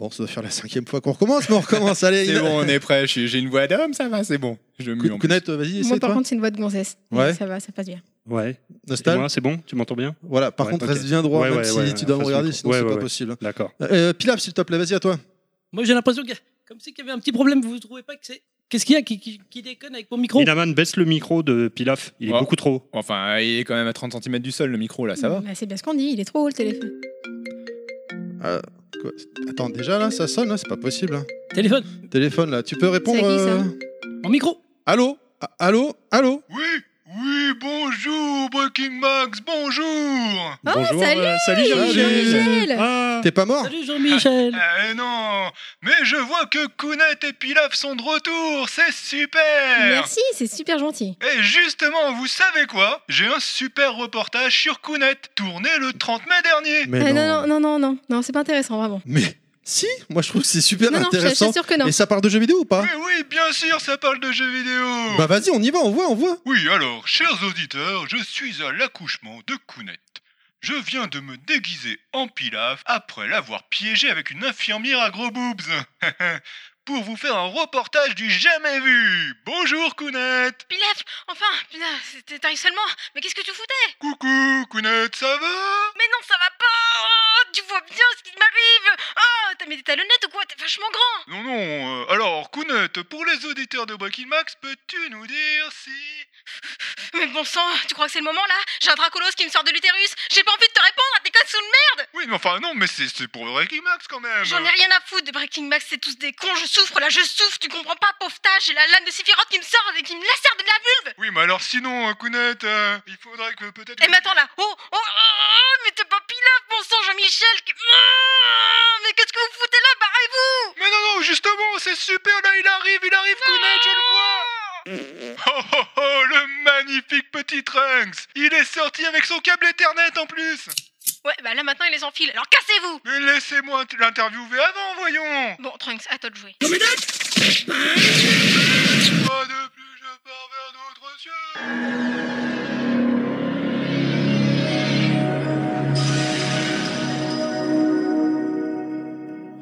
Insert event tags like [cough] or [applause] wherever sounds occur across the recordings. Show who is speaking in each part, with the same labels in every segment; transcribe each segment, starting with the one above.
Speaker 1: Bon, ça doit faire la cinquième fois [laughs] qu'on recommence, mais on recommence. Allez,
Speaker 2: C'est bon, on est prêt. je suis- J'ai une voix d'homme, ça va, c'est bon. Je mue en
Speaker 1: Cou-
Speaker 2: plus.
Speaker 1: Kounet, vas-y,
Speaker 3: Moi,
Speaker 1: essaye
Speaker 3: par
Speaker 1: toi.
Speaker 3: contre, c'est une voix de gonzesse. Mais
Speaker 1: Ouais.
Speaker 3: Ça va, ça passe bien.
Speaker 4: Ouais.
Speaker 1: Nostal.
Speaker 4: Moi, c'est bon Tu m'entends bien
Speaker 1: Voilà, par
Speaker 4: Ouais,
Speaker 1: contre,
Speaker 4: ok.
Speaker 1: reste bien droit,
Speaker 4: Ouais,
Speaker 1: même
Speaker 4: ouais,
Speaker 1: si
Speaker 4: ouais,
Speaker 1: tu dois me
Speaker 4: face
Speaker 1: regarder,
Speaker 4: micro.
Speaker 1: sinon
Speaker 4: Ouais,
Speaker 1: c'est
Speaker 4: ouais,
Speaker 1: pas
Speaker 4: ouais.
Speaker 1: possible.
Speaker 4: D'accord. [laughs]
Speaker 1: Euh, Pilaf, s'il te plaît, vas-y à toi.
Speaker 5: Moi, j'ai l'impression que, comme si qu'il y avait un petit problème, vous ne trouvez pas que c'est. Qu'est-ce qu'il y a qui, qui- qui déconne avec mon micro
Speaker 4: Inaman, baisse le micro de Pilaf. Il est
Speaker 2: Oh.
Speaker 4: beaucoup trop haut.
Speaker 2: Enfin, il est quand même à 30 cm du sol, le micro, là, ça va
Speaker 3: Bah, C'est bien ce qu'on dit, il est trop haut le téléphone.
Speaker 1: Euh, quoi Attends, déjà là, ça sonne, là, c'est pas possible. hein.
Speaker 5: Téléphone,
Speaker 1: Téléphone là, tu peux répondre.
Speaker 3: C'est à qui, ça
Speaker 5: mon micro
Speaker 1: Allô Ah, Allô Allô
Speaker 6: Oui, oui, bonjour, Breaking Max, bonjour
Speaker 3: Ah, salut,
Speaker 4: euh, salut Jean-Michel.
Speaker 3: Jean-Michel
Speaker 4: Ah,
Speaker 1: T'es pas mort
Speaker 5: Salut Jean-Michel
Speaker 6: Eh non, mais je vois que Kounet et Pilaf sont de retour, c'est super
Speaker 3: Merci, c'est super gentil.
Speaker 6: Et justement, vous savez quoi J'ai un super reportage sur Kounet, tourné le 30 mai dernier
Speaker 1: Mais
Speaker 3: Ah, non, non, non, non, non, non, c'est pas intéressant, vraiment.
Speaker 1: Mais si, moi je trouve que c'est super
Speaker 3: Non, non, je je
Speaker 1: intéressant.
Speaker 3: t'assure que non.
Speaker 1: Et ça parle de jeux vidéo ou pas
Speaker 6: Oui, oui, bien sûr, ça parle de jeux vidéo
Speaker 1: Bah vas-y, on y va, on voit, on voit.
Speaker 6: Oui, alors, chers auditeurs, je suis à l'accouchement de Kounet. Je viens de me déguiser en pilaf après l'avoir piégé avec une infirmière à gros boobs. [laughs] Pour vous faire un reportage du jamais vu. Bonjour Kounet.
Speaker 7: Pilaf, enfin, putain, c'était- t'arrives seulement. Mais qu'est-ce que tu foutais
Speaker 6: Coucou Kounet, ça va
Speaker 7: Mais non, ça va pas oh, Tu vois bien ce qui m'arrive Oh, t'as mis des talonnettes ou quoi T'es vachement grand
Speaker 6: Non, non. euh, alors Kounet, pour les auditeurs de Breaking Max, peux-tu nous dire si...
Speaker 7: [laughs] Mais bon sang, tu crois que c'est le moment là J'ai un dracolos qui me sort de l'utérus J'ai pas envie de te répondre à tes connes sous le nez
Speaker 6: Oui, mais enfin non, mais c'est c'est pour Breaking Max quand même.
Speaker 7: J'en ai rien à foutre de Breaking Max, c'est tous des cons, je souffre là, je souffre, tu comprends pas, pauvre tâche, j'ai la lame de Sephiroth qui me sort et qui me lacère de la vulve
Speaker 6: Oui, mais alors sinon, euh, Kounet, euh, il faudrait que peut-être...
Speaker 7: Et mais attends là, oh, oh, oh, oh, mais t'es pas Pilaf, bon sang, Jean-Michel qui- Oh, Mais qu'est-ce que vous foutez là, barrez-vous
Speaker 6: Mais non, non, justement, c'est super, là, il arrive, il arrive, Kounet, je le vois Oh oh oh, le magnifique petit Trunks Il est sorti avec son câble Ethernet en plus
Speaker 7: Ouais, bah là maintenant il les enfile, alors cassez-vous
Speaker 6: Mais laissez-moi t- l'interviewer avant, voyons
Speaker 7: Bon, Trunks, à toi de jouer.
Speaker 6: Moi de plus, je pars vers d'autres cieux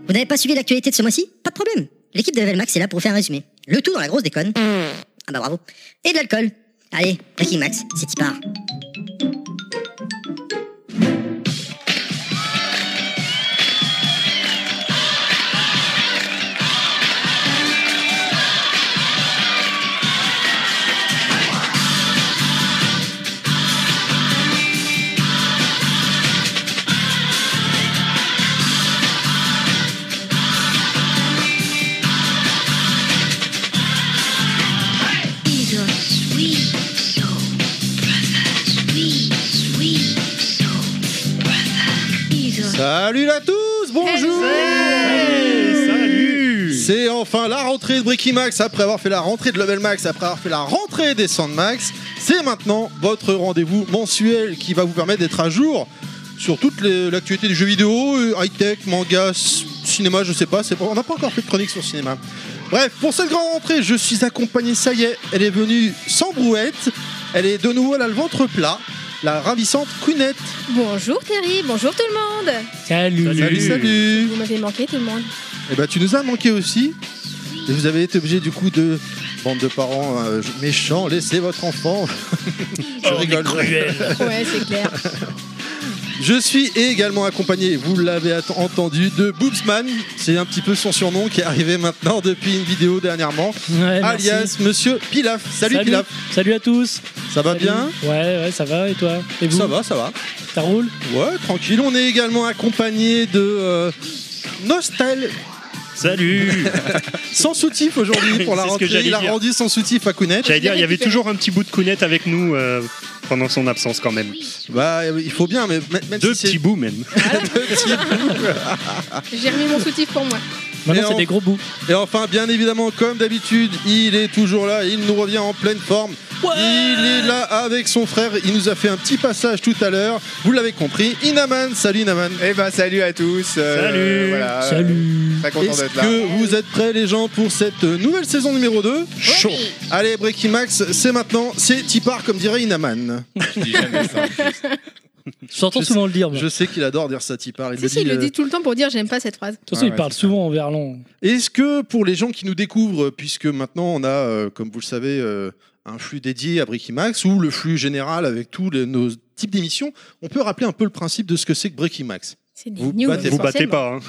Speaker 8: Vous n'avez pas suivi l'actualité de ce mois-ci Pas de problème. L'équipe de Level Max est là pour faire un résumé. Le tout dans la grosse déconne. Ah bah bravo. Et de l'alcool. Allez, Breaking Max, c'est y part.
Speaker 1: Salut à tous, bonjour
Speaker 4: Salut
Speaker 1: C'est enfin la rentrée de Bricky Max après avoir fait la rentrée de Level Max, après avoir fait la rentrée des Sandmax. C'est maintenant votre rendez-vous mensuel qui va vous permettre d'être à jour sur toute les- l'actualité du jeu vidéo, euh, high-tech, manga, c- cinéma, je sais pas, c'est pas- on n'a pas encore fait de chronique sur le cinéma. Bref, pour cette grande rentrée, je suis accompagné, ça y est, elle est venue sans brouette, elle est de nouveau là le ventre plat, la ravissante Queenette.
Speaker 3: Bonjour Terry, bonjour tout le monde
Speaker 5: Salut
Speaker 4: Salut.
Speaker 1: salut
Speaker 3: Vous m'avez manqué tout le monde.
Speaker 1: Eh ben, tu nous as manqué aussi. Et vous avez été obligé du coup de bande de parents euh, méchants, laissez votre enfant. je rigole.
Speaker 5: [laughs]
Speaker 3: Ouais, c'est clair.
Speaker 1: [laughs] Je suis également accompagné, vous l'avez at- entendu, de Boobsman. C'est un petit peu son surnom qui est arrivé maintenant depuis une vidéo dernièrement.
Speaker 5: Ouais, merci.
Speaker 1: alias Monsieur Pilaf. Salut,
Speaker 5: Salut.
Speaker 1: Pilaf.
Speaker 5: Salut à tous
Speaker 1: Ça va
Speaker 5: Salut.
Speaker 1: bien
Speaker 5: Ouais, ouais, ça va, et toi Et vous
Speaker 1: Ça va, ça va.
Speaker 5: Ça roule
Speaker 1: Ouais, tranquille. On est également accompagné de euh, Nostal
Speaker 4: Salut
Speaker 1: [laughs] sans soutif aujourd'hui pour la
Speaker 4: C'est ce que
Speaker 1: rentrée.
Speaker 4: j'allais
Speaker 1: Il a
Speaker 4: dire.
Speaker 1: rendu son soutif à Kounet.
Speaker 4: J'allais dire, il y avait
Speaker 3: récupéré.
Speaker 4: toujours un petit bout de counette avec nous euh, pendant son absence quand même.
Speaker 1: Bah, il faut bien, mais même même
Speaker 4: Deux
Speaker 1: si c'est-
Speaker 4: petits bouts même.
Speaker 3: J'ai remis mon soutif pour moi.
Speaker 1: Et
Speaker 5: Maintenant, c'est
Speaker 1: on-
Speaker 5: des gros bouts.
Speaker 1: Et enfin, bien évidemment, comme d'habitude, il est toujours là, il nous revient en pleine forme. il est là avec son frère, il nous a fait un petit passage tout à l'heure, vous l'avez compris. Inaman, salut Inaman.
Speaker 2: Eh ben, salut à tous Euh,
Speaker 4: Salut.
Speaker 2: voilà,
Speaker 5: Salut
Speaker 2: Très content
Speaker 1: Est-ce
Speaker 2: d'être là.
Speaker 1: que vous êtes prêts les gens pour cette nouvelle saison numéro 2 Chaud Allez, Breaking Max, c'est maintenant, c'est Tipar comme dirait Inaman.
Speaker 5: [laughs]
Speaker 2: Je dis jamais ça.
Speaker 5: Je t'entends
Speaker 1: Je
Speaker 5: souvent le dire. moi.
Speaker 1: Je sais qu'il adore dire ça, Tipar. Il
Speaker 7: Si,
Speaker 1: le
Speaker 7: si, il
Speaker 1: dit,
Speaker 7: le
Speaker 1: euh,
Speaker 7: dit tout le temps pour dire j'aime pas cette phrase.
Speaker 5: De toute façon,
Speaker 6: Ouais,
Speaker 5: il
Speaker 6: ouais,
Speaker 5: parle
Speaker 6: c'est
Speaker 5: souvent en verlan.
Speaker 1: Est-ce que pour les gens qui nous découvrent, puisque maintenant on a, euh, comme vous le savez, euh, un flux dédié à Breakymax ou le flux général avec tous les- nos types d'émissions, on peut rappeler un peu le principe de ce que c'est que Breakymax
Speaker 7: C'est des
Speaker 1: Vous
Speaker 7: news.
Speaker 1: battez-
Speaker 4: Vous
Speaker 1: Essentiellement.
Speaker 4: battez pas, hein.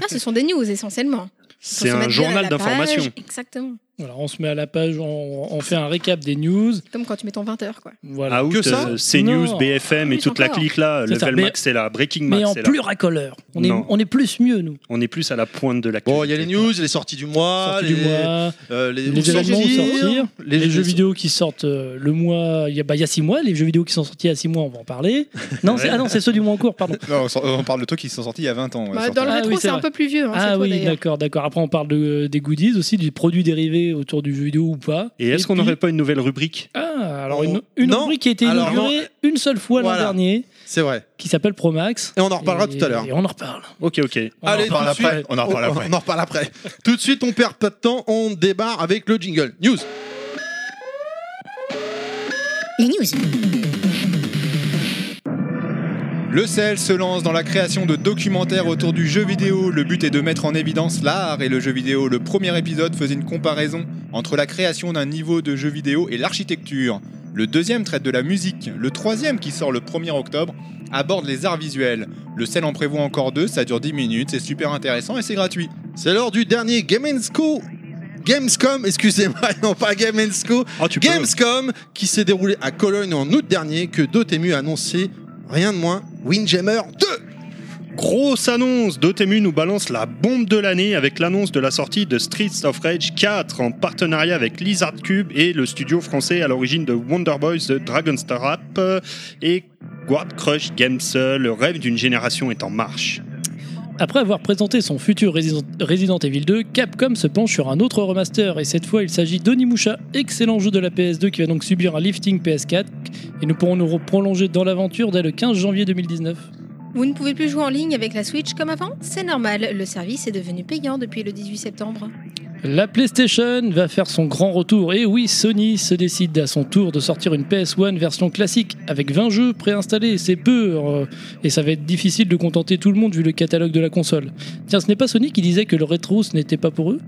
Speaker 7: Non,
Speaker 4: [laughs]
Speaker 7: ce sont des news essentiellement. Faut
Speaker 4: c'est
Speaker 7: se
Speaker 4: un
Speaker 7: mettre bien à
Speaker 4: journal
Speaker 7: la page.
Speaker 4: d'information.
Speaker 7: Exactement.
Speaker 5: Voilà, on se met à la page, on, on fait un récap des news.
Speaker 7: Comme quand tu mets ton 20h, quoi.
Speaker 5: [laughs] Voilà.
Speaker 4: Ah
Speaker 1: Que ça
Speaker 4: CNews,
Speaker 5: Non.
Speaker 4: BFM et
Speaker 7: Plus
Speaker 4: toute la
Speaker 7: encore.
Speaker 4: clique là,
Speaker 5: C'est ça,
Speaker 4: Level
Speaker 5: mais-
Speaker 4: Max c'est là, Breaking
Speaker 5: mais
Speaker 4: Max
Speaker 5: en
Speaker 4: c'est là.
Speaker 5: plus racoleur. On est,
Speaker 4: Non.
Speaker 5: on est plus mieux, nous.
Speaker 4: On est plus à la pointe de la
Speaker 1: Bon, il y a les news, les sorties du mois,
Speaker 5: Sortie
Speaker 1: les,
Speaker 5: du mois,
Speaker 1: euh, les-
Speaker 5: les
Speaker 1: où
Speaker 5: événements où
Speaker 1: sortir,
Speaker 5: sortir,
Speaker 1: les,
Speaker 5: les, jeux vidéo qui sortent euh, le mois. Il y, a- bah, il y a six mois, les jeux vidéo qui sont sortis il y a six mois, on va en [laughs] parler. Non, c'est-
Speaker 4: Ouais.
Speaker 5: ah non, c'est ceux du mois en cours, pardon.
Speaker 6: Non, on sort- on parle de trucs qui sont sortis il y a 20 ans. ouais,
Speaker 7: Bah,
Speaker 6: sortis.
Speaker 7: dans le
Speaker 5: Ah
Speaker 7: rétro,
Speaker 5: oui, c'est
Speaker 7: c'est un
Speaker 5: vrai.
Speaker 7: peu plus vieux. hein, cette
Speaker 5: Ah
Speaker 7: fois,
Speaker 5: oui,
Speaker 7: d'ailleurs.
Speaker 5: d'accord, d'accord. Après, on parle de- des goodies aussi, du produit dérivé autour du jeu vidéo ou pas.
Speaker 4: Et est-ce qu'on
Speaker 5: puis-
Speaker 4: n'aurait pas une nouvelle rubrique
Speaker 5: Ah, alors
Speaker 1: On-
Speaker 5: une, une
Speaker 1: Non.
Speaker 5: rubrique qui a été
Speaker 1: Alors,
Speaker 5: inaugurée une seule fois l'an
Speaker 1: Voilà.
Speaker 5: dernier,
Speaker 1: C'est vrai.
Speaker 5: qui s'appelle Promax.
Speaker 1: Et on en reparlera
Speaker 5: Et-
Speaker 1: tout à l'heure.
Speaker 5: Et on en reparle.
Speaker 4: Ok, ok.
Speaker 5: On
Speaker 1: Allez,
Speaker 5: en reparle.
Speaker 1: tout de suite.
Speaker 6: On en reparle
Speaker 1: On-
Speaker 6: après.
Speaker 1: on en reparle après. Tout de suite, on perd pas de temps, on débarre avec le jingle. News.
Speaker 8: Les news.
Speaker 6: Le CEL se lance dans la création de documentaires autour du jeu vidéo. Le but est de mettre en évidence l'art et le jeu vidéo. Le premier épisode faisait une comparaison entre la création d'un niveau de jeu vidéo et l'architecture. Le deuxième traite de la musique. Le troisième, qui sort le 1er octobre, aborde les arts visuels. Le CEL en prévoit encore deux, ça dure 10 minutes, c'est super intéressant et c'est gratuit.
Speaker 1: C'est l'heure du dernier Gamesco. Gamescom, excusez-moi, [laughs] non pas Gamesco,
Speaker 4: Ah, tu peux.
Speaker 1: Gamescom qui s'est déroulé à Cologne en août dernier que Dotemu a annoncé rien de moins Windjammer 2
Speaker 4: Grosse annonce Dotemu nous balance la bombe de l'année avec l'annonce de la sortie de Streets of Rage 4 en partenariat avec Lizard Cube et le studio français à l'origine de Wonder Boys, The Dragon's Trap euh, et Guard Crush Games. Euh, Le rêve d'une génération est en marche.
Speaker 5: Après avoir présenté son futur Resident- Resident Evil 2, Capcom se penche sur un autre remaster et cette fois il s'agit d'Onimusha, excellent jeu de la PS2 qui va donc subir un lifting PS4 et nous pourrons nous re- prolonger dans l'aventure dès le 15 janvier 2019.
Speaker 7: Vous ne pouvez plus jouer en ligne avec la Switch comme avant C'est normal, le service est devenu payant depuis le 18 septembre.
Speaker 5: La PlayStation va faire son grand retour et oui, Sony se décide à son tour de sortir une PS1 version classique avec 20 jeux préinstallés, c'est peu euh, et ça va être difficile de contenter tout le monde vu le catalogue de la console. Tiens, ce n'est pas Sony qui disait que le rétro ce n'était pas pour eux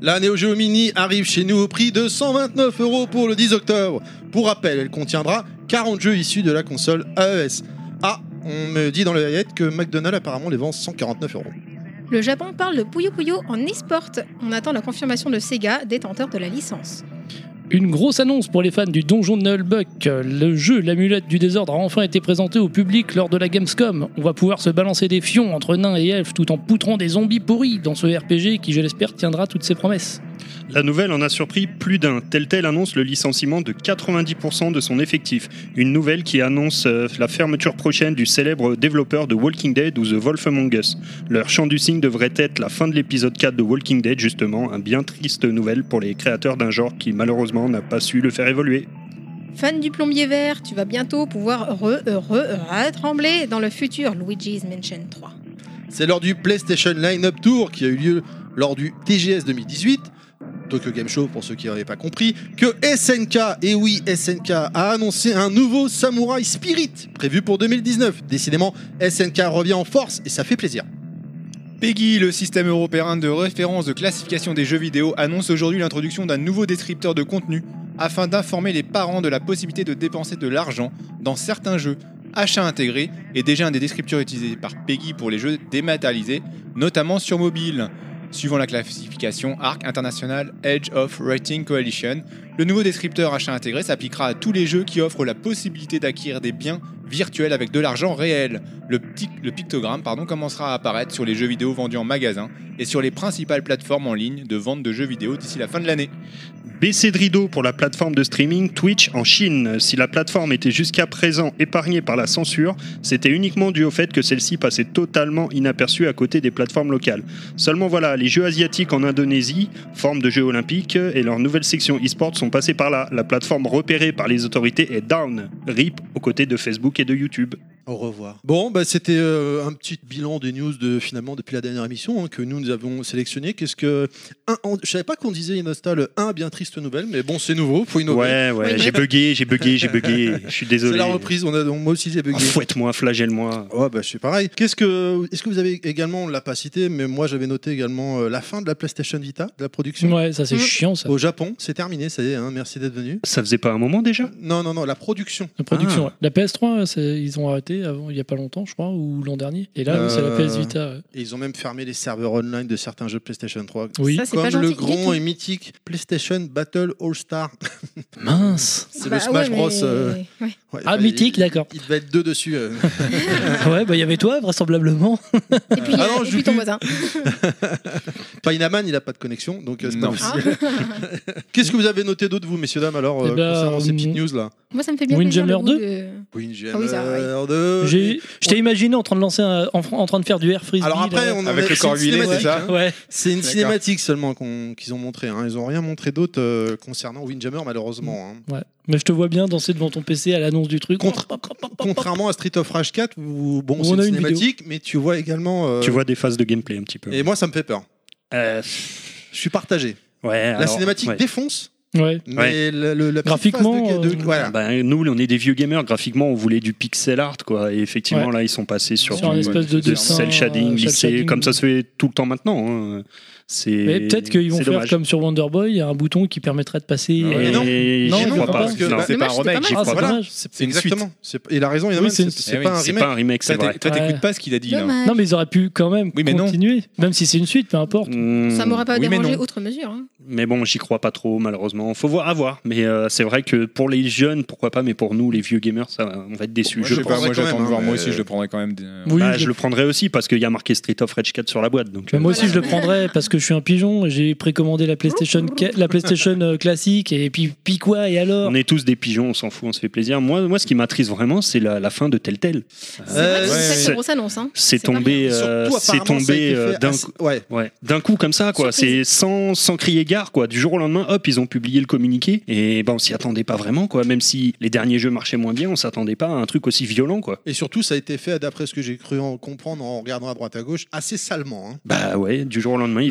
Speaker 1: La Neo Geo Mini arrive chez nous au prix de 129 euros pour le 10 octobre. Pour rappel, elle contiendra 40 jeux issus de la console AES. Ah, on me dit dans le Hayat que McDonald's apparemment les vend 149 euros.
Speaker 7: Le Japon parle de Puyo Puyo en e-sport. On attend la confirmation de Sega, détenteur de la licence.
Speaker 5: Une grosse annonce pour les fans du donjon de Nullbuck. Le jeu L'amulette du désordre a enfin été présenté au public lors de la Gamescom. On va pouvoir se balancer des fions entre nains et elfes tout en poutrant des zombies pourris dans ce RPG qui, je l'espère, tiendra toutes ses promesses.
Speaker 4: La nouvelle en a surpris plus d'un. Telltale annonce le licenciement de 90% de son effectif. Une nouvelle qui annonce euh, la fermeture prochaine du célèbre développeur de Walking Dead ou The Wolf Among Us. Leur chant du signe devrait être la fin de l'épisode 4 de Walking Dead, justement, un bien triste nouvelle pour les créateurs d'un genre qui malheureusement n'a pas su le faire évoluer.
Speaker 7: Fan du plombier vert, tu vas bientôt pouvoir re, re, re-trembler dans le futur Luigi's Mansion 3.
Speaker 1: C'est lors du PlayStation Line-Up Tour qui a eu lieu lors du TGS 2018, Tokyo Game Show pour ceux qui n'avaient pas compris, que SNK, et oui SNK, a annoncé un nouveau Samurai Spirit prévu pour 2019. Décidément, SNK revient en force et ça fait plaisir.
Speaker 6: PEGI, le système européen de référence de classification des jeux vidéo, annonce aujourd'hui l'introduction d'un nouveau descripteur de contenu afin d'informer les parents de la possibilité de dépenser de l'argent dans certains jeux. Achat intégré est déjà un des descripteurs utilisés par PEGI pour les jeux dématérialisés, notamment sur mobile. Suivant la classification ARC International Edge of Rating Coalition, le nouveau descripteur achat intégré s'appliquera à tous les jeux qui offrent la possibilité d'acquérir des biens virtuels avec de l'argent réel. Le, pti- le pictogramme pardon, commencera à apparaître sur les jeux vidéo vendus en magasin et sur les principales plateformes en ligne de vente de jeux vidéo d'ici la fin de l'année.
Speaker 4: Baissé de rideau pour la plateforme de streaming Twitch en Chine. Si la plateforme était jusqu'à présent épargnée par la censure, c'était uniquement dû au fait que celle-ci passait totalement inaperçue à côté des plateformes locales. Seulement voilà, les Jeux asiatiques en Indonésie, forme de Jeux olympiques, et leur nouvelle section e-sport sont passés par là. La plateforme repérée par les autorités est down, rip aux côtés de Facebook et de YouTube.
Speaker 6: Au revoir.
Speaker 1: Bon, bah, c'était euh, un petit bilan des news de finalement depuis la dernière émission hein, que nous, nous avons sélectionné. Qu'est-ce que. Un, on- je savais pas qu'on disait Inosta le 1 bien triste nouvelle, mais bon, c'est nouveau, faut innover.
Speaker 4: Ouais, ouais, j'ai bugué, j'ai
Speaker 1: [laughs]
Speaker 4: bugué, j'ai bugué. Je suis
Speaker 1: c'est
Speaker 4: désolé.
Speaker 1: la reprise, on a, donc, moi aussi j'ai
Speaker 4: Ah,
Speaker 1: bugué.
Speaker 4: Fouette-moi, flagelle-moi.
Speaker 1: Ouais, bah, je suis pareil. Qu'est-ce que, est-ce que vous avez également, on l'a pas cité, mais moi j'avais noté également euh, la fin de la PlayStation Vita, de la production
Speaker 5: Ouais, ça c'est
Speaker 1: Mm.
Speaker 5: chiant ça.
Speaker 1: au Japon. C'est terminé, ça y est, hein, merci d'être venu.
Speaker 4: Ça faisait pas un moment déjà
Speaker 1: Non, non, non, la production.
Speaker 5: La
Speaker 1: Ah.
Speaker 5: production. ouais. La PS3, c'est- ils ont arrêté avant, il y a pas longtemps, je crois, ou l'an dernier. Et là, oui, c'est la
Speaker 1: Euh,
Speaker 5: PS Vita. ouais.
Speaker 1: Et ils ont même fermé les serveurs online de certains jeux PlayStation 3.
Speaker 5: Oui.
Speaker 7: Ça, c'est
Speaker 1: Comme
Speaker 7: pas gentil.
Speaker 1: le
Speaker 7: du
Speaker 1: grand
Speaker 7: tout.
Speaker 1: et mythique PlayStation Battle All-Star. [laughs]
Speaker 5: Mince.
Speaker 1: C'est
Speaker 7: Bah
Speaker 1: le Smash
Speaker 7: ouais,
Speaker 1: Bros.
Speaker 7: mais-
Speaker 1: euh,
Speaker 7: ouais.
Speaker 1: [laughs] ouais,
Speaker 5: Ah,
Speaker 1: bah,
Speaker 5: mythique, d'accord.
Speaker 1: Il, il devait être deux dessus.
Speaker 5: [laughs]
Speaker 1: euh.
Speaker 5: ouais, bah il y avait toi, vraisemblablement.
Speaker 7: Et
Speaker 1: [laughs]
Speaker 7: puis,
Speaker 1: Ah
Speaker 7: euh,
Speaker 1: non,
Speaker 7: et puis
Speaker 1: je joue
Speaker 7: ton
Speaker 1: plus.
Speaker 7: voisin.
Speaker 1: Painaman, il n'a pas de connexion, donc euh, c'est pas
Speaker 6: Non.
Speaker 1: possible. [laughs]
Speaker 7: Ah.
Speaker 1: Qu'est-ce que vous avez noté d'autre, vous, messieurs, dames, alors,
Speaker 5: Eh
Speaker 1: euh,
Speaker 5: ben,
Speaker 1: concernant ces
Speaker 5: euh,
Speaker 1: petites news là
Speaker 7: Moi, ça me fait bien
Speaker 5: Windjammer
Speaker 7: plaisir. le goût
Speaker 5: 2.
Speaker 7: de-
Speaker 1: Windjammer
Speaker 7: Ah oui, ça, oui.
Speaker 1: 2.
Speaker 5: J'ai- Je t'ai imaginé en train de lancer un- en, en train de faire du air frisbee.
Speaker 1: Alors après,
Speaker 5: là.
Speaker 1: on en
Speaker 6: Avec
Speaker 1: est-
Speaker 6: le
Speaker 1: c'est
Speaker 6: corps
Speaker 1: une
Speaker 6: huilé, c'est
Speaker 1: cinématique,
Speaker 6: ça
Speaker 1: hein.
Speaker 5: Ouais.
Speaker 1: [laughs] C'est une
Speaker 6: D'accord.
Speaker 1: cinématique seulement qu'on- qu'ils ont montré. hein. Ils n'ont rien montré d'autre euh, concernant Windjammer, malheureusement. hein.
Speaker 5: ouais. Mais je te vois bien danser devant ton PC à l'annonce du truc.
Speaker 1: Contre- Contrairement à Street of Rage 4, où, bon,
Speaker 5: On
Speaker 1: c'est
Speaker 5: a
Speaker 1: une
Speaker 5: une vidéo.
Speaker 1: cinématique, mais tu vois également. euh,
Speaker 4: Tu vois des phases de gameplay un petit peu.
Speaker 1: Et moi, ça me fait peur.
Speaker 4: Euh,
Speaker 1: Je suis partagé.
Speaker 4: ouais,
Speaker 1: la
Speaker 4: alors,
Speaker 1: cinématique
Speaker 4: ouais. Ah ben, hein.
Speaker 5: euh,
Speaker 7: Mm.
Speaker 1: hein.
Speaker 7: hein.
Speaker 4: euh, hein, Bah, euh,
Speaker 5: euh,
Speaker 4: [laughs] Euh,
Speaker 7: hein.
Speaker 4: euh, ben,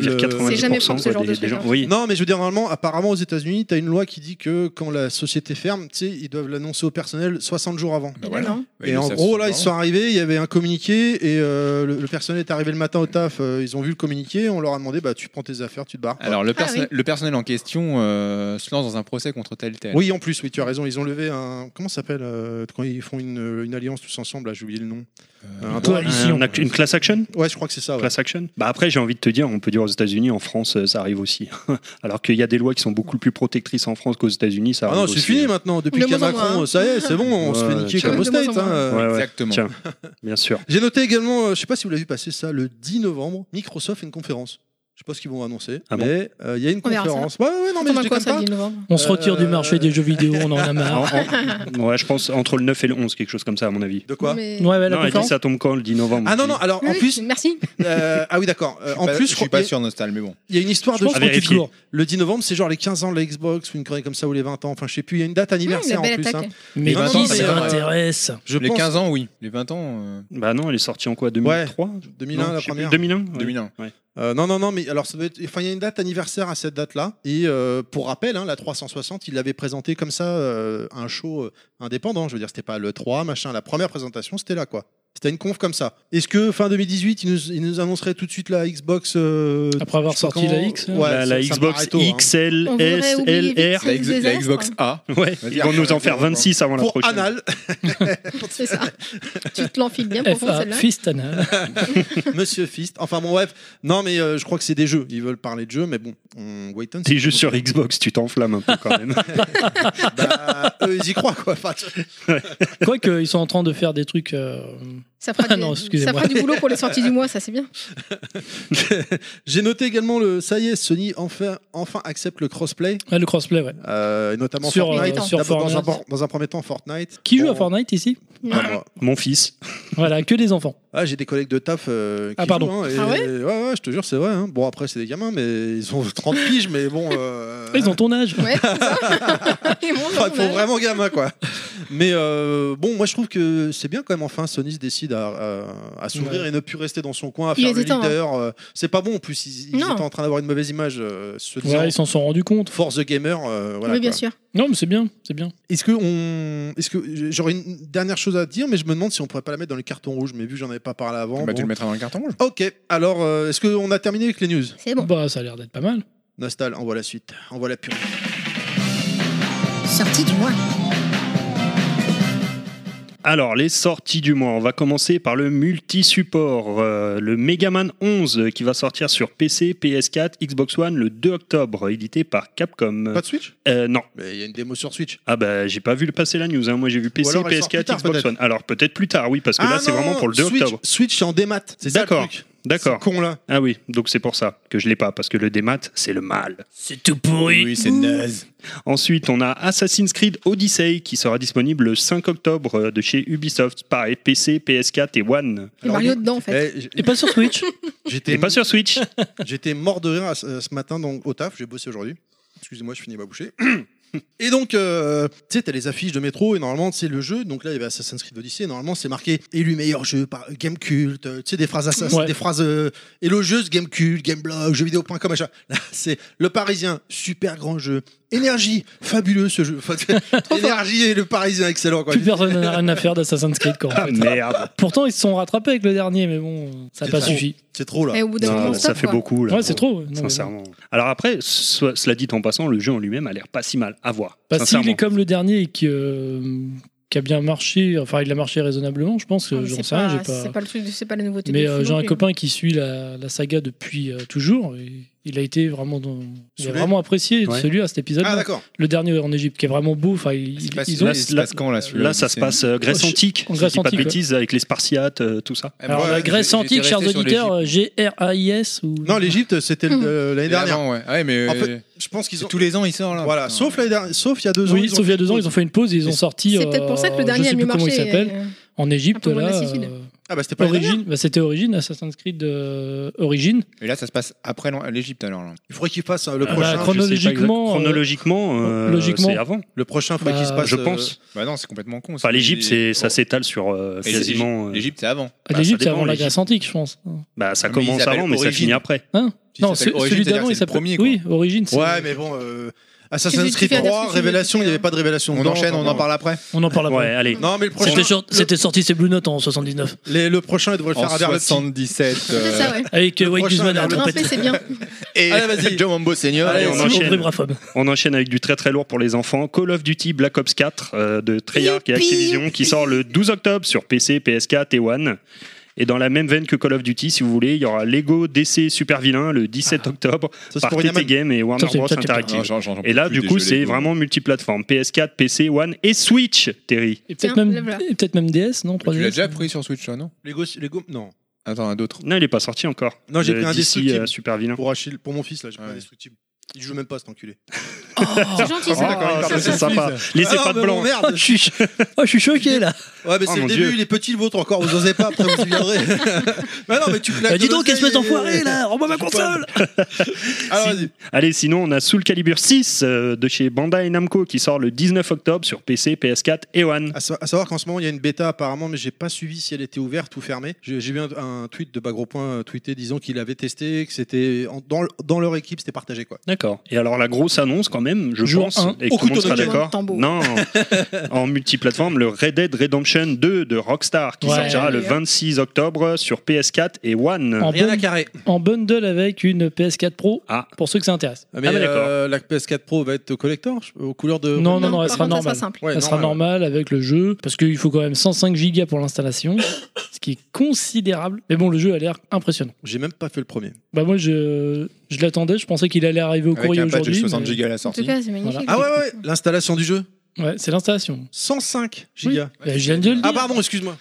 Speaker 7: [laughs] Ah
Speaker 1: hein. euh, bah, euh, Ah euh, euh, Ah euh, hein. Euh, euh, hein, euh, hein.
Speaker 4: Bah Bah, euh, [laughs] hein. Ah. zul Ah, bah,
Speaker 6: euh,
Speaker 1: [laughs]
Speaker 7: Ah
Speaker 1: euh, [laughs] Euh, Ah, euh, hein, [laughs] euh,
Speaker 5: euh, [laughs] Ah euh, Ah, Ah,
Speaker 1: [laughs] Mais euh, bon, moi je trouve que c'est bien quand même. Enfin, Sony se décide à, à- à s'ouvrir
Speaker 5: Ouais.
Speaker 1: et ne plus rester dans son coin, à
Speaker 7: Il
Speaker 1: faire le
Speaker 7: était temps, hein.
Speaker 1: leader. euh, C'est pas bon en plus. Ils, ils étaient
Speaker 7: Non.
Speaker 1: en train d'avoir une mauvaise image. euh, se disant
Speaker 5: Ouais, ils s'en sont rendus compte.
Speaker 1: Force the gamer. euh, voilà,
Speaker 7: oui, bien
Speaker 1: quoi.
Speaker 7: sûr.
Speaker 1: Ah,
Speaker 5: Non, mais c'est bien, c'est bien.
Speaker 1: Est-ce que on, est-ce que j'aurais une dernière chose à dire, mais je me demande si on pourrait pas la mettre dans le carton rouge. Mais vu que j'en avais pas parlé avant.
Speaker 6: Bah,
Speaker 1: bon.
Speaker 6: tu le mettras dans le carton rouge.
Speaker 1: Ok. Alors, euh, est-ce qu'on a terminé avec les news
Speaker 7: C'est bon.
Speaker 5: Bah, ça a l'air d'être pas mal.
Speaker 1: Nostal, envoie la suite, envoie la purée.
Speaker 8: Sortie du mois.
Speaker 4: Alors, les sorties du mois, on va commencer par le multi-support, euh, le Megaman 11 euh, qui va sortir sur PC, PS4, Xbox One le 2 octobre, édité par Capcom.
Speaker 1: Pas de Switch
Speaker 4: Euh, non,
Speaker 1: Mais il y a une démo sur Switch.
Speaker 4: ah bah j'ai pas vu le passer la news, hein. moi j'ai vu PC,
Speaker 1: alors elle sort
Speaker 4: PS4,
Speaker 1: plus tard,
Speaker 4: Xbox
Speaker 1: peut-être.
Speaker 4: One. Alors peut-être plus tard, oui, parce que là
Speaker 1: Ah
Speaker 4: c'est
Speaker 1: non,
Speaker 4: vraiment pour le 2
Speaker 1: Switch-
Speaker 4: octobre.
Speaker 1: Switch c'est en démat, c'est ça le
Speaker 4: D'accord.
Speaker 1: truc.
Speaker 4: D'accord.
Speaker 1: C'est Con là.
Speaker 4: Ah oui, donc c'est pour ça que je l'ai pas, parce que le démat, c'est le mal. Mmh.
Speaker 9: C'est tout pourri.
Speaker 6: c'est naze.
Speaker 4: Ensuite, on a Assassin's Creed Odyssey qui sera disponible le 5 octobre euh, de chez Ubisoft. Pareil, PC, PS4 et One.
Speaker 7: Et Mario dedans, en fait.
Speaker 1: Eh, j-
Speaker 5: Et pas sur Switch.
Speaker 4: Et
Speaker 1: [laughs] J'étais
Speaker 4: pas sur Switch.
Speaker 1: [laughs] j'étais mort de rire à ce ce matin donc, au taf, j'ai bossé aujourd'hui. Excusez-moi, je finis ma bouchée. [coughs] Et donc, euh, tu sais, t'as les affiches de métro et normalement, c'est le jeu. Donc là, il y avait Assassin's Creed Odyssey. Et normalement, c'est marqué élu meilleur jeu par Game Cult. euh, Tu sais, des phrases assass-
Speaker 5: Ouais.
Speaker 1: des phrases euh, élogieuses, Game Cult, Gameblog, jeuxvideo.com, machin. Là, c'est le Parisien, super grand jeu. Énergie, fabuleux ce jeu. [laughs] Enfin, énergie et le Parisien, excellent. Quoi.
Speaker 5: Plus personne n'en a
Speaker 1: [laughs]
Speaker 5: rien à faire d'Assassin's Creed quand
Speaker 4: Ah
Speaker 5: en fait.
Speaker 4: merde.
Speaker 5: Pourtant, ils se sont rattrapés avec le dernier, mais bon, ça n'a
Speaker 1: C'est
Speaker 5: pas
Speaker 1: ça.
Speaker 5: suffi.
Speaker 1: C'est trop là.
Speaker 7: Et au bout d'un
Speaker 4: Non,
Speaker 7: moment, on
Speaker 4: ça
Speaker 7: stop,
Speaker 4: fait
Speaker 7: quoi.
Speaker 4: beaucoup. Là.
Speaker 5: Ouais, c'est trop. Non, mais bon.
Speaker 4: Sincèrement. Alors après, so- cela dit en passant, le jeu en lui-même a l'air pas si mal à voir.
Speaker 5: Bah, S'il
Speaker 4: sincèrement.
Speaker 5: est comme le dernier et qui, euh, qui a bien marché, enfin, il a marché raisonnablement, je pense
Speaker 7: Ah,
Speaker 5: que
Speaker 7: mais
Speaker 5: Euh, j'en
Speaker 7: c'est
Speaker 5: sais rien, j'ai
Speaker 7: pas-
Speaker 5: pas.
Speaker 7: C'est pas le truc, c'est pas la nouveauté.
Speaker 5: Mais
Speaker 7: de
Speaker 5: euh,
Speaker 7: fou
Speaker 5: j'ai
Speaker 7: non
Speaker 5: un
Speaker 7: plus.
Speaker 5: copain qui suit la, la saga depuis euh, toujours. Et il a été vraiment, dans- il a
Speaker 1: Soulé.
Speaker 5: vraiment apprécié
Speaker 4: Ouais.
Speaker 5: celui-là, cet épisode.
Speaker 1: Ah, d'accord.
Speaker 5: le dernier en Égypte, qui est vraiment beau. Enfin, ils,
Speaker 6: Il
Speaker 5: ils ont.
Speaker 4: là,
Speaker 6: se passe quand là celui-là
Speaker 4: Là, ça se
Speaker 6: C'est-
Speaker 4: passe euh, Grèce
Speaker 5: Oh, je-
Speaker 4: antique.
Speaker 5: en
Speaker 4: si je
Speaker 5: Grèce
Speaker 4: dis pas de
Speaker 5: antique,
Speaker 4: bêtises avec les Spartiates, euh, tout ça.
Speaker 5: Alors,
Speaker 1: Ouais,
Speaker 5: la Grèce
Speaker 6: Eh, ben, j'étais
Speaker 5: antique, chers
Speaker 6: resté sur
Speaker 5: auditeurs,
Speaker 6: l'Égypte.
Speaker 5: euh, G-R-A-I-S ou.
Speaker 1: Non, l'Égypte, c'était
Speaker 5: [laughs]
Speaker 1: euh, l'année dernière.
Speaker 6: Avant, ouais. Ouais, mais
Speaker 1: En
Speaker 6: euh,
Speaker 1: fait, Je pense qu'ils
Speaker 6: c'est
Speaker 1: ont.
Speaker 6: tous les ans il sort là.
Speaker 1: Voilà,
Speaker 6: Putain.
Speaker 1: sauf, l'année dernière- sauf il y a deux ans.
Speaker 5: oui, sauf il y a deux ans, ils ont fait une pause et ils ont sorti. euh,
Speaker 7: C'est peut-être pour ça que le dernier
Speaker 5: je
Speaker 7: a
Speaker 5: sais
Speaker 7: mieux
Speaker 5: plus
Speaker 7: marché.
Speaker 5: comment il s'appelle.
Speaker 7: euh,
Speaker 5: En Égypte,
Speaker 7: Un peu moins
Speaker 5: là.
Speaker 7: lassitude.
Speaker 5: euh,
Speaker 1: Ah bah c'était pas l'année dernière.
Speaker 5: Origine, bah, c'était Origin, Assassin's Creed euh, Origin.
Speaker 6: Et là, ça se passe après l'en- l'Égypte alors. Là.
Speaker 1: Il faudrait qu'ils fassent euh, le
Speaker 5: Ah bah,
Speaker 1: prochain.
Speaker 4: Je sais pas
Speaker 5: chronologiquement,
Speaker 4: exact-
Speaker 5: euh,
Speaker 4: chronologiquement, euh,
Speaker 5: logiquement.
Speaker 4: c'est avant.
Speaker 1: Le prochain, il faudrait
Speaker 5: Bah,
Speaker 1: qu'il se passe.
Speaker 4: je
Speaker 1: euh,
Speaker 4: pense.
Speaker 6: Bah non, c'est complètement con.
Speaker 4: Enfin, l'Égypte, c'est, ça
Speaker 6: Oh.
Speaker 4: s'étale sur euh,
Speaker 6: Mais l'Égypte-
Speaker 4: quasiment. euh,
Speaker 6: L'Égypte, c'est avant.
Speaker 5: À
Speaker 4: Bah,
Speaker 5: l'Égypte,
Speaker 4: ça
Speaker 5: c'est
Speaker 4: dépend,
Speaker 5: avant la
Speaker 4: l'Égypte.
Speaker 5: Grèce antique, je pense.
Speaker 4: bah, ça
Speaker 6: Mais ils
Speaker 4: commence
Speaker 6: appellent
Speaker 4: avant, mais ça
Speaker 6: Origine.
Speaker 4: finit après.
Speaker 6: Si
Speaker 5: non,
Speaker 6: ça s'appelle
Speaker 5: ce-
Speaker 6: Origine,
Speaker 5: celui
Speaker 6: c'est-à-dire
Speaker 5: d'avant,
Speaker 6: que
Speaker 5: il
Speaker 6: c'est le
Speaker 5: s'appelle.
Speaker 6: premier, quoi.
Speaker 5: Oui, Origin. c'est-
Speaker 1: Ouais, mais bon. euh, Assassin's
Speaker 7: Tu- tu
Speaker 1: Creed
Speaker 7: fais dire
Speaker 1: 3,
Speaker 7: ce que tu veux,
Speaker 1: révélation,
Speaker 7: tu
Speaker 1: il n'y
Speaker 7: veux.
Speaker 1: avait pas de révélation.
Speaker 6: On
Speaker 1: dedans,
Speaker 6: enchaîne, on
Speaker 1: enfin,
Speaker 6: en
Speaker 1: bon.
Speaker 6: parle après.
Speaker 5: On en parle
Speaker 4: Ouais,
Speaker 5: après.
Speaker 4: allez.
Speaker 1: Non, mais le prochain.
Speaker 5: C'était sur- C'était sorti, c'est Blue Note en 79.
Speaker 1: les- le prochain, il devrait le
Speaker 6: En
Speaker 1: faire à vers le petit.
Speaker 6: 77.
Speaker 7: C'est ça, ouais.
Speaker 5: Avec euh, Wade
Speaker 1: prochain,
Speaker 5: Guzman à la
Speaker 1: alors,
Speaker 5: trompette.
Speaker 7: Grimper, c'est bien.
Speaker 6: Et
Speaker 1: Allez, vas-y.
Speaker 6: Joe Mambo Senior.
Speaker 1: Allez,
Speaker 4: on
Speaker 5: C'est mon
Speaker 4: enchaîne.
Speaker 5: vrai braphobe.
Speaker 4: On enchaîne avec du très très lourd pour les enfants. Call of Duty Black Ops 4 euh, de Treyarch et Activision qui sort le 12 octobre sur PC, PS4 et One. Et dans la même veine que Call of Duty, si vous voulez, il y aura Lego DC Super Vilain le 17 octobre
Speaker 1: Ça, c'est
Speaker 4: par
Speaker 1: pour
Speaker 4: TT
Speaker 1: Inaman.
Speaker 4: Game et Warner
Speaker 5: Ça, c'est-
Speaker 4: Bros
Speaker 5: ça, c'est-
Speaker 4: Interactive.
Speaker 6: Non, j'en- j'en- j'en
Speaker 4: Et là,
Speaker 6: peux
Speaker 4: du
Speaker 6: plus
Speaker 4: coup,
Speaker 6: des jeux
Speaker 4: c'est
Speaker 6: Lego.
Speaker 4: vraiment multiplateforme. PS4, PC, One et Switch, Terry.
Speaker 5: Et
Speaker 7: Tiens,
Speaker 5: peut-être même,
Speaker 7: le voilà.
Speaker 5: et peut-être même DS, non
Speaker 6: Tu
Speaker 5: 3DS,
Speaker 6: l'as déjà pris sur Switch, toi, non
Speaker 1: Lego, Lego, non.
Speaker 6: Attends, un d'autre.
Speaker 4: Non, il est pas sorti encore.
Speaker 1: Non, j'ai
Speaker 4: Le
Speaker 1: pris un
Speaker 4: DC
Speaker 1: destructible.
Speaker 4: euh, Super Vilain.
Speaker 1: Pour Achille, pour mon fils, là, j'ai pris
Speaker 6: Ouais.
Speaker 1: un destructible. Il joue même pas, cet enculé.
Speaker 5: Oh,
Speaker 7: C'est
Speaker 1: [laughs]
Speaker 7: gentil, ça.
Speaker 4: Ah, ça, c'est
Speaker 6: Surprise.
Speaker 4: sympa. Laissez
Speaker 1: Ah,
Speaker 4: pas de
Speaker 1: mais bon,
Speaker 4: blanc.
Speaker 1: Merde, je suis.
Speaker 5: Oh, [laughs] je suis choqué là.
Speaker 1: Ouais, mais
Speaker 4: Oh,
Speaker 1: c'est
Speaker 4: mon
Speaker 1: le début,
Speaker 4: Dieu.
Speaker 1: il est petit le vôtre encore, vous osez pas, après vous y
Speaker 5: [laughs]
Speaker 1: viendrez. Bah non, mais tu claques
Speaker 5: Bah, dis
Speaker 1: de
Speaker 5: donc,
Speaker 1: l'oseille
Speaker 5: espèce
Speaker 1: et- euh,
Speaker 5: d'enfoiré là, rends-moi ma
Speaker 1: Je suis
Speaker 5: console.
Speaker 1: Alors,
Speaker 4: Si.
Speaker 1: Ah, vas-y.
Speaker 4: Allez, sinon, on a Soul Calibur 6 euh, de chez Bandai Namco qui sort le 19 octobre sur PC, PS4 et One.
Speaker 1: À, sa- à savoir qu'en ce moment, il y a une bêta apparemment, mais j'ai pas suivi si elle était ouverte ou fermée. J'ai j'ai vu un, un tweet de Bagropoint euh, tweeté disant qu'il avait testé, que c'était en- dans, le- dans leur équipe, c'était partagé quoi.
Speaker 4: D'accord. Et alors, la grosse annonce, quand même, je
Speaker 5: Jour
Speaker 4: pense,
Speaker 5: un, Oh,
Speaker 4: et
Speaker 1: au
Speaker 4: tout le
Speaker 1: couteau
Speaker 4: monde sera
Speaker 1: de
Speaker 4: d'accord.
Speaker 7: tambour.
Speaker 5: [laughs]
Speaker 4: Non, en multiplateforme, le Red Dead Redemption 2 de Rockstar qui
Speaker 5: Ouais.
Speaker 4: sortira le 26 octobre sur PS4 et One.
Speaker 5: En,
Speaker 1: Rien à
Speaker 5: bun-
Speaker 1: carrer.
Speaker 5: en bundle avec une PS4 Pro,
Speaker 4: Ah.
Speaker 5: pour ceux que ça intéresse.
Speaker 1: Mais
Speaker 4: Ah, bah, d'accord.
Speaker 1: euh, la PS4 Pro va être collector je- aux couleurs de.
Speaker 5: Non, non, non,
Speaker 7: par
Speaker 5: elle sera
Speaker 7: contre,
Speaker 5: normale.
Speaker 7: simple.
Speaker 1: Ouais,
Speaker 5: ça sera
Speaker 1: normal.
Speaker 5: normal avec le jeu, parce qu'il faut quand même 105 gigas pour l'installation, [laughs] ce qui est considérable. Mais bon, le jeu a l'air impressionnant.
Speaker 1: J'ai même pas fait le premier.
Speaker 5: Bah moi, je, je l'attendais, je pensais qu'il allait arriver au
Speaker 6: Avec
Speaker 5: courrier
Speaker 6: un patch de
Speaker 5: aujourd'hui.
Speaker 6: 60
Speaker 5: mais-
Speaker 6: gigas à la
Speaker 7: En tout
Speaker 6: sortie.
Speaker 7: cas, c'est magnifique.
Speaker 1: Ah ouais, ouais, l'installation du jeu,
Speaker 5: Ouais, c'est l'installation.
Speaker 1: 105 gigas. [laughs]
Speaker 5: Bah, je viens de le dire.
Speaker 1: Ah, pardon, excuse-moi.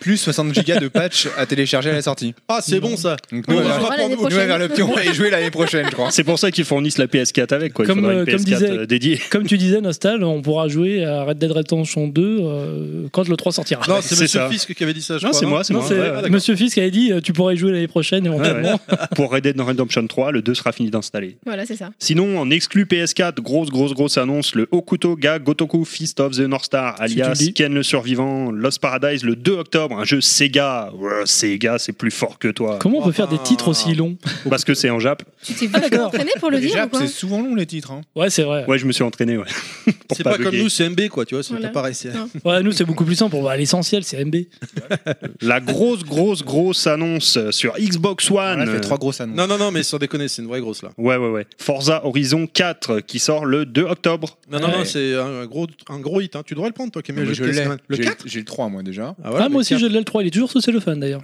Speaker 6: plus 60 gigas de patch à télécharger à la sortie.
Speaker 1: Ah, c'est bon ça.
Speaker 6: Donc
Speaker 1: On
Speaker 6: nous, on
Speaker 1: va
Speaker 6: va-
Speaker 1: voir l'année
Speaker 6: nous, on va vers l'option et jouer l'année prochaine, je crois.
Speaker 4: C'est pour ça qu'ils fournissent la PS4 avec, quoi. Il
Speaker 5: Comme,
Speaker 4: faudra une
Speaker 5: euh,
Speaker 4: PS4
Speaker 5: comme disait-
Speaker 4: euh, dédiée.
Speaker 5: Comme tu disais, Nostal, on pourra jouer à Red Dead Redemption 2 euh, quand le 3 sortira.
Speaker 1: Non, c'est
Speaker 4: [laughs] C'est
Speaker 1: Monsieur
Speaker 4: ça.
Speaker 1: Fisk qui avait dit ça. je
Speaker 4: Non,
Speaker 1: crois,
Speaker 4: c'est moi, c'est
Speaker 5: Non,
Speaker 4: moi.
Speaker 5: c'est-
Speaker 4: ouais, ouais,
Speaker 5: Monsieur Fisk avait dit euh, tu pourrais y jouer l'année prochaine
Speaker 4: Ouais,
Speaker 5: éventuellement.
Speaker 4: ouais. Pour Red Dead Redemption 3, le 2 sera fini d'installer.
Speaker 7: Voilà, c'est ça.
Speaker 4: Sinon, en exclu PS4, grosse, grosse, grosse annonce, le Okuto ga Gotoku Fist of the North Star,
Speaker 5: tu le
Speaker 4: alias
Speaker 5: dis.
Speaker 4: Ken le Survivant, Lost Paradise, le 2 octobre, un jeu Sega. Ouais, Sega, c'est plus fort que toi.
Speaker 5: Comment on peut faire des
Speaker 1: Ah.
Speaker 5: titres aussi longs
Speaker 4: [laughs] Parce que c'est en Jap.
Speaker 7: Tu t'es vachement entraîné pour le dire
Speaker 6: Déjà,
Speaker 7: ou quoi
Speaker 6: c'est souvent long les titres. hein.
Speaker 5: Ouais, c'est vrai. Ouais.
Speaker 4: Ouais, je me suis entraîné, ouais. [laughs] Pour
Speaker 1: C'est pas, comme
Speaker 4: bugger.
Speaker 1: nous, c'est MB quoi, tu vois, c'est
Speaker 7: Voilà.
Speaker 1: pas pareil. c'est-
Speaker 7: Non.
Speaker 5: [laughs] nous, c'est beaucoup plus simple. On va à l'essentiel, c'est MB.
Speaker 4: Ah, La grosse, grosse, grosse annonce sur Xbox One.
Speaker 6: Voilà, ça fait trois grosses annonces.
Speaker 1: Non, non, non, mais sans déconner, c'est une vraie grosse là.
Speaker 4: Ouais, ouais, ouais. Forza Horizon 4 qui sort le 2 octobre.
Speaker 1: Non, non,
Speaker 5: Ouais.
Speaker 1: non, c'est un gros, un gros hit. hein. Tu devrais le prendre, toi, qui aime
Speaker 6: Mais
Speaker 1: les jeux
Speaker 6: je
Speaker 1: de
Speaker 6: l'ai.
Speaker 1: Castlevania. Le
Speaker 6: J'ai-
Speaker 1: 4
Speaker 6: J'ai le 3 moi déjà.
Speaker 1: voilà,
Speaker 5: ah,
Speaker 1: mais
Speaker 5: moi aussi,
Speaker 1: tiens.
Speaker 5: j'ai le 3. Il est toujours sous cellophane d'ailleurs.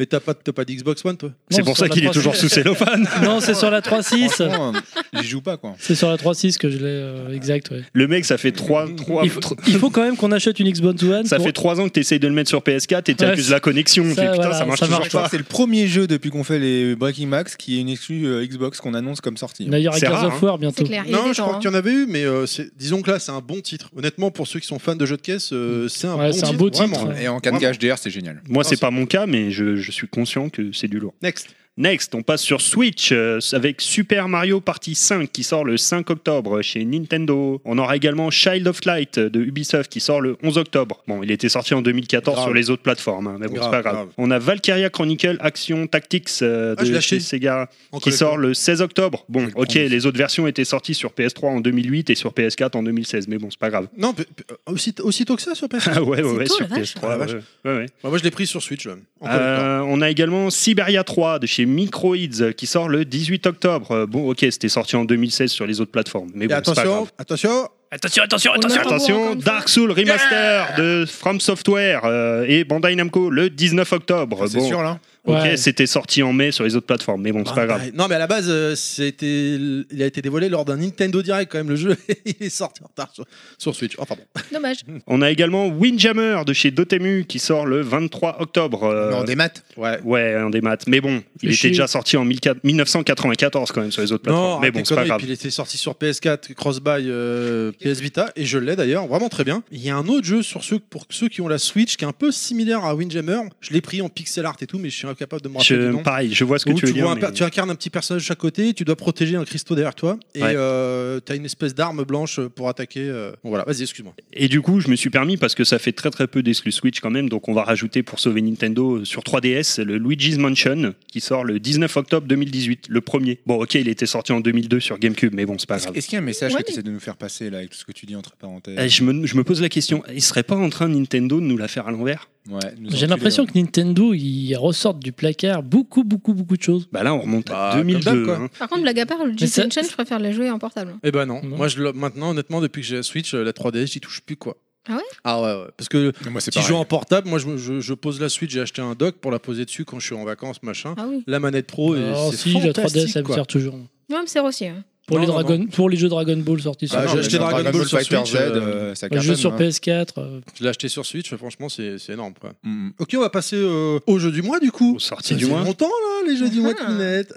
Speaker 1: Mais t'as pas, t'as pas d'Xbox One, toi
Speaker 4: C'est
Speaker 5: Non,
Speaker 4: pour
Speaker 5: sur
Speaker 4: ça
Speaker 5: la
Speaker 4: qu'il est
Speaker 5: 3.6.
Speaker 4: toujours sous cellophane.
Speaker 5: [laughs] Non, c'est sur la 3.6.
Speaker 6: Franchement, euh, J'y joue pas quoi.
Speaker 5: C'est sur la 3.6 que je l'ai euh, exact. ouais.
Speaker 4: Le mec, ça fait 3, 3,
Speaker 5: Il faut, il faut quand même qu'on achète une Xbox One.
Speaker 4: Ça
Speaker 5: pour-
Speaker 4: fait 3 ans que tu essayes de le mettre sur PS4 et tu
Speaker 5: Ouais,
Speaker 4: accuses la connexion.
Speaker 5: ça,
Speaker 4: Tu dis, putain,
Speaker 5: voilà,
Speaker 4: ça marche
Speaker 5: ça
Speaker 4: toujours
Speaker 5: marche
Speaker 4: pas.
Speaker 5: pas.
Speaker 6: C'est le premier jeu depuis qu'on fait les Breaking Max qui est une exclue euh, Xbox qu'on annonce comme sortie.
Speaker 5: D'ailleurs, à
Speaker 4: C'est
Speaker 5: Gears
Speaker 4: rare, hein.
Speaker 5: of War
Speaker 7: C'est
Speaker 5: bientôt.
Speaker 7: clair. il est
Speaker 1: Non, je
Speaker 7: temps,
Speaker 1: crois
Speaker 7: hein.
Speaker 1: qu'il y en avait eu, mais euh, c'est- disons que là, c'est un bon titre. Honnêtement, pour ceux qui sont fans de jeux de caisse, euh, c'est un
Speaker 5: Ouais,
Speaker 1: bon
Speaker 5: c'est un
Speaker 1: titre.
Speaker 5: beau titre,
Speaker 1: vraiment.
Speaker 5: ouais.
Speaker 6: Et en 4K HDR, c'est génial.
Speaker 4: Moi,
Speaker 1: Non,
Speaker 4: c'est
Speaker 1: c'est-
Speaker 4: pas mon cas, mais je, je suis conscient que c'est du lourd.
Speaker 1: Next.
Speaker 4: Next, on passe sur Switch euh, avec Super Mario Party 5 qui sort le 5 octobre chez Nintendo. On aura également Child of Light de Ubisoft qui sort le 11 octobre. Bon, il était sorti en 2014
Speaker 1: Grave.
Speaker 4: sur les autres plateformes, hein, mais bon,
Speaker 1: Grave,
Speaker 4: c'est pas grave.
Speaker 1: grave.
Speaker 4: On a Valkyria Chronicle Action Tactics euh,
Speaker 1: Ah, je
Speaker 4: de
Speaker 1: l'ai
Speaker 4: chez
Speaker 1: acheté.
Speaker 4: Sega
Speaker 1: En
Speaker 4: qui
Speaker 1: collector.
Speaker 4: sort le 16 octobre. Bon,
Speaker 6: prendre
Speaker 4: ok, les autres versions étaient sorties sur PS3 en 2008 et sur PS4 en 2016, mais bon, c'est pas grave.
Speaker 1: Non, p- p- euh, aussi, aussitôt que ça sur PS4
Speaker 4: [laughs] Ah ouais, ouais,
Speaker 7: C'est
Speaker 4: ouais,
Speaker 7: tôt,
Speaker 4: sur
Speaker 7: la vache.
Speaker 4: PS3.
Speaker 1: Ah, la vache.
Speaker 4: ouais, ouais, ouais.
Speaker 1: Bah, Moi, je l'ai pris sur Switch. là, en collector.
Speaker 4: Euh, on a également Siberia 3 de chez Microids euh, qui sort le 18 octobre. Euh, Bon, ok, c'était sorti en 2016 sur les autres plateformes. Mais
Speaker 1: Et
Speaker 4: bon, c'est pas
Speaker 1: attention,
Speaker 4: grave.
Speaker 1: attention,
Speaker 5: Attention, attention,
Speaker 7: On attend encore
Speaker 4: Attention,
Speaker 7: une fois.
Speaker 4: Dark Souls Remaster de From Software euh, et Bandai Namco le 19 octobre.
Speaker 6: C'est
Speaker 4: Bon,
Speaker 6: sûr là
Speaker 4: ok,
Speaker 5: Ouais.
Speaker 4: c'était sorti en mai sur les autres plateformes, mais bon, c'est pas
Speaker 1: Ah,
Speaker 4: grave.
Speaker 1: bah, Non, mais à la base, euh, c'était, il a été dévoilé lors d'un Nintendo Direct quand même. Le jeu, [laughs] il est sorti en retard sur, sur Switch. Enfin bon. [laughs]
Speaker 7: Dommage.
Speaker 4: On a également Windjammer de chez Dotemu qui sort le 23 octobre. euh,
Speaker 6: Non, des maths.
Speaker 1: Ouais.
Speaker 4: Ouais, un des maths. Mais bon, il
Speaker 5: Fait
Speaker 4: était
Speaker 5: chier.
Speaker 4: déjà sorti en 1400 1994 quand même sur les autres plateformes.
Speaker 1: Non,
Speaker 4: mais bon, c'est pas grave.
Speaker 1: il était sorti sur PS4, cross-buy, euh, PS Vita, et je l'ai d'ailleurs, vraiment très bien. Il y a un autre jeu sur ceux, pour ceux qui ont la Switch qui est un peu similaire à Windjammer. Je l'ai pris en pixel art et tout, mais je suis incapable de me rappeler du
Speaker 4: Je-
Speaker 1: nom.
Speaker 4: pareil, je vois ce que
Speaker 1: Où
Speaker 4: tu veux dire.
Speaker 1: vois un
Speaker 4: mais-
Speaker 1: per- tu incarnes un petit personnage de chaque côté, tu dois protéger un cristaux derrière toi, et
Speaker 4: Ouais.
Speaker 1: euh, t'as une espèce d'arme blanche pour attaquer. euh. Bon, voilà, vas-y, excuse-moi.
Speaker 4: Et du coup, je me suis permis parce que ça fait très très peu d'exclus Switch quand même, donc on va rajouter pour sauver Nintendo sur 3DS le Luigi's Mansion qui sort le 19 octobre 2018, le premier. Bon, ok, il était sorti en 2002 sur GameCube, mais bon, c'est pas
Speaker 6: Est-ce
Speaker 4: grave.
Speaker 6: est-ce qu'il y a un message
Speaker 7: Ouais,
Speaker 6: que tu
Speaker 7: mais-
Speaker 6: essaies de nous faire passer là avec tout ce que tu dis entre parenthèses
Speaker 4: Eh, je, me, je me pose la question, il serait pas en train Nintendo de nous la faire à l'envers
Speaker 6: Ouais, nous enculer,
Speaker 5: J'ai l'impression
Speaker 6: ouais.
Speaker 5: que Nintendo, ils ressortent du placard beaucoup, beaucoup, beaucoup de choses.
Speaker 4: Bah là, on remonte
Speaker 1: Bah,
Speaker 4: à
Speaker 1: comme
Speaker 4: 2002.
Speaker 1: d'hab, quoi.
Speaker 4: hein.
Speaker 7: Par contre, blague à part, le
Speaker 5: Mais ça-
Speaker 7: Jason Chen, je préfère la jouer en portable.
Speaker 1: Eh ben non.
Speaker 5: Non.
Speaker 1: Moi, je l'ai- maintenant, honnêtement, depuis que j'ai la Switch, euh, la 3DS, j'y touche plus, quoi.
Speaker 7: Ah ouais
Speaker 1: Ah ouais, ouais. Parce que
Speaker 6: Moi, c'est
Speaker 1: petit
Speaker 6: pareil.
Speaker 1: jeu en portable, moi, je, me- je- je pose la Switch, j'ai acheté un dock pour la poser dessus quand je suis en vacances, machin.
Speaker 7: Ah oui.
Speaker 1: La manette pro, et
Speaker 5: Alors,
Speaker 1: c'est
Speaker 5: Ah, Oh, si, la
Speaker 1: fantastique,
Speaker 5: 3DS, ça me
Speaker 1: quoi.
Speaker 5: sert toujours.
Speaker 7: Moi, me sert aussi. hein.
Speaker 5: Pour,
Speaker 1: Non,
Speaker 5: les
Speaker 1: non,
Speaker 5: Dragon, pour les jeux Dragon Ball sortis sur
Speaker 1: Ah,
Speaker 6: non,
Speaker 1: j'ai
Speaker 6: mais
Speaker 1: acheté
Speaker 6: dans
Speaker 1: Dragon Ball sur
Speaker 6: Fighter
Speaker 1: Switch,
Speaker 6: Z,
Speaker 1: euh,
Speaker 6: euh, ça
Speaker 5: les jeux
Speaker 6: cartonne,
Speaker 5: sur
Speaker 6: hein.
Speaker 5: PS4. euh,
Speaker 1: Je l'ai acheté sur Switch, franchement, c'est c'est énorme, quoi.
Speaker 6: Mm.
Speaker 1: Ok, on va passer euh, au jeu du mois, du coup.
Speaker 4: Au
Speaker 1: Ça
Speaker 4: sorti du
Speaker 1: fait
Speaker 4: mois.
Speaker 1: longtemps, là, les jeux du mois,
Speaker 7: Ah.
Speaker 1: Kinect.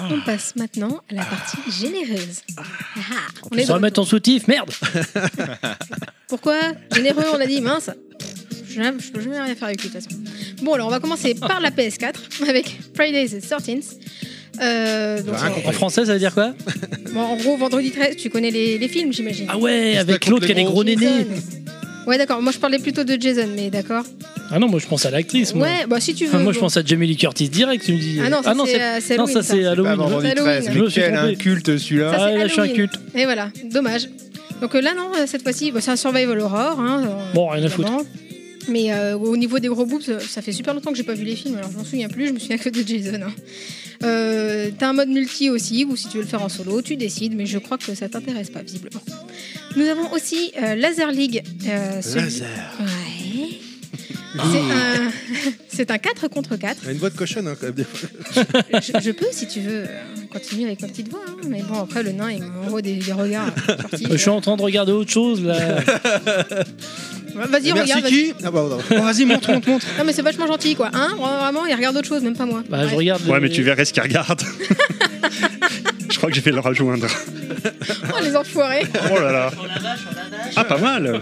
Speaker 5: Ah.
Speaker 7: On passe maintenant à la partie généreuse. Ah, on
Speaker 5: On
Speaker 7: est
Speaker 5: va
Speaker 7: dans-
Speaker 5: mettre en soutif,
Speaker 1: [laughs]
Speaker 5: merde
Speaker 7: Pourquoi Généreux, on a dit, mince. Je, je peux jamais rien faire avec lui, de toute façon. Bon, alors, on va commencer par la PS4 [laughs] avec Fridays the 13th. Euh, donc,
Speaker 1: Rien
Speaker 7: en-
Speaker 5: En français, ça veut
Speaker 1: [laughs]
Speaker 5: dire quoi
Speaker 7: bon, en gros, vendredi 13, tu connais les, les films, j'imagine.
Speaker 5: Ah ouais, avec
Speaker 1: contre
Speaker 5: l'autre qui a
Speaker 1: les
Speaker 5: des
Speaker 1: gros
Speaker 5: gros nénés
Speaker 7: Jason. Ouais, d'accord. Moi, je parlais plutôt de Jason, mais d'accord.
Speaker 5: Ah non, moi je pense à l'actrice, moi.
Speaker 7: Ouais, bah si tu veux.
Speaker 5: Enfin, Ah, moi je
Speaker 7: bon.
Speaker 5: pense à Jamie Lee Curtis direct, tu me dis.
Speaker 7: Ah non, ça, c'est, euh, c'est
Speaker 5: non,
Speaker 7: Halloween,
Speaker 5: ça c'est
Speaker 6: C'est pas
Speaker 5: Halloween.
Speaker 6: vendredi
Speaker 7: Halloween.
Speaker 6: 13,
Speaker 5: Je
Speaker 6: mais
Speaker 5: me suis
Speaker 6: quel
Speaker 5: trompé.
Speaker 6: inculte celui-là.
Speaker 7: Ça,
Speaker 5: Ah,
Speaker 7: c'est
Speaker 5: là, je suis un
Speaker 7: Halloween.
Speaker 5: culte.
Speaker 7: Et voilà, dommage. Donc euh, là, non, euh, cette fois-ci, bah, c'est un survival horror. hein, euh,
Speaker 5: Bon, rien à foutre.
Speaker 7: évidemment. Mais euh, au niveau des gros boobs, euh, ça fait super longtemps que j'ai pas vu les films, alors je m'en souviens plus, je me souviens que de Jason. hein. Euh, T'as un mode multi aussi, ou si tu veux le faire en solo, tu décides, mais je crois que ça t'intéresse pas, visiblement. Nous avons aussi euh, Laser League. euh, celui-
Speaker 1: Laser.
Speaker 7: Ouais. Ah. C'est un- [laughs] C'est un... 4 contre 4.
Speaker 1: Elle a une voix de cochonne, hein, quand même, des fois.
Speaker 7: Je, je peux, si tu veux, euh, continuer avec ma petite voix, hein, mais bon, après, le nain, il m'envoie des, des regards. euh, furtifs.
Speaker 5: Je suis en train de regarder autre chose là.
Speaker 7: Vas-y,
Speaker 1: Merci
Speaker 7: regarde. vas-y.
Speaker 1: qui Ah bah, non.
Speaker 6: Bon, vas-y, montre, montre, montre.
Speaker 7: Non, mais c'est vachement gentil, quoi. Hein Vraiment, il regarde autre chose, même pas moi.
Speaker 5: Bah, je
Speaker 7: Bref.
Speaker 5: regarde.
Speaker 4: Ouais, mais
Speaker 5: les-
Speaker 4: tu verrais ce qu'il
Speaker 5: [laughs]
Speaker 4: regarde. je crois que je vais le rejoindre.
Speaker 7: Oh, les enfoirés.
Speaker 4: Oh là là.
Speaker 9: Oh la vache, oh la vache.
Speaker 4: Ah, pas mal.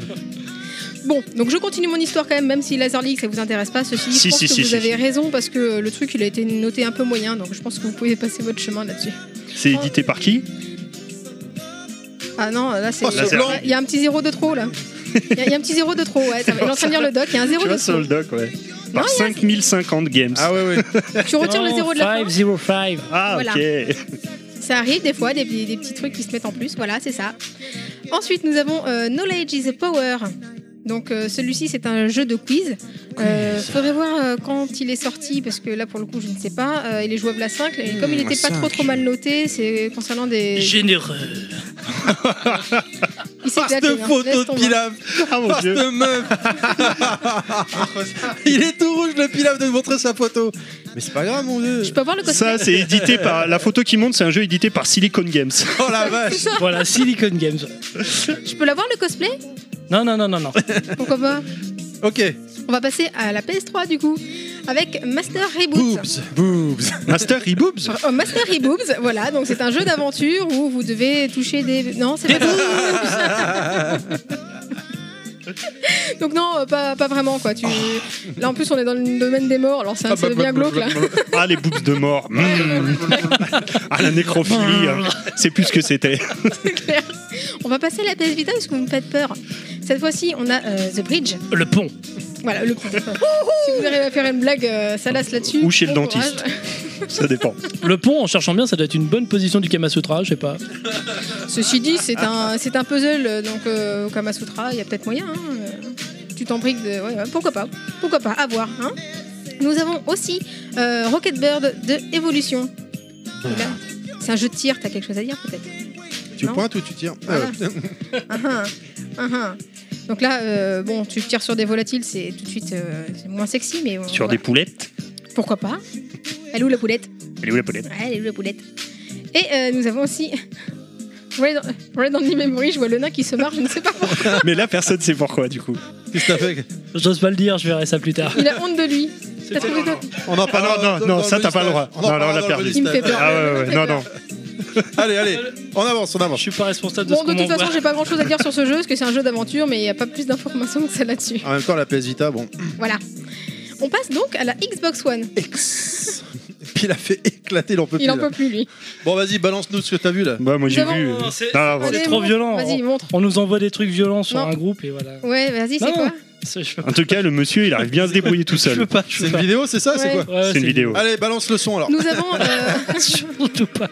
Speaker 7: Bon, donc je continue mon histoire quand même, même si Laser League ça vous intéresse pas. Ceci, dit,
Speaker 4: Si,
Speaker 7: je pense
Speaker 4: si,
Speaker 7: que
Speaker 4: si,
Speaker 7: vous
Speaker 4: si,
Speaker 7: avez
Speaker 4: si.
Speaker 7: raison parce que euh, le truc il a été noté un peu moyen, donc je pense que vous pouvez passer votre chemin là-dessus.
Speaker 4: C'est édité par qui
Speaker 7: Ah non, là c'est.
Speaker 1: Oh,
Speaker 4: ce blanc.
Speaker 7: il y a un petit zéro de trop là. Il y, a- il y a un petit zéro de trop, ouais. Ça va. Il est en train de lire le doc, il y a un zéro
Speaker 4: Tu
Speaker 7: de
Speaker 4: vois,
Speaker 7: trop.
Speaker 4: Soul Doc, ouais. Par 5050 games.
Speaker 6: Ah ouais, ouais.
Speaker 7: [laughs] Tu retires le zéro de la fin.
Speaker 5: 505.
Speaker 4: Ah,
Speaker 7: Voilà.
Speaker 4: ok.
Speaker 7: Ça arrive des fois, des, des petits trucs qui se mettent en plus, voilà, c'est ça. Ensuite, nous avons euh, Knowledge is a Power. Donc euh, celui-ci, c'est un jeu de quiz. Euh, faudrait voir euh, quand il est sorti, parce que là, pour le coup, je ne sais pas. Euh, il est jouable à 5, et comme il
Speaker 1: Hmm,
Speaker 7: n'était pas trop trop mal noté, c'est concernant des...
Speaker 9: Généreux.
Speaker 7: [laughs] Il s'est
Speaker 1: Par
Speaker 7: éclaté,
Speaker 1: cette
Speaker 7: hein.
Speaker 1: photo
Speaker 7: Laisse
Speaker 1: de
Speaker 7: tomber.
Speaker 1: Pilaf
Speaker 4: Ah mon
Speaker 1: Par
Speaker 4: dieu.
Speaker 1: cette meuf Il est tout rouge le Pilaf de montrer sa photo Mais c'est pas grave mon dieu
Speaker 7: Je peux voir le cosplay
Speaker 4: Ça, c'est
Speaker 1: [laughs]
Speaker 4: édité par. La photo qui monte, c'est un jeu édité par Silicon Games.
Speaker 1: Oh la vache
Speaker 5: Voilà, Silicon Games.
Speaker 7: Je peux l'avoir le cosplay
Speaker 5: Non, non, non, non, non.
Speaker 7: Pourquoi pas
Speaker 1: [laughs] Ok,
Speaker 7: On va passer à la PS3 du coup, avec Master Reboot.
Speaker 1: boobs Boobs
Speaker 4: Master Reboobs
Speaker 7: Oh, Master Reboobs, voilà, donc c'est un jeu d'aventure où vous devez toucher des. Non, c'est pas [laughs] ça.
Speaker 4: Ah,
Speaker 7: Donc non, euh, pas, pas vraiment quoi. Tu... Là en plus on est dans le domaine des morts, alors ça,
Speaker 4: bah,
Speaker 7: ça devient glauque là.
Speaker 4: Ah, les boobs de mort. Mm. Ah, la nécrophilie. hein. C'est plus ce que c'était.
Speaker 7: C'est clair. [laughs] On va passer à la PS Vita parce que vous me faites peur. Cette fois-ci on a euh, The Bridge.
Speaker 5: Le pont.
Speaker 7: Voilà, le point. si vous arrivez à faire une blague euh, salace là-dessus.
Speaker 4: Ou chez le
Speaker 7: bon
Speaker 4: dentiste.
Speaker 7: courage.
Speaker 4: Ça dépend.
Speaker 5: Le pont, en cherchant bien, ça doit être une bonne position du Kama Sutra, je sais pas.
Speaker 7: [laughs] Ceci dit, c'est un, c'est un puzzle, euh, donc euh, au Kama Sutra, il y a peut-être moyen. hein, euh, tu t'en briques de. ouais, ouais, pourquoi pas Pourquoi pas À voir. hein. Nous avons aussi euh, Rocket Bird de Evolution.
Speaker 4: Ah.
Speaker 7: Et là, C'est un jeu de tir, t'as quelque chose à dire peut-être
Speaker 1: Tu
Speaker 7: Non.
Speaker 1: pointes ou tu tires
Speaker 7: Voilà. Ah, ah, ah, ah. Donc là, euh, bon, tu tires sur des volatiles, c'est tout de suite euh, c'est moins sexy, mais. on-
Speaker 4: Sur des
Speaker 7: voilà.
Speaker 4: poulettes.
Speaker 7: Pourquoi pas Elle est où la poulette
Speaker 4: Elle est où la poulette
Speaker 7: Ouais, elle est où, la poulette. Et euh, nous avons aussi. [laughs] Red, Red Only Memory, je vois le nain qui se marre, je ne sais pas
Speaker 4: [laughs]
Speaker 7: pourquoi.
Speaker 4: [laughs] Mais là, personne sait pourquoi, du coup.
Speaker 1: Qu'est-ce que t'as fait
Speaker 5: J'ose pas le dire, je verrai ça plus tard.
Speaker 7: Il a honte de lui. T'as trouvé quoi
Speaker 1: On en
Speaker 4: Ah, non, non,
Speaker 1: dans-
Speaker 4: non,
Speaker 1: dans
Speaker 4: ça,
Speaker 1: le
Speaker 4: t'as pas le
Speaker 1: bonus
Speaker 4: droit.
Speaker 1: stage. On en
Speaker 4: Non, là, on
Speaker 1: parlera
Speaker 4: l'a
Speaker 1: dans le
Speaker 4: perdu.
Speaker 1: bonus
Speaker 7: Il me fait
Speaker 1: stage.
Speaker 7: peur.
Speaker 4: Ah ouais, ouais,
Speaker 7: Ça
Speaker 4: non,
Speaker 7: fait
Speaker 4: non.
Speaker 1: [laughs] Allez, allez, on avance, on
Speaker 5: Je
Speaker 1: avance
Speaker 5: suis pas responsable de
Speaker 7: Bon,
Speaker 5: ce
Speaker 7: de
Speaker 5: qu'on
Speaker 7: toute façon,
Speaker 5: m'envoie.
Speaker 7: j'ai pas grand chose à dire sur ce jeu parce que c'est un jeu d'aventure, mais il n'y a pas plus d'informations que ça là-dessus.
Speaker 1: En même temps la PS Vita, bon
Speaker 4: Ah.
Speaker 7: Voilà. On passe donc à la Xbox One.
Speaker 1: Ex Puis il a fait éclater, il en peut plus
Speaker 7: Il en
Speaker 1: là.
Speaker 7: peut plus, lui.
Speaker 1: Bon vas-y, balance-nous ce que t'as vu là
Speaker 4: Bah, moi, j'ai
Speaker 7: Nous
Speaker 4: vu.
Speaker 9: avons-
Speaker 4: euh,
Speaker 9: c'est-
Speaker 4: non, non,
Speaker 7: Allez,
Speaker 5: trop
Speaker 7: montre.
Speaker 5: violent. hein.
Speaker 7: Vas-y, montre.
Speaker 5: On nous envoie des trucs violents sur
Speaker 7: Non.
Speaker 5: un groupe et voilà.
Speaker 7: Ouais, vas-y,
Speaker 5: Euh, Non,
Speaker 7: c'est quoi
Speaker 5: Ça, je peux
Speaker 4: En tout cas, le monsieur, il arrive bien à se débrouiller tout
Speaker 5: je peux
Speaker 4: seul.
Speaker 5: pas. je
Speaker 1: C'est
Speaker 5: peux
Speaker 1: une
Speaker 5: pas.
Speaker 1: vidéo, c'est ça C'est
Speaker 7: Ouais.
Speaker 1: quoi
Speaker 5: Ouais,
Speaker 4: C'est une vidéo.
Speaker 1: Allez, balance le son alors
Speaker 7: Nous avons. euh,
Speaker 5: [laughs] Surtout pas.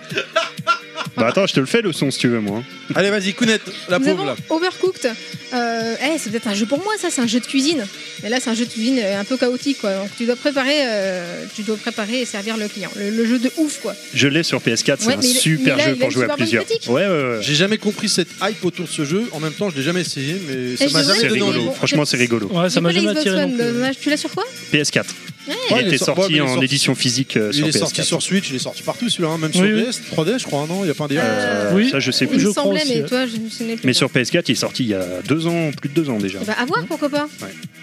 Speaker 4: Bah, attends, je te le fais le son si tu veux, moi.
Speaker 1: Allez, vas-y, Kounet, la
Speaker 7: Nous
Speaker 1: pauvre
Speaker 7: avons
Speaker 1: là
Speaker 7: Overcooked. Euh, eh, c'est peut-être un jeu pour moi, ça. C'est un jeu de cuisine. Mais là, c'est un jeu de cuisine euh, un peu chaotique, quoi. Donc, tu dois préparer, euh, tu dois préparer et servir le client. Le, le jeu de ouf, quoi.
Speaker 4: Je l'ai sur PS4, c'est
Speaker 7: Ouais,
Speaker 4: un
Speaker 7: mais il-
Speaker 4: super
Speaker 7: mais là, il
Speaker 4: jeu
Speaker 7: a
Speaker 4: pour
Speaker 7: une
Speaker 4: jouer à
Speaker 7: super bonne
Speaker 4: plusieurs.
Speaker 7: critique.
Speaker 4: Ouais, ouais, ouais.
Speaker 1: J'ai jamais compris cette hype autour de ce jeu, en même temps je l'ai jamais essayé, mais ça
Speaker 7: je
Speaker 1: m'a
Speaker 7: devrais-
Speaker 1: jamais
Speaker 4: C'est
Speaker 7: Ouais,
Speaker 1: donné
Speaker 7: mais
Speaker 1: envie.
Speaker 4: rigolo,
Speaker 7: bon,
Speaker 4: franchement c'est rigolo.
Speaker 5: Ouais, ça
Speaker 7: J'ai
Speaker 5: m'a
Speaker 7: pas la
Speaker 5: jamais
Speaker 7: Xbox
Speaker 5: attiré non
Speaker 7: One,
Speaker 5: plus.
Speaker 7: dommage. Tu l'as sur quoi
Speaker 4: PS4.
Speaker 1: Ouais,
Speaker 4: il
Speaker 1: il est
Speaker 4: était
Speaker 1: sorti- ouais, mais il
Speaker 4: sorti
Speaker 1: est
Speaker 4: en
Speaker 1: sorti-
Speaker 4: édition physique euh, sur
Speaker 1: Il est
Speaker 4: PS4.
Speaker 1: sorti sur Switch, il est sorti partout celui-là, hein, même
Speaker 5: Oui,
Speaker 1: sur
Speaker 5: oui.
Speaker 1: DS, 3DS je crois, non Il n'y a pas un délire
Speaker 7: Euh,
Speaker 4: Euh,
Speaker 5: Oui.
Speaker 4: Ça je sais
Speaker 7: Il
Speaker 4: plus.
Speaker 5: Je
Speaker 7: me
Speaker 5: crois
Speaker 7: semblait,
Speaker 5: aussi,
Speaker 7: mais
Speaker 5: ouais.
Speaker 7: toi, je me souvenais plus.
Speaker 4: Mais sur PS4 il est sorti il y a deux ans, plus de deux ans déjà.
Speaker 7: Eh ben, à voir, pourquoi pas.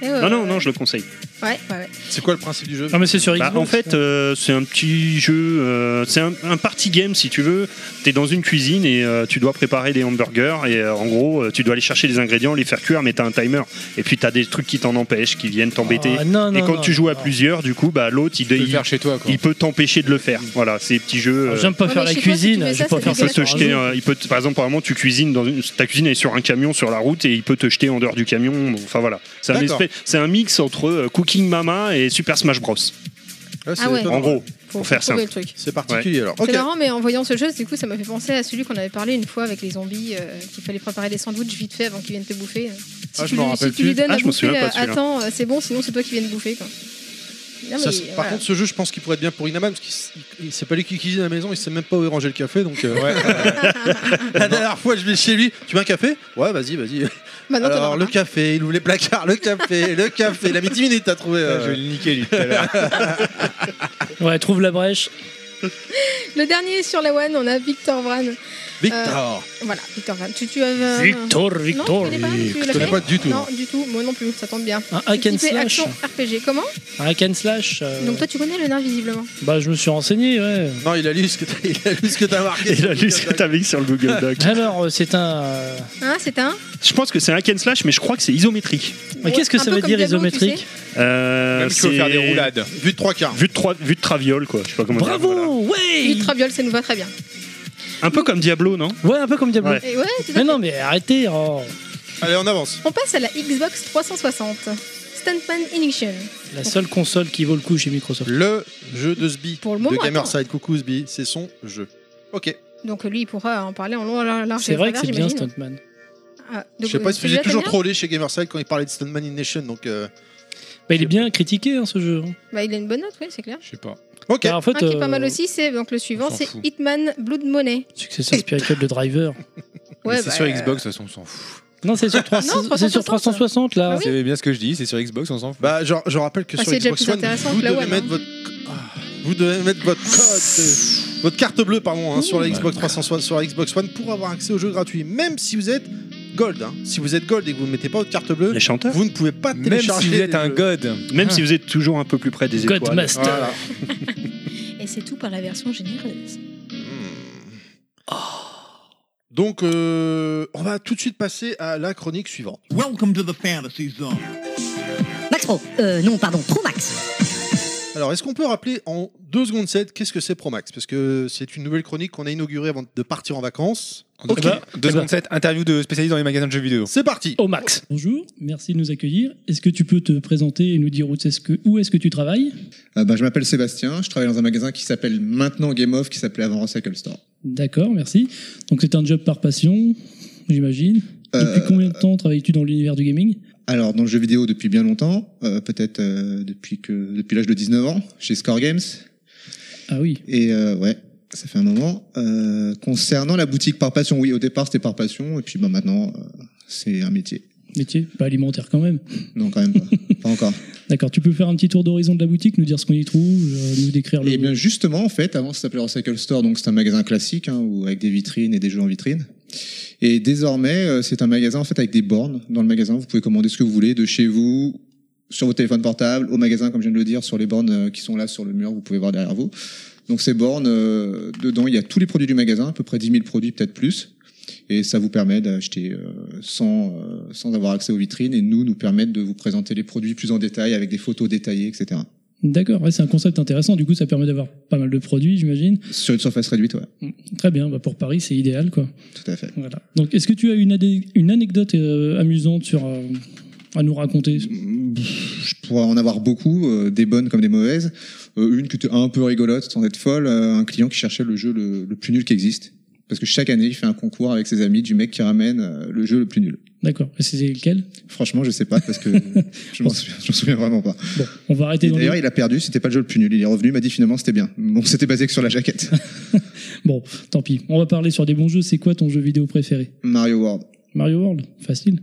Speaker 7: Eh ouais,
Speaker 4: Non non
Speaker 7: ouais.
Speaker 4: non je le conseille.
Speaker 7: Ouais, ouais, ouais.
Speaker 1: C'est quoi le principe du jeu
Speaker 5: Non mais c'est sur
Speaker 4: Bah,
Speaker 5: Xbox.
Speaker 4: en fait euh, c'est un petit jeu, euh, c'est un, un party game si tu veux. T'es dans une cuisine et euh, tu dois préparer des hamburgers et euh, en gros euh, tu dois aller chercher les ingrédients, les faire cuire mais t'as un timer et puis t'as des trucs qui t'en empêchent, qui viennent t'embêter.
Speaker 5: Ah, non, non,
Speaker 4: et quand
Speaker 5: non,
Speaker 4: tu joues à
Speaker 5: non.
Speaker 4: plusieurs du coup bah l'autre il,
Speaker 6: Tu peux le
Speaker 4: il-
Speaker 6: faire chez toi, quoi.
Speaker 4: il peut t'empêcher de le faire. Voilà c'est des petits jeux.
Speaker 5: Alors,
Speaker 4: euh,
Speaker 5: J'aime pas
Speaker 7: Non,
Speaker 5: faire
Speaker 7: mais
Speaker 5: la
Speaker 7: chez toi, si tu
Speaker 5: cuisine,
Speaker 7: fais
Speaker 5: je vais
Speaker 7: ça, c'est
Speaker 4: Il
Speaker 5: pas faire
Speaker 4: peut
Speaker 5: ça
Speaker 7: dégueulasse.
Speaker 4: te
Speaker 5: sur un
Speaker 4: jeter,
Speaker 5: jeu.
Speaker 4: euh, il peut, te- par exemple, apparemment, tu cuisines dans une, ta cuisine est sur un camion sur la route et il peut te jeter en dehors du camion. Enfin voilà, c'est un,
Speaker 1: D'accord.
Speaker 4: espèce- c'est un mix entre euh, Cooking Mama et Super Smash Bros.
Speaker 1: Ouais, c'est
Speaker 7: Ah ouais.
Speaker 1: étonnant.
Speaker 4: En gros,
Speaker 7: Faut
Speaker 4: Pour faire
Speaker 7: trouver le truc.
Speaker 1: C'est particulier alors.
Speaker 7: C'est
Speaker 1: Ok.
Speaker 7: marrant, mais en voyant ce jeu, du coup, ça m'a fait penser à celui qu'on avait parlé une fois avec les zombies, euh, qu'il fallait préparer des sandwichs vite fait avant qu'ils viennent te bouffer. Si,
Speaker 1: Ah, je
Speaker 7: tu,
Speaker 1: m'en
Speaker 7: lui-
Speaker 1: rappelle
Speaker 7: si tu lui
Speaker 1: plus.
Speaker 7: donnes
Speaker 4: Ah,
Speaker 7: à
Speaker 4: je m'en souviens
Speaker 7: bouffer,
Speaker 4: pas
Speaker 7: euh,
Speaker 4: de celui-là.
Speaker 7: attends, euh, c'est bon, sinon c'est toi qui viens de bouffer. Quoi. Non,
Speaker 1: Ça,
Speaker 7: Ah, mais, euh,
Speaker 1: c'est- par
Speaker 7: voilà.
Speaker 1: contre, ce jeu, je pense qu'il pourrait être bien pour une Inaman parce qu'il sait pas lui qui cuisine à la maison, il sait même pas où est rangé le café. Donc, euh, [laughs] la dernière fois, je vais chez lui. Tu veux un café Ouais, vas-y, vas-y.
Speaker 7: Maintenant, Bah, t'en
Speaker 1: Alors,
Speaker 7: auras
Speaker 1: le
Speaker 7: un.
Speaker 1: café, il ouvre les placards, le café, le café. Il a mis 10 minutes à trouver.
Speaker 6: Ah, Je
Speaker 1: euh,
Speaker 6: vais le niquer, lui, tout à l'heure.
Speaker 5: Ouais, trouve la brèche.
Speaker 7: Le dernier sur la One, on a Victor Vran.
Speaker 1: Victor
Speaker 7: Voilà, Victor Van. Tu, tu avais un-
Speaker 5: Victor,
Speaker 7: Non, tu
Speaker 5: Victor.
Speaker 7: connais pas, tu l'as
Speaker 1: connais
Speaker 7: fait
Speaker 1: pas du tout,
Speaker 7: Non, du tout. Moi non plus, ça tombe bien.
Speaker 5: Un hack and
Speaker 7: Équipé
Speaker 5: slash.
Speaker 7: action RPG. Comment
Speaker 5: Un hack and slash. euh,
Speaker 7: Donc toi, tu connais le nain visiblement.
Speaker 5: Bah, je me suis renseigné, ouais.
Speaker 1: Non, il a lu ce que t'as- il a lu ce que t'as marqué.
Speaker 4: Il a lu ce que t'avais mis sur le Google Doc.
Speaker 5: [laughs] Alors, euh, c'est un. euh,
Speaker 7: Hein, c'est un.
Speaker 4: Je pense que c'est un hack and slash, mais je crois que c'est isométrique.
Speaker 5: Mais qu'est-ce que
Speaker 7: Un
Speaker 5: ça
Speaker 7: peu
Speaker 5: veut
Speaker 7: comme
Speaker 5: dire
Speaker 7: Diablo, tu
Speaker 5: isométrique
Speaker 7: sais.
Speaker 4: Euh,
Speaker 6: Même s'il faut
Speaker 4: c'est-
Speaker 6: faire des roulades.
Speaker 1: Vu de trois quarts.
Speaker 4: Vue de, trois- vue de traviole, quoi. Je sais pas comment dire, voilà.
Speaker 5: Bravo, ouais
Speaker 7: Ultraviol, ça nous va très bien.
Speaker 4: Un peu comme Diablo, non
Speaker 5: euh, Ouais, un peu comme Diablo.
Speaker 4: Ouais.
Speaker 7: Et ouais, tout à
Speaker 5: Mais
Speaker 7: fait.
Speaker 5: non, mais arrêtez. oh.
Speaker 1: Allez, on avance.
Speaker 7: On passe à la Xbox 360. Stuntman Ignition.
Speaker 5: [laughs] La seule console qui vaut le coup chez Microsoft.
Speaker 1: Le jeu de Sbi
Speaker 7: Pour le
Speaker 1: de
Speaker 7: moment,
Speaker 1: Gamerside. Coucou Sbi, c'est son jeu. Ok.
Speaker 7: Donc lui, il pourra en parler en long, en large et
Speaker 5: C'est
Speaker 7: en
Speaker 5: vrai que
Speaker 7: travers,
Speaker 5: c'est bien
Speaker 7: j'imagine.
Speaker 5: Stuntman.
Speaker 7: Ah,
Speaker 1: Je
Speaker 7: donc,
Speaker 1: sais pas
Speaker 7: euh,
Speaker 1: si
Speaker 7: celui-là,
Speaker 1: j'ai toujours
Speaker 7: t'aimes
Speaker 1: trollé chez Gamerside quand il parlait de Stoneman in Nation, donc. euh,
Speaker 5: Bah, il est bien critiqué hein, ce jeu. hein.
Speaker 7: bien Bah, il a une bonne note, oui, c'est clair.
Speaker 6: Je sais pas.
Speaker 1: Ok.
Speaker 5: Bah, en fait,
Speaker 7: Un Ah, qui est pas
Speaker 5: euh,
Speaker 7: mal aussi, c'est donc le suivant,
Speaker 6: s'en
Speaker 7: c'est
Speaker 6: fout.
Speaker 7: Hitman Blood Money.
Speaker 5: Successeur spirituel de Driver.
Speaker 7: Ouais,
Speaker 6: c'est
Speaker 7: bah,
Speaker 6: sur
Speaker 7: euh,
Speaker 6: Xbox, de toute façon, on s'en fout.
Speaker 5: Non,
Speaker 7: [laughs]
Speaker 5: c'est sur, 300
Speaker 7: Non,
Speaker 5: c'est
Speaker 7: 360,
Speaker 5: sur 360 là.
Speaker 7: Ah oui.
Speaker 6: C'est bien ce que je dis, c'est sur Xbox, on s'en fout.
Speaker 1: Bah, je, je rappelle que
Speaker 7: Ah,
Speaker 1: sur
Speaker 7: c'est déjà
Speaker 1: Xbox
Speaker 7: plus
Speaker 1: One,
Speaker 7: intéressant
Speaker 1: vous
Speaker 7: que la
Speaker 1: devez
Speaker 7: One,
Speaker 1: mettre
Speaker 7: hein.
Speaker 1: votre, ah, vous devez mettre votre code, euh, votre carte bleue, pardon, hein, sur la Xbox 360, sur la Xbox One pour avoir accès aux jeux gratuits, même si vous êtes Gold. hein. Si vous êtes Gold et que vous ne mettez pas votre carte bleue,
Speaker 4: Les chanteurs
Speaker 1: vous ne pouvez pas
Speaker 6: Même
Speaker 1: télécharger. Ah.
Speaker 6: si vous êtes
Speaker 1: les
Speaker 6: un
Speaker 1: jeux.
Speaker 6: god.
Speaker 4: Même si vous êtes toujours un peu plus près des étoiles.
Speaker 5: Ah. Godmaster.
Speaker 1: Voilà.
Speaker 7: euh, Et c'est tout par la version généreuse.
Speaker 1: Donc, euh, on va tout de suite passer à la chronique suivante.
Speaker 10: Welcome to the fantasy zone.
Speaker 8: Max Pro. Euh, non, pardon, Pro Max.
Speaker 1: Alors, est-ce qu'on peut rappeler en 2 secondes 7 qu'est-ce que c'est Promax Parce que c'est une nouvelle chronique qu'on a inaugurée avant de partir en vacances.
Speaker 6: Ok.
Speaker 5: Eh ben, eh ben.
Speaker 6: 2.7, interview de spécialiste dans les magasins de jeux vidéo.
Speaker 1: C'est parti
Speaker 5: Au max. Bonjour, merci de nous accueillir. Est-ce que tu peux te présenter et nous dire où est-ce que, où est-ce que tu travailles
Speaker 11: Euh, ben, je m'appelle Sébastien, je travaille dans un magasin qui s'appelle maintenant Game Off, qui s'appelait avant Recycle Store.
Speaker 5: D'accord, merci. Donc c'est un job par passion, j'imagine. Depuis
Speaker 11: Euh,
Speaker 5: combien de temps travailles-tu dans l'univers du gaming
Speaker 11: Alors, dans le jeu vidéo depuis bien longtemps, euh, peut-être euh, depuis que depuis l'âge de 19 ans, chez Score Games.
Speaker 5: Ah oui.
Speaker 11: Et euh, ouais, ça fait un moment. Euh, concernant la boutique par passion, oui, au départ c'était par passion, et puis ben, maintenant euh, c'est un métier.
Speaker 5: Métier, pas alimentaire quand même.
Speaker 11: Non, quand même pas. pas encore.
Speaker 5: [laughs] D'accord, tu peux faire un petit tour d'horizon de la boutique, nous dire ce qu'on y trouve, euh, nous décrire le.
Speaker 11: Et Eh bien justement, en fait, avant ça s'appelait Recycle Store, donc c'est un magasin classique, hein, où- avec des vitrines et des jeux en vitrine. Et désormais, euh, c'est un magasin en fait avec des bornes. Dans le magasin, vous pouvez commander ce que vous voulez de chez vous, sur votre téléphone portable, au magasin, comme je viens de le dire, sur les bornes euh, qui sont là sur le mur, vous pouvez voir derrière vous. Donc ces bornes, euh, dedans, il y a tous les produits du magasin, à peu près 10 000 produits, peut-être plus. Et ça vous permet d'acheter euh, sans, euh, sans avoir accès aux vitrines et nous, nous permettre de vous présenter les produits plus en détail avec des photos détaillées, etc.
Speaker 5: D'accord, ouais, c'est un concept intéressant. Du coup, ça permet d'avoir pas mal de produits, j'imagine.
Speaker 11: Sur une surface réduite, ouais,
Speaker 5: Très bien, bah pour Paris, c'est idéal, quoi.
Speaker 11: tout à fait.
Speaker 5: Voilà. Donc, est-ce que tu as une, adé- une anecdote euh, amusante sur, euh, à nous raconter
Speaker 11: Je pourrais en avoir beaucoup, euh, des bonnes comme des mauvaises. Euh, une qui était un peu rigolote, sans être folle, euh, un client qui cherchait le jeu le, le plus nul qui existe. Parce que chaque année, il fait un concours avec ses amis du mec qui ramène euh, le jeu le plus nul.
Speaker 5: D'accord. Et c'est lequel
Speaker 11: Franchement, je sais pas parce que
Speaker 5: [laughs]
Speaker 11: je m'en souviens, je m'en souviens vraiment pas.
Speaker 5: Bon, on va arrêter
Speaker 11: Et
Speaker 5: dans
Speaker 11: D'ailleurs,
Speaker 5: le...
Speaker 11: il a perdu, c'était pas le jeu le plus nul. Il est revenu, il m'a dit finalement c'était bien. Bon, [laughs] c'était basé que sur la jaquette.
Speaker 5: [laughs] Bon, tant pis. On va parler sur des bons jeux. C'est quoi ton jeu vidéo préféré
Speaker 11: Mario World,
Speaker 5: Mario World Facile.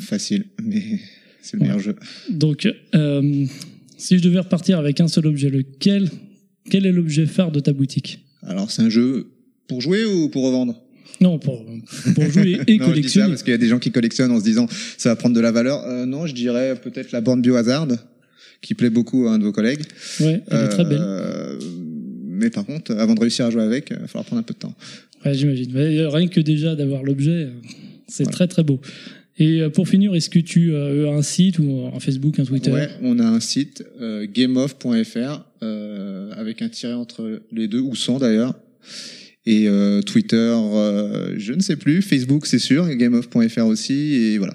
Speaker 11: facile, mais c'est le meilleur jeu.
Speaker 5: Donc, euh, si je devais repartir avec un seul objet, lequel Quel est l'objet phare de ta boutique
Speaker 11: Alors, c'est un jeu pour jouer ou pour revendre
Speaker 5: Non, pour, pour jouer et
Speaker 11: [laughs] Non, je dis ça
Speaker 5: collectionner.
Speaker 11: parce qu'il y a des gens qui collectionnent en se disant ça va prendre de la valeur. Euh, non, je dirais peut-être la borne biohazard qui plaît beaucoup à un de vos collègues.
Speaker 5: Ouais, elle est très belle.
Speaker 11: Euh, mais par contre, avant de réussir à jouer avec, il va falloir prendre un peu de temps.
Speaker 5: Ouais, j'imagine. Ouais, euh, rien que déjà d'avoir l'objet, euh, c'est
Speaker 11: Voilà.
Speaker 5: très très beau. Et euh, pour finir, est-ce que tu euh, as un site ou un Facebook, un Twitter
Speaker 11: Ouais, on a un site euh, gameoff.fr euh, avec un tiret entre les deux ou sans d'ailleurs. Et euh, Twitter, euh, je ne sais plus. Facebook, c'est sûr. Gameoff.fr aussi. Et voilà.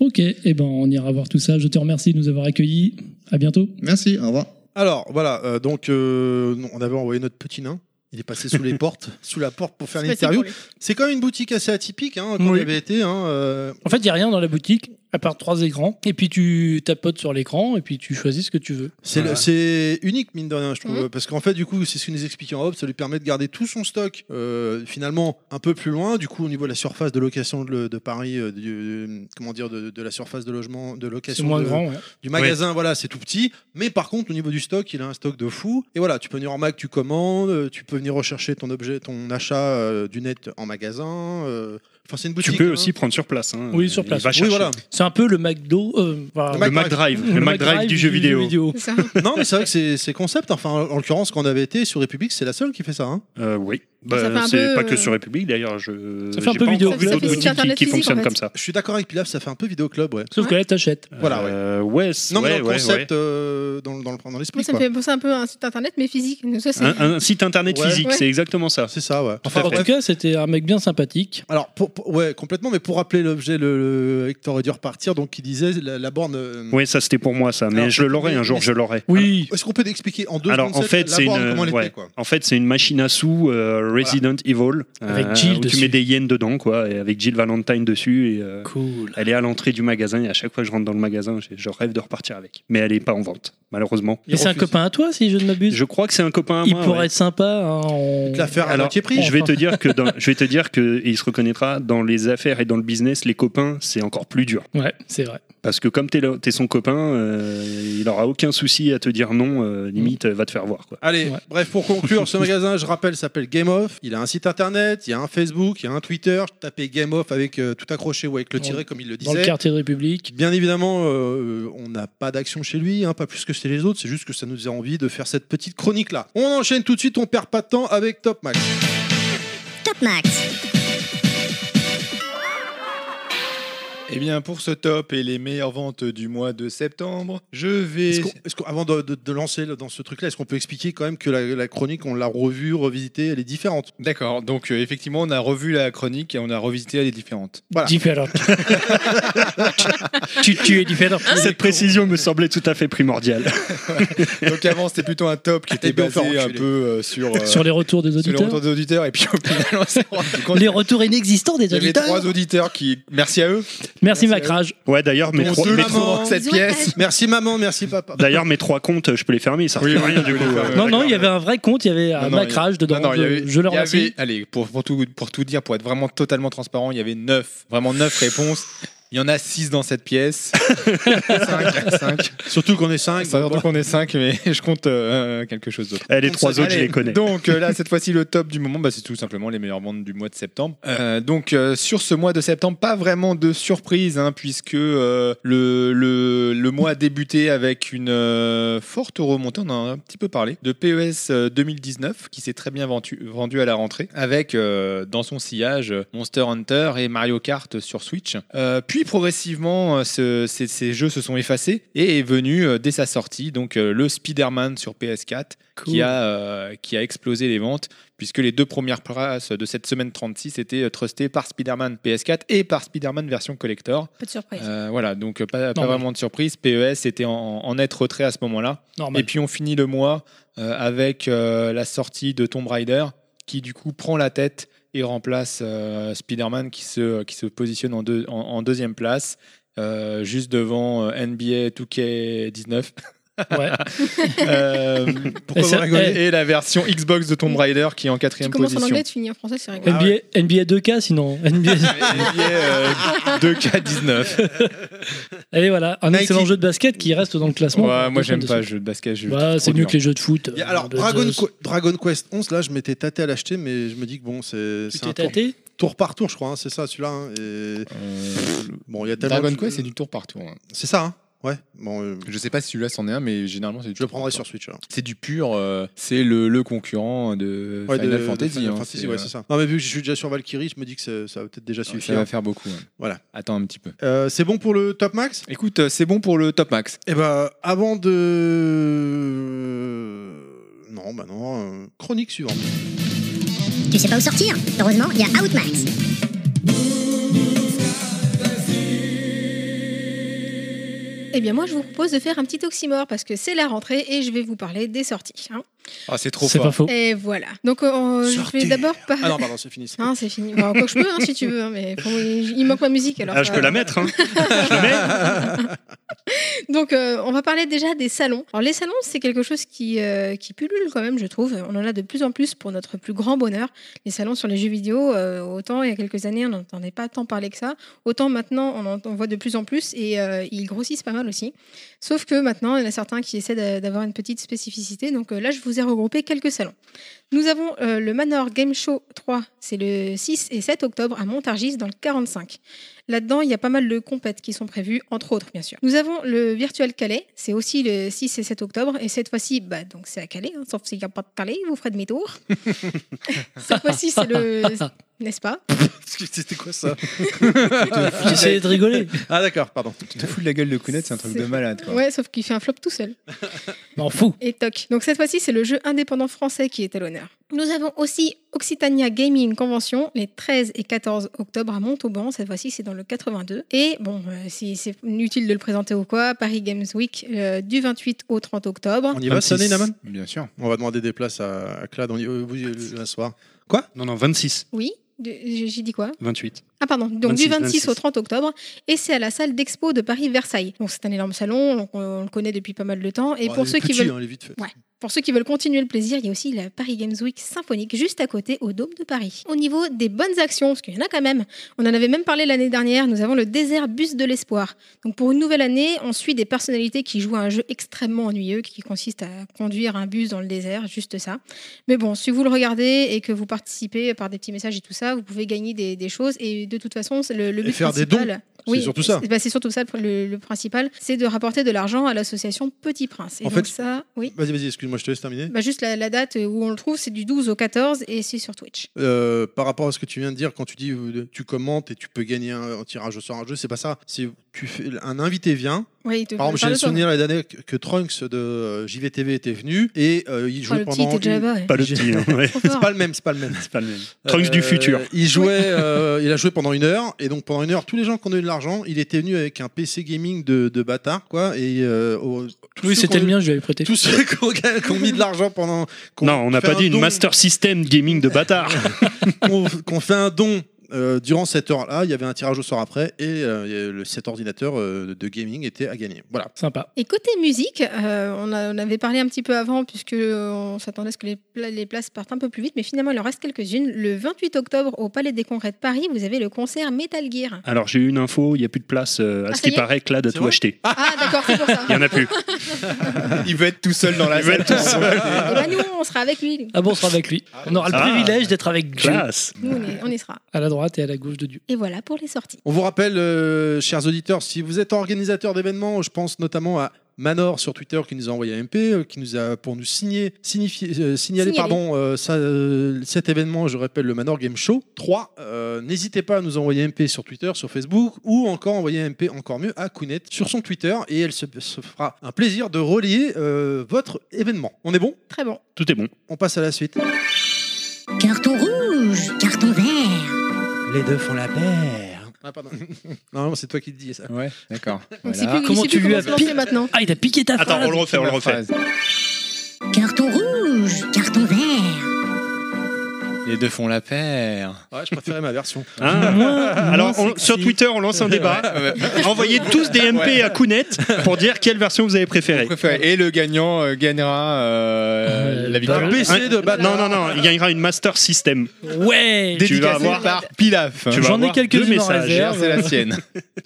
Speaker 5: Ok, eh ben on ira voir tout ça. Je te remercie de nous avoir accueillis. À bientôt.
Speaker 11: Merci. Au revoir.
Speaker 1: Alors, voilà, euh, donc euh, non, on avait envoyé notre petit nain. Il est passé
Speaker 11: [laughs]
Speaker 1: sous les portes, sous la porte pour faire
Speaker 7: C'est facile
Speaker 1: l'interview.
Speaker 7: pour lui.
Speaker 1: C'est quand même une boutique assez atypique hein, qu'on
Speaker 5: Oui.
Speaker 1: avait été. hein, euh,
Speaker 5: En fait, il n'y a rien dans la boutique. à part trois écrans. Et puis tu tapotes sur l'écran et puis tu choisis ce que tu veux.
Speaker 1: C'est le-
Speaker 5: Voilà.
Speaker 1: c'est unique, mine de rien, je trouve.
Speaker 5: Mhm.
Speaker 1: Parce qu'en fait, du coup, c'est ce qu'ils nous expliquait en hop, ça lui permet de garder tout son stock, euh, finalement, un peu plus loin. Du coup, au niveau de la surface de location de, le- de Paris, euh, du- comment dire, de, de la surface de logement, de location
Speaker 5: moins
Speaker 1: de-
Speaker 5: grand, ouais.
Speaker 1: du magasin, voilà, c'est tout petit. Mais par contre, au niveau du stock, il a un stock de fou. Et voilà, tu peux venir en Mac, tu commandes, euh, tu peux venir rechercher ton objet, ton achat euh, du net en magasin. euh. Enfin, c'est une boutique.
Speaker 4: tu peux
Speaker 1: hein.
Speaker 4: aussi prendre sur place. hein.
Speaker 5: Oui, sur
Speaker 4: Il
Speaker 5: place.
Speaker 4: va chercher.
Speaker 5: C'est un peu le McDo. euh, voilà.
Speaker 4: Le McDrive. Le McDrive du jeu vidéo.
Speaker 1: [laughs] non, mais c'est vrai que c'est c'est concept. Enfin, en en l'occurrence, quand on avait été sur République, c'est la seule qui fait ça. Hein.
Speaker 4: Euh, oui.
Speaker 1: Ça fait
Speaker 4: Bah,
Speaker 1: un
Speaker 4: c'est
Speaker 1: peu,
Speaker 4: pas
Speaker 1: euh,
Speaker 4: que sur République d'ailleurs. Je...
Speaker 1: Ça fait un
Speaker 4: j'ai
Speaker 1: peu
Speaker 4: pas
Speaker 1: vidéo
Speaker 4: encore vu
Speaker 1: club,
Speaker 4: d'autres
Speaker 1: ça fait
Speaker 4: boutiques
Speaker 1: site internet
Speaker 4: qui
Speaker 1: physique, en
Speaker 4: fonctionnent
Speaker 1: fait.
Speaker 4: comme ça.
Speaker 1: Je suis d'accord avec Pilaf, ça fait un peu vidéo club, ouais.
Speaker 5: Sauf que là, t'achètes.
Speaker 1: Voilà, ouais.
Speaker 4: Euh, ouais, c-
Speaker 1: non, mais
Speaker 4: ouais,
Speaker 1: dans le
Speaker 4: ouais,
Speaker 1: concept,
Speaker 4: ouais.
Speaker 1: euh, dans, le- dans, le- dans l'esprit.
Speaker 7: Ça me
Speaker 1: quoi.
Speaker 7: fait penser un peu à un site internet, mais physique. Nous, ça, c'est-
Speaker 4: Un, un site internet
Speaker 1: Ouais.
Speaker 4: physique,
Speaker 7: Ouais.
Speaker 4: c'est exactement ça.
Speaker 1: C'est ça, ouais.
Speaker 5: Enfin, en tout cas, c'était un mec bien sympathique.
Speaker 1: Alors, pour- pour- ouais, complètement, mais pour rappeler l'objet, le, le- Hector aurait dû repartir, donc il disait la, la borne. euh,
Speaker 4: Oui, ça c'était pour moi ça, mais
Speaker 1: Alors,
Speaker 4: je l'aurai
Speaker 1: mais-
Speaker 4: un jour,
Speaker 1: mais-
Speaker 4: je l'aurai.
Speaker 5: Oui.
Speaker 1: Est-ce qu'on peut expliquer en deux
Speaker 4: Alors
Speaker 1: secondes
Speaker 4: en fait,
Speaker 1: la
Speaker 4: c'est
Speaker 1: borne,
Speaker 4: une,
Speaker 1: comment elle
Speaker 4: ouais.
Speaker 1: était, quoi
Speaker 4: en fait, c'est une machine à sous euh, Resident Evil euh,
Speaker 5: Avec Jill
Speaker 4: où
Speaker 5: dessus.
Speaker 4: tu mets des yens dedans quoi, et avec Jill Valentine dessus. Et, euh,
Speaker 5: Cool.
Speaker 4: Elle est à l'entrée du magasin et à chaque fois que je rentre dans le magasin, je, je rêve de repartir avec. Mais elle est pas en vente, malheureusement.
Speaker 5: Et c'est un copain à toi, si je ne m'abuse.
Speaker 4: Je crois que c'est un copain. à
Speaker 5: Il
Speaker 4: moi,
Speaker 5: pourrait
Speaker 4: ouais.
Speaker 5: être sympa. hein, on-
Speaker 4: Alors, Je vais te dire que dans- je vais te dire que et il se reconnaîtra dans les affaires et dans le business, les copains, c'est encore plus dur.
Speaker 5: Ouais, c'est vrai.
Speaker 4: Parce que comme t'es le- t'es son copain, euh, il aura aucun souci à te dire non. euh, limite, euh, va te faire voir quoi.
Speaker 1: Allez, bref, pour conclure, ce magasin, je rappelle, s'appelle Game Off. Il a un site internet, il y a un Facebook, il y a un Twitter. Tapez Game Off avec euh, tout accroché ou avec le tiret, comme il le disait.
Speaker 5: Dans le quartier de République.
Speaker 1: Bien évidemment, euh, on n'a pas d'action chez lui, hein, pas plus que chez les autres. C'est juste que ça nous a envie de faire cette petite chronique là. On enchaîne tout de suite, on perd pas de temps avec Top Max.
Speaker 8: Top Max.
Speaker 6: Eh bien, pour ce top et les meilleures ventes du mois de septembre, je vais.
Speaker 1: Est-ce qu'on- est-ce qu'on- avant de, de- de lancer le- dans ce truc-là, est-ce qu'on peut expliquer quand même que la, la chronique, on l'a revue, revisitée, elle est différente
Speaker 6: D'accord, donc euh, effectivement, on a revu la chronique et on a revisité les différentes. [laughs]
Speaker 1: Voilà.
Speaker 5: Différent. tu, tu es différent.
Speaker 4: [laughs] Cette précision me semblait tout à fait primordiale.
Speaker 6: Donc avant, c'était plutôt un top qui était basé un peu euh, sur, euh,
Speaker 5: Sur les retours des
Speaker 6: sur les
Speaker 5: auditeurs.
Speaker 6: retours des auditeurs. Et puis au final, on s'est rendu compte
Speaker 5: Les retours inexistants des
Speaker 6: qu'il y avait
Speaker 5: auditeurs.
Speaker 6: trois auditeurs qui. Merci à eux.
Speaker 5: Merci, Macrage.
Speaker 4: Ouais, d'ailleurs, mes
Speaker 6: On
Speaker 4: trois,
Speaker 6: se
Speaker 4: mes
Speaker 6: lance
Speaker 4: trois-
Speaker 6: dans cette
Speaker 1: Bisous,
Speaker 6: pièce.
Speaker 1: Merci maman, merci papa. [laughs]
Speaker 4: d'ailleurs, mes trois comptes, je peux les fermer, ça ne
Speaker 6: Oui, oui,
Speaker 4: [laughs] rien du
Speaker 6: tu
Speaker 4: coup.
Speaker 6: peux les
Speaker 4: euh,
Speaker 6: fermer.
Speaker 5: Non, non, il y avait un vrai compte, il y avait un
Speaker 6: Non, non, il y a-
Speaker 5: Macrage dedans.
Speaker 6: non, non, il y
Speaker 5: je-
Speaker 6: avait-
Speaker 5: je le
Speaker 6: il y avait-
Speaker 5: remercie.
Speaker 6: allez, pour, pour tout, pour tout dire, pour être vraiment totalement transparent, il y avait 9, vraiment 9 réponses. Il y en a 6 dans cette [laughs] pièce. 5, 5.
Speaker 1: Surtout qu'on est 5.
Speaker 6: Ça veut dire qu'on est 5, mais [laughs] je compte euh, quelque chose d'autre.
Speaker 4: eh, les trois autres, je
Speaker 6: Allez,
Speaker 4: les connais.
Speaker 6: Donc euh, là, cette fois-ci, le top du moment, bah, c'est tout simplement les meilleures ventes du mois de septembre. Euh, donc euh, sur ce mois de septembre, pas vraiment de surprise, hein, puisque euh, le, le, le mois a débuté avec une euh, forte remontée, on en a un petit peu parlé, de PES euh, 2019, qui s'est très bien vendu, vendu à la rentrée, avec euh, dans son sillage euh, Monster Hunter et Mario Kart sur Switch. Euh, puis progressivement, euh, ce- ces, ces jeux se sont effacés et est venu euh, dès sa sortie, donc euh, le Spider-Man sur PS4, qui,
Speaker 5: Cool.
Speaker 6: a, euh, qui a explosé les ventes, puisque les deux premières places de cette semaine 36 étaient euh, trustées par Spider-Man PS4 et par Spider-Man version collector.
Speaker 7: Pas de surprise.
Speaker 6: Euh, voilà, donc euh, pas, pas
Speaker 5: Normal.
Speaker 6: vraiment de surprise. PES était en, en net retrait à ce moment-là.
Speaker 5: Normal.
Speaker 6: Et puis on finit le mois euh, avec euh, la sortie de Tomb Raider, qui du coup prend la tête et remplace euh, Spider-Man qui se, qui se positionne en, deux- en- en deuxième place, euh, juste devant euh, NBA [laughs] 2K19.
Speaker 5: Ouais.
Speaker 6: Euh,
Speaker 5: Et ça-
Speaker 6: pourquoi vous rigolez Et la version Xbox de Tomb Raider qui est en
Speaker 7: Tu
Speaker 6: quatrième
Speaker 7: commences en
Speaker 6: position.
Speaker 7: anglais, tu finis en français, c'est rigolo.
Speaker 5: NBA, NBA 2K sinon. NBA...
Speaker 6: NBA euh, 2K19.
Speaker 5: [laughs] Allez voilà, un excellent
Speaker 1: 90.
Speaker 5: jeu de basket qui reste dans le classement.
Speaker 6: Ouais, moi j'aime
Speaker 5: Dessus.
Speaker 6: pas le jeu de basket. je-
Speaker 5: Bah,
Speaker 6: trop
Speaker 5: c'est mieux
Speaker 6: dur.
Speaker 5: que les jeux de foot.
Speaker 1: Il y a- alors,
Speaker 5: euh, de-
Speaker 1: Dragon,
Speaker 5: de-
Speaker 1: Qu- [laughs] Dragon Quest 11, là, je m'étais tâté à l'acheter, mais je me dis que bon, c'est
Speaker 5: Tu
Speaker 1: c'est un
Speaker 5: t'es
Speaker 1: tour,
Speaker 5: tâté
Speaker 1: tour par tour, je crois, hein, c'est ça, celui-là. hein, et-
Speaker 6: Euh,
Speaker 1: Bon, il y a tellement
Speaker 6: Dragon
Speaker 1: de-
Speaker 6: Quest, c'est du tour par tour. hein.
Speaker 1: C'est ça, hein ouais. Bon, euh,
Speaker 6: Je sais pas si celui-là c'en est un, mais généralement c'est du
Speaker 1: je le
Speaker 6: tour par
Speaker 1: prendrai
Speaker 6: tour.
Speaker 1: sur Switch. alors.
Speaker 6: C'est du pur, euh, c'est le, le concurrent de
Speaker 1: Ouais,
Speaker 6: Final
Speaker 1: de- de
Speaker 6: Fantasy.
Speaker 1: Final
Speaker 6: hein,
Speaker 1: Fantasy,
Speaker 6: c'est,
Speaker 1: ouais,
Speaker 6: euh, Ah,
Speaker 1: c'est ça. Non, mais vu que je suis déjà sur Valkyrie, je me dis que c'est- ça va peut-être déjà
Speaker 6: ça
Speaker 1: suffire.
Speaker 6: va faire beaucoup. hein.
Speaker 1: Voilà.
Speaker 6: Attends un petit peu.
Speaker 1: Euh, c'est bon pour le top max
Speaker 6: Écoute, euh, c'est bon pour le top max.
Speaker 1: Eh ben, avant de. Non, bah non. euh, Chronique suivante.
Speaker 8: Tu sais pas où sortir Heureusement, il y a Outmax.
Speaker 7: Eh bien, moi, je vous propose de faire un petit oxymore parce que c'est la rentrée et je vais vous parler des sorties. hein.
Speaker 6: Ah, c'est trop
Speaker 5: C'est
Speaker 6: fort.
Speaker 5: pas faux.
Speaker 7: Et voilà. Donc euh, je vais d'abord pas.
Speaker 1: Ah non, pardon, c'est fini.
Speaker 7: Non, c'est fini. Bon, encore je peux, hein, si
Speaker 1: [laughs]
Speaker 7: tu veux, hein, mais faut- il manque ma musique alors.
Speaker 4: Ah, je
Speaker 7: ça-
Speaker 4: peux la
Speaker 7: [laughs]
Speaker 4: mettre, hein.
Speaker 7: Donc, euh, on va parler déjà des salons. Alors, les salons, c'est quelque chose qui, euh, qui pullule quand même, je trouve. On en a de plus en plus pour notre plus grand bonheur. Les salons sur les jeux vidéo, euh, autant il y a quelques années, on n'entendait pas tant parler que ça. Autant maintenant, on en on voit de plus en plus et euh, ils grossissent pas mal aussi. Sauf que maintenant, il y en a certains qui essaient d'a- d'avoir une petite spécificité. Donc euh, là, je vous ai regroupé quelques salons. Nous avons euh, le Manor Game Show 3, c'est le 6 et 7 octobre à Montargis dans le 45. Là-dedans, il y a pas mal de compètes qui sont prévues, entre autres, bien sûr. Nous avons le Virtual Calais, c'est aussi le 6 et 7 octobre, et cette fois-ci, bah, donc c'est à Calais, hein, sauf s'il n'y a pas de Calais, vous ferez
Speaker 5: [laughs]
Speaker 7: demi-tour. cette fois-ci, c'est
Speaker 1: [laughs]
Speaker 7: le. N'est-ce pas
Speaker 1: C'était quoi [laughs] ça
Speaker 5: J'essayais de rigoler.
Speaker 1: Ah d'accord, pardon.
Speaker 6: Tu te fous de la gueule de Kounet, c'est un truc de malade. Quoi.
Speaker 7: Ouais, sauf qu'il fait un flop tout seul.
Speaker 5: M'en fous.
Speaker 7: Et toc. Donc cette fois-ci, c'est le jeu indépendant français qui est à l'honneur. Nous avons aussi Occitania Gaming Convention les 13 et 14 octobre à Montauban. Cette fois-ci, c'est dans le 82. Et bon, euh, si c'est inutile de le présenter ou quoi, Paris Games Week euh, du 28 au 30 octobre.
Speaker 1: On y va, Sonny Naman
Speaker 6: Bien sûr.
Speaker 1: On va demander des places à, à Clad, on y, euh, vous, euh, le- le soir.
Speaker 4: Non, non, 26.
Speaker 7: Oui, de- j'ai j'ai dit quoi
Speaker 4: 28.
Speaker 7: Ah pardon, donc
Speaker 4: 26,
Speaker 7: du 26,
Speaker 4: 26.
Speaker 7: au 30 octobre, et c'est à la salle d'expo de Paris-Versailles. Donc c'est un énorme salon, donc on, on le connaît depuis pas mal de temps. Et
Speaker 1: Bon,
Speaker 7: pour
Speaker 1: elle est
Speaker 7: ceux qui
Speaker 1: petite,
Speaker 7: veulent
Speaker 1: hein, elle est vite faite.
Speaker 7: Ouais. Pour ceux qui veulent continuer le plaisir, il y a aussi la Paris Games Week symphonique juste à côté au Dôme de Paris. Au niveau des bonnes actions, parce qu'il y en a quand même, on en avait même parlé l'année dernière, nous avons le désert bus de l'espoir. Donc pour une nouvelle année, on suit des personnalités qui jouent à un jeu extrêmement ennuyeux qui consiste à conduire un bus dans le désert, juste ça. Mais bon, si vous le regardez et que vous participez par des petits messages et tout ça, vous pouvez gagner des, des choses et de toute façon, c'est le, le but
Speaker 1: faire des
Speaker 7: principal-
Speaker 1: dons. C'est surtout ça.
Speaker 7: C'est bah, c'est surtout ça le, le principal, c'est de rapporter de l'argent à l'association Petit Prince. Et
Speaker 1: En
Speaker 7: donc
Speaker 1: fait-
Speaker 7: ça, oui.
Speaker 1: Vas-y, vas-y, excuse-moi, je te laisse terminer.
Speaker 7: Bah, juste la, la date où on le trouve, c'est du 12 au 14 et c'est sur Twitch.
Speaker 1: Euh, par rapport à ce que tu viens de dire, quand tu dis euh, tu commentes et tu peux gagner un, un tirage au sort un jeu, c'est pas ça. C'est tu fais un invité vient.
Speaker 7: Ouais, il te-
Speaker 1: Par exemple, j'ai
Speaker 7: parle
Speaker 1: le
Speaker 7: de toi.
Speaker 1: souvenir l'année dernière que, que Trunks de euh, JVTV était venu et euh, il jouait
Speaker 7: le petit,
Speaker 1: pendant.
Speaker 7: il était déjà
Speaker 1: une-
Speaker 7: là-bas, ouais.
Speaker 4: Pas le petit, hein, ouais.
Speaker 7: Trop
Speaker 1: C'est
Speaker 7: fort.
Speaker 1: pas le même, c'est pas le même.
Speaker 4: C'est pas le même. Trunks du
Speaker 1: Euh,
Speaker 4: futur.
Speaker 1: Il jouait, euh, il a joué pendant une heure et donc pendant une heure tous les gens qui ont eu de l'argent, il était venu avec un PC gaming de, de bâtard quoi et euh, au- tous
Speaker 5: Oui,
Speaker 1: ceux
Speaker 5: c'était
Speaker 1: qui ont
Speaker 5: le
Speaker 1: eu-
Speaker 5: mien, je lui avais prêté.
Speaker 1: Tous ceux qui ont, qui ont mis de l'argent pendant. qui ont
Speaker 4: Non, on n'a
Speaker 1: fait
Speaker 4: pas
Speaker 1: un
Speaker 4: dit une
Speaker 1: don-
Speaker 4: Master System gaming de bâtard.
Speaker 1: qu'on qu'on fait un don euh, durant cette heure-là, il y avait un tirage au sort après et euh, le- cet ordinateur euh, de gaming était à gagner. Voilà.
Speaker 5: Sympa.
Speaker 7: Et côté musique, euh, on, a- on avait parlé un petit peu avant, puisque euh, on s'attendait à ce que les, pla- les places partent un peu plus vite, mais finalement, il en reste quelques-unes. Le 28 octobre, au Palais des Congrès de Paris, vous avez le concert Metal Gear.
Speaker 4: Alors, j'ai eu une info, il n'y a plus de place. euh, à
Speaker 7: Ah, ça
Speaker 4: ce qui
Speaker 7: y est
Speaker 4: paraît, Clad a
Speaker 1: C'est
Speaker 4: tout
Speaker 1: vrai
Speaker 7: [laughs]
Speaker 4: acheté.
Speaker 7: Ah, d'accord, c'est pour ça.
Speaker 4: Il n'y en a plus.
Speaker 6: Il veut être tout seul dans la
Speaker 4: Il va
Speaker 6: salle.
Speaker 4: être tout seul.
Speaker 7: Et bah, nous, on sera avec lui.
Speaker 5: Ah bon, on sera avec lui. On aura le
Speaker 4: Ah.
Speaker 5: privilège d'être avec Dieu.
Speaker 4: Classe.
Speaker 7: Nous, on, est- on y sera.
Speaker 5: À la droite et à la gauche de Dieu.
Speaker 7: Et voilà pour les sorties.
Speaker 1: On vous rappelle, euh, chers auditeurs, si vous êtes organisateur d'événements, je pense notamment à Manor sur Twitter qui nous a envoyé un MP, euh, qui nous a pour nous signer, signifier, euh, signaler,
Speaker 7: Signaler.
Speaker 1: pardon, euh, ça, euh, cet événement, je rappelle, le Manor Game Show 3. Euh, N'hésitez pas à nous envoyer un MP sur Twitter, sur Facebook, ou encore envoyer un MP encore mieux à Kounet sur son Twitter, et elle se, se fera un plaisir de relier euh, votre événement. On est bon
Speaker 7: Très bon.
Speaker 4: Tout est bon.
Speaker 1: On passe à la suite.
Speaker 8: Carton rouge, carton vert.
Speaker 1: Les deux font la paire. Ah, pardon. Normalement, c'est toi qui le dis ça.
Speaker 6: Ouais,
Speaker 7: [laughs]
Speaker 6: d'accord.
Speaker 7: Donc,
Speaker 6: Voilà.
Speaker 7: c'est plus,
Speaker 5: Comment
Speaker 7: c'est
Speaker 5: tu
Speaker 7: plus
Speaker 5: lui
Speaker 7: comment
Speaker 5: as
Speaker 7: se lancer
Speaker 5: piqué-
Speaker 7: maintenant.
Speaker 5: Ah, il a piqué ta
Speaker 4: Attends,
Speaker 5: phrase.
Speaker 4: on le refait, on le
Speaker 6: Ma
Speaker 4: refait.
Speaker 6: phrase.
Speaker 8: [laughs] Carton rouge, carton vert.
Speaker 6: Les deux font la paire.
Speaker 1: Ouais, je préférais ma version.
Speaker 6: Ah,
Speaker 4: Hein Alors, on- sur Twitter, on lance un débat. [laughs] Envoyez tous des MP à Kounet pour dire quelle version vous avez préférée.
Speaker 6: Préféré. Et le gagnant euh, gagnera euh,
Speaker 5: Euh,
Speaker 6: la victoire.
Speaker 5: bah,
Speaker 1: PC de
Speaker 4: Bah,
Speaker 1: bâtard.
Speaker 4: non, non, non, il gagnera une Master System.
Speaker 5: Ouais.
Speaker 4: tu vas
Speaker 6: Dédicacé
Speaker 4: avoir-
Speaker 6: par Pilaf.
Speaker 4: Tu vas
Speaker 5: J'en ai
Speaker 4: avoir deux
Speaker 5: quelques-unes en
Speaker 4: messages.
Speaker 6: Gère,
Speaker 5: réserve.
Speaker 6: c'est la sienne.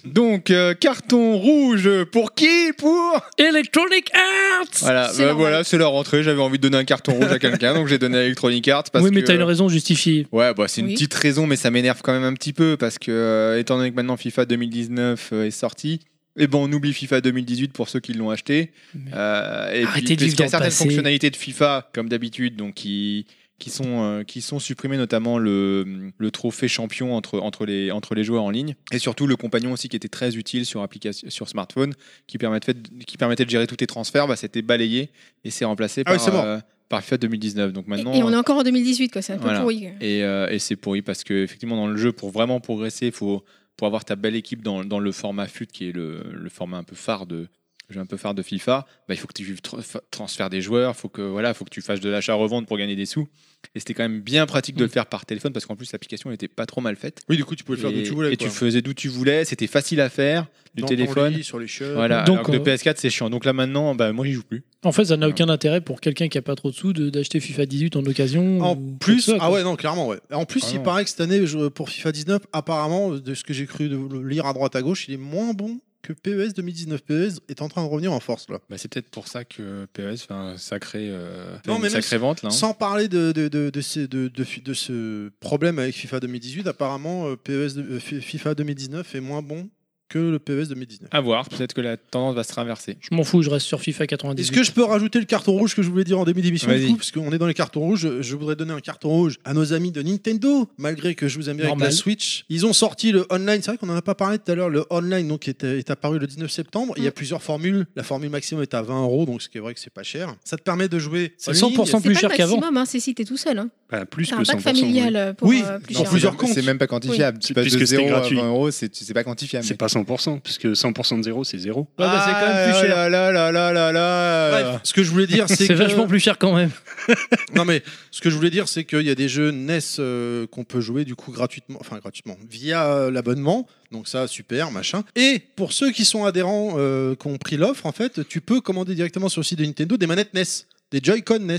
Speaker 6: Donc, euh, carton rouge pour qui Pour.
Speaker 5: Electronic Arts.
Speaker 1: [laughs]
Speaker 6: Voilà,
Speaker 7: C'est
Speaker 6: bah,
Speaker 7: normal.
Speaker 6: voilà c'est la rentrée. J'avais envie de donner un carton rouge à quelqu'un, donc j'ai donné à Electronic Arts. Parce
Speaker 5: Oui, mais
Speaker 6: que-
Speaker 5: t'as une raison justifiée.
Speaker 6: Ouais, bah, c'est une
Speaker 7: Oui.
Speaker 6: petite raison, mais ça m'énerve quand même un petit peu parce que, euh, étant donné que maintenant FIFA 2019 euh, est sorti, et ben on oublie FIFA 2018 pour ceux qui l'ont acheté.
Speaker 5: Mais-
Speaker 6: Euh, et
Speaker 5: Arrêtez
Speaker 6: puis,
Speaker 5: de vivre
Speaker 6: parce qu'il y
Speaker 5: dans
Speaker 6: a
Speaker 5: le
Speaker 6: certaines
Speaker 5: passé.
Speaker 6: fonctionnalités de FIFA, comme d'habitude, donc qui qui sont euh, qui sont supprimées notamment le, le trophée champion entre entre les entre les joueurs en ligne et surtout le compagnon aussi qui était très utile sur application sur smartphone qui permettait de- qui permettait de gérer tous tes transferts bah c'était balayé et c'est remplacé
Speaker 1: Ah oui,
Speaker 6: par
Speaker 1: c'est mort.
Speaker 6: euh, par FIFA 2019
Speaker 1: Ah
Speaker 6: donc
Speaker 7: Et,
Speaker 6: maintenant
Speaker 7: et on est encore en 2018, quoi. C'est un peu
Speaker 6: Voilà.
Speaker 7: pourri.
Speaker 6: et, euh, et c'est pourri parce que effectivement dans le jeu pour vraiment progresser faut pour avoir ta belle équipe dans, dans le format FUT qui est le, le format un peu phare de que j'ai un peu phare de FIFA, bah, il faut que tu tra- fa- transfères des joueurs, faut que voilà, faut que tu fasses de l'achat-revente pour gagner des sous. Et c'était quand même bien pratique de le faire par téléphone parce qu'en plus l'application n'était pas trop mal faite.
Speaker 1: Oui, du coup, tu pouvais le faire
Speaker 6: Et-
Speaker 1: d'où tu voulais,
Speaker 6: Et
Speaker 1: quoi.
Speaker 6: tu faisais d'où tu voulais, c'était facile à faire du
Speaker 1: Dans ton
Speaker 6: téléphone,
Speaker 1: lit, sur les chiottes.
Speaker 6: Voilà.
Speaker 5: Donc,
Speaker 6: alors que de
Speaker 5: euh,
Speaker 6: PS4 c'est chiant. Donc là maintenant, bah, moi j'y joue plus.
Speaker 5: En fait, ça n'a aucun intérêt pour quelqu'un qui a pas trop de sous de- d'acheter FIFA 18 en occasion.
Speaker 1: En
Speaker 5: ou
Speaker 1: plus,
Speaker 5: quoi que ce soit,
Speaker 1: ah
Speaker 5: quoi.
Speaker 1: ouais, non, clairement, ouais. En plus,
Speaker 5: Ah
Speaker 1: il
Speaker 5: non.
Speaker 1: paraît que cette année, je- pour FIFA 19, apparemment, de ce que j'ai cru de le lire à droite à gauche, il est moins bon que E PES 2019. PES est en train de revenir en force, là.
Speaker 6: Bah, c'est peut-être pour ça que PES fait un sacré, euh, fait
Speaker 1: Non,
Speaker 6: une
Speaker 1: mais même
Speaker 6: sacrée vente là. hein.
Speaker 1: Sans parler de, de, de, de, ces- de, de, fi- de ce problème avec FIFA 2018, apparemment, euh, PES, de- euh, fi- FIFA 2019 est moins bon que le E PES 2019.
Speaker 6: À voir, peut-être que la tendance va se renverser.
Speaker 5: Je m'en fous, je reste sur FIFA 98.
Speaker 1: Est-ce que je peux rajouter le carton rouge que je voulais dire en début d'émission du
Speaker 6: Vas-y.
Speaker 1: coup, Parce qu'on est dans les cartons rouges. Je voudrais donner un carton rouge à nos amis de Nintendo, malgré que je vous aime bien
Speaker 5: Normal.
Speaker 1: avec la Switch. Ils ont sorti le online. C'est vrai qu'on n'en a pas parlé tout à l'heure. Le online donc, est, est apparu le 19 septembre.
Speaker 5: Mm.
Speaker 1: Il y a plusieurs formules. La formule maximum est à 20 euros, donc ce qui est vrai que c'est pas cher. Ça te permet de jouer.
Speaker 5: C'est
Speaker 1: en ligne.
Speaker 5: 100%
Speaker 7: C'est pas le maximum, hein, c'est si t'es tout seul. Hein.
Speaker 4: Bah, plus
Speaker 7: T'as
Speaker 4: que
Speaker 7: un
Speaker 4: 100%.
Speaker 7: pack familial euh, pour
Speaker 1: Oui,
Speaker 7: euh, plus
Speaker 1: dans
Speaker 7: cher.
Speaker 1: plusieurs comptes.
Speaker 6: C'est même pas quantifiable. Tu passes de
Speaker 4: Puisque c'était
Speaker 6: 0 à
Speaker 4: gratuit.
Speaker 6: 20 euros, c'est c'est pas quantifiable.
Speaker 4: C'est pas 100%, puisque 100% de 0, c'est 0.
Speaker 5: Ouais, bah, c'est quand même plus cher.
Speaker 6: Ah là là là là là.
Speaker 1: Bref, ce que je voulais
Speaker 5: [laughs]
Speaker 1: dire, c'est
Speaker 5: Euh. C'est
Speaker 1: que
Speaker 5: vachement plus cher quand même.
Speaker 1: [laughs] non mais ce que je voulais dire, c'est qu'il y a des jeux NES euh, qu'on peut jouer du coup gratuitement, enfin gratuitement, via euh, l'abonnement. Donc ça, super, machin. Et pour ceux qui sont adhérents, euh, qui ont pris l'offre, en fait, tu peux commander directement sur le site de Nintendo des manettes NES, des Joy-Con NES.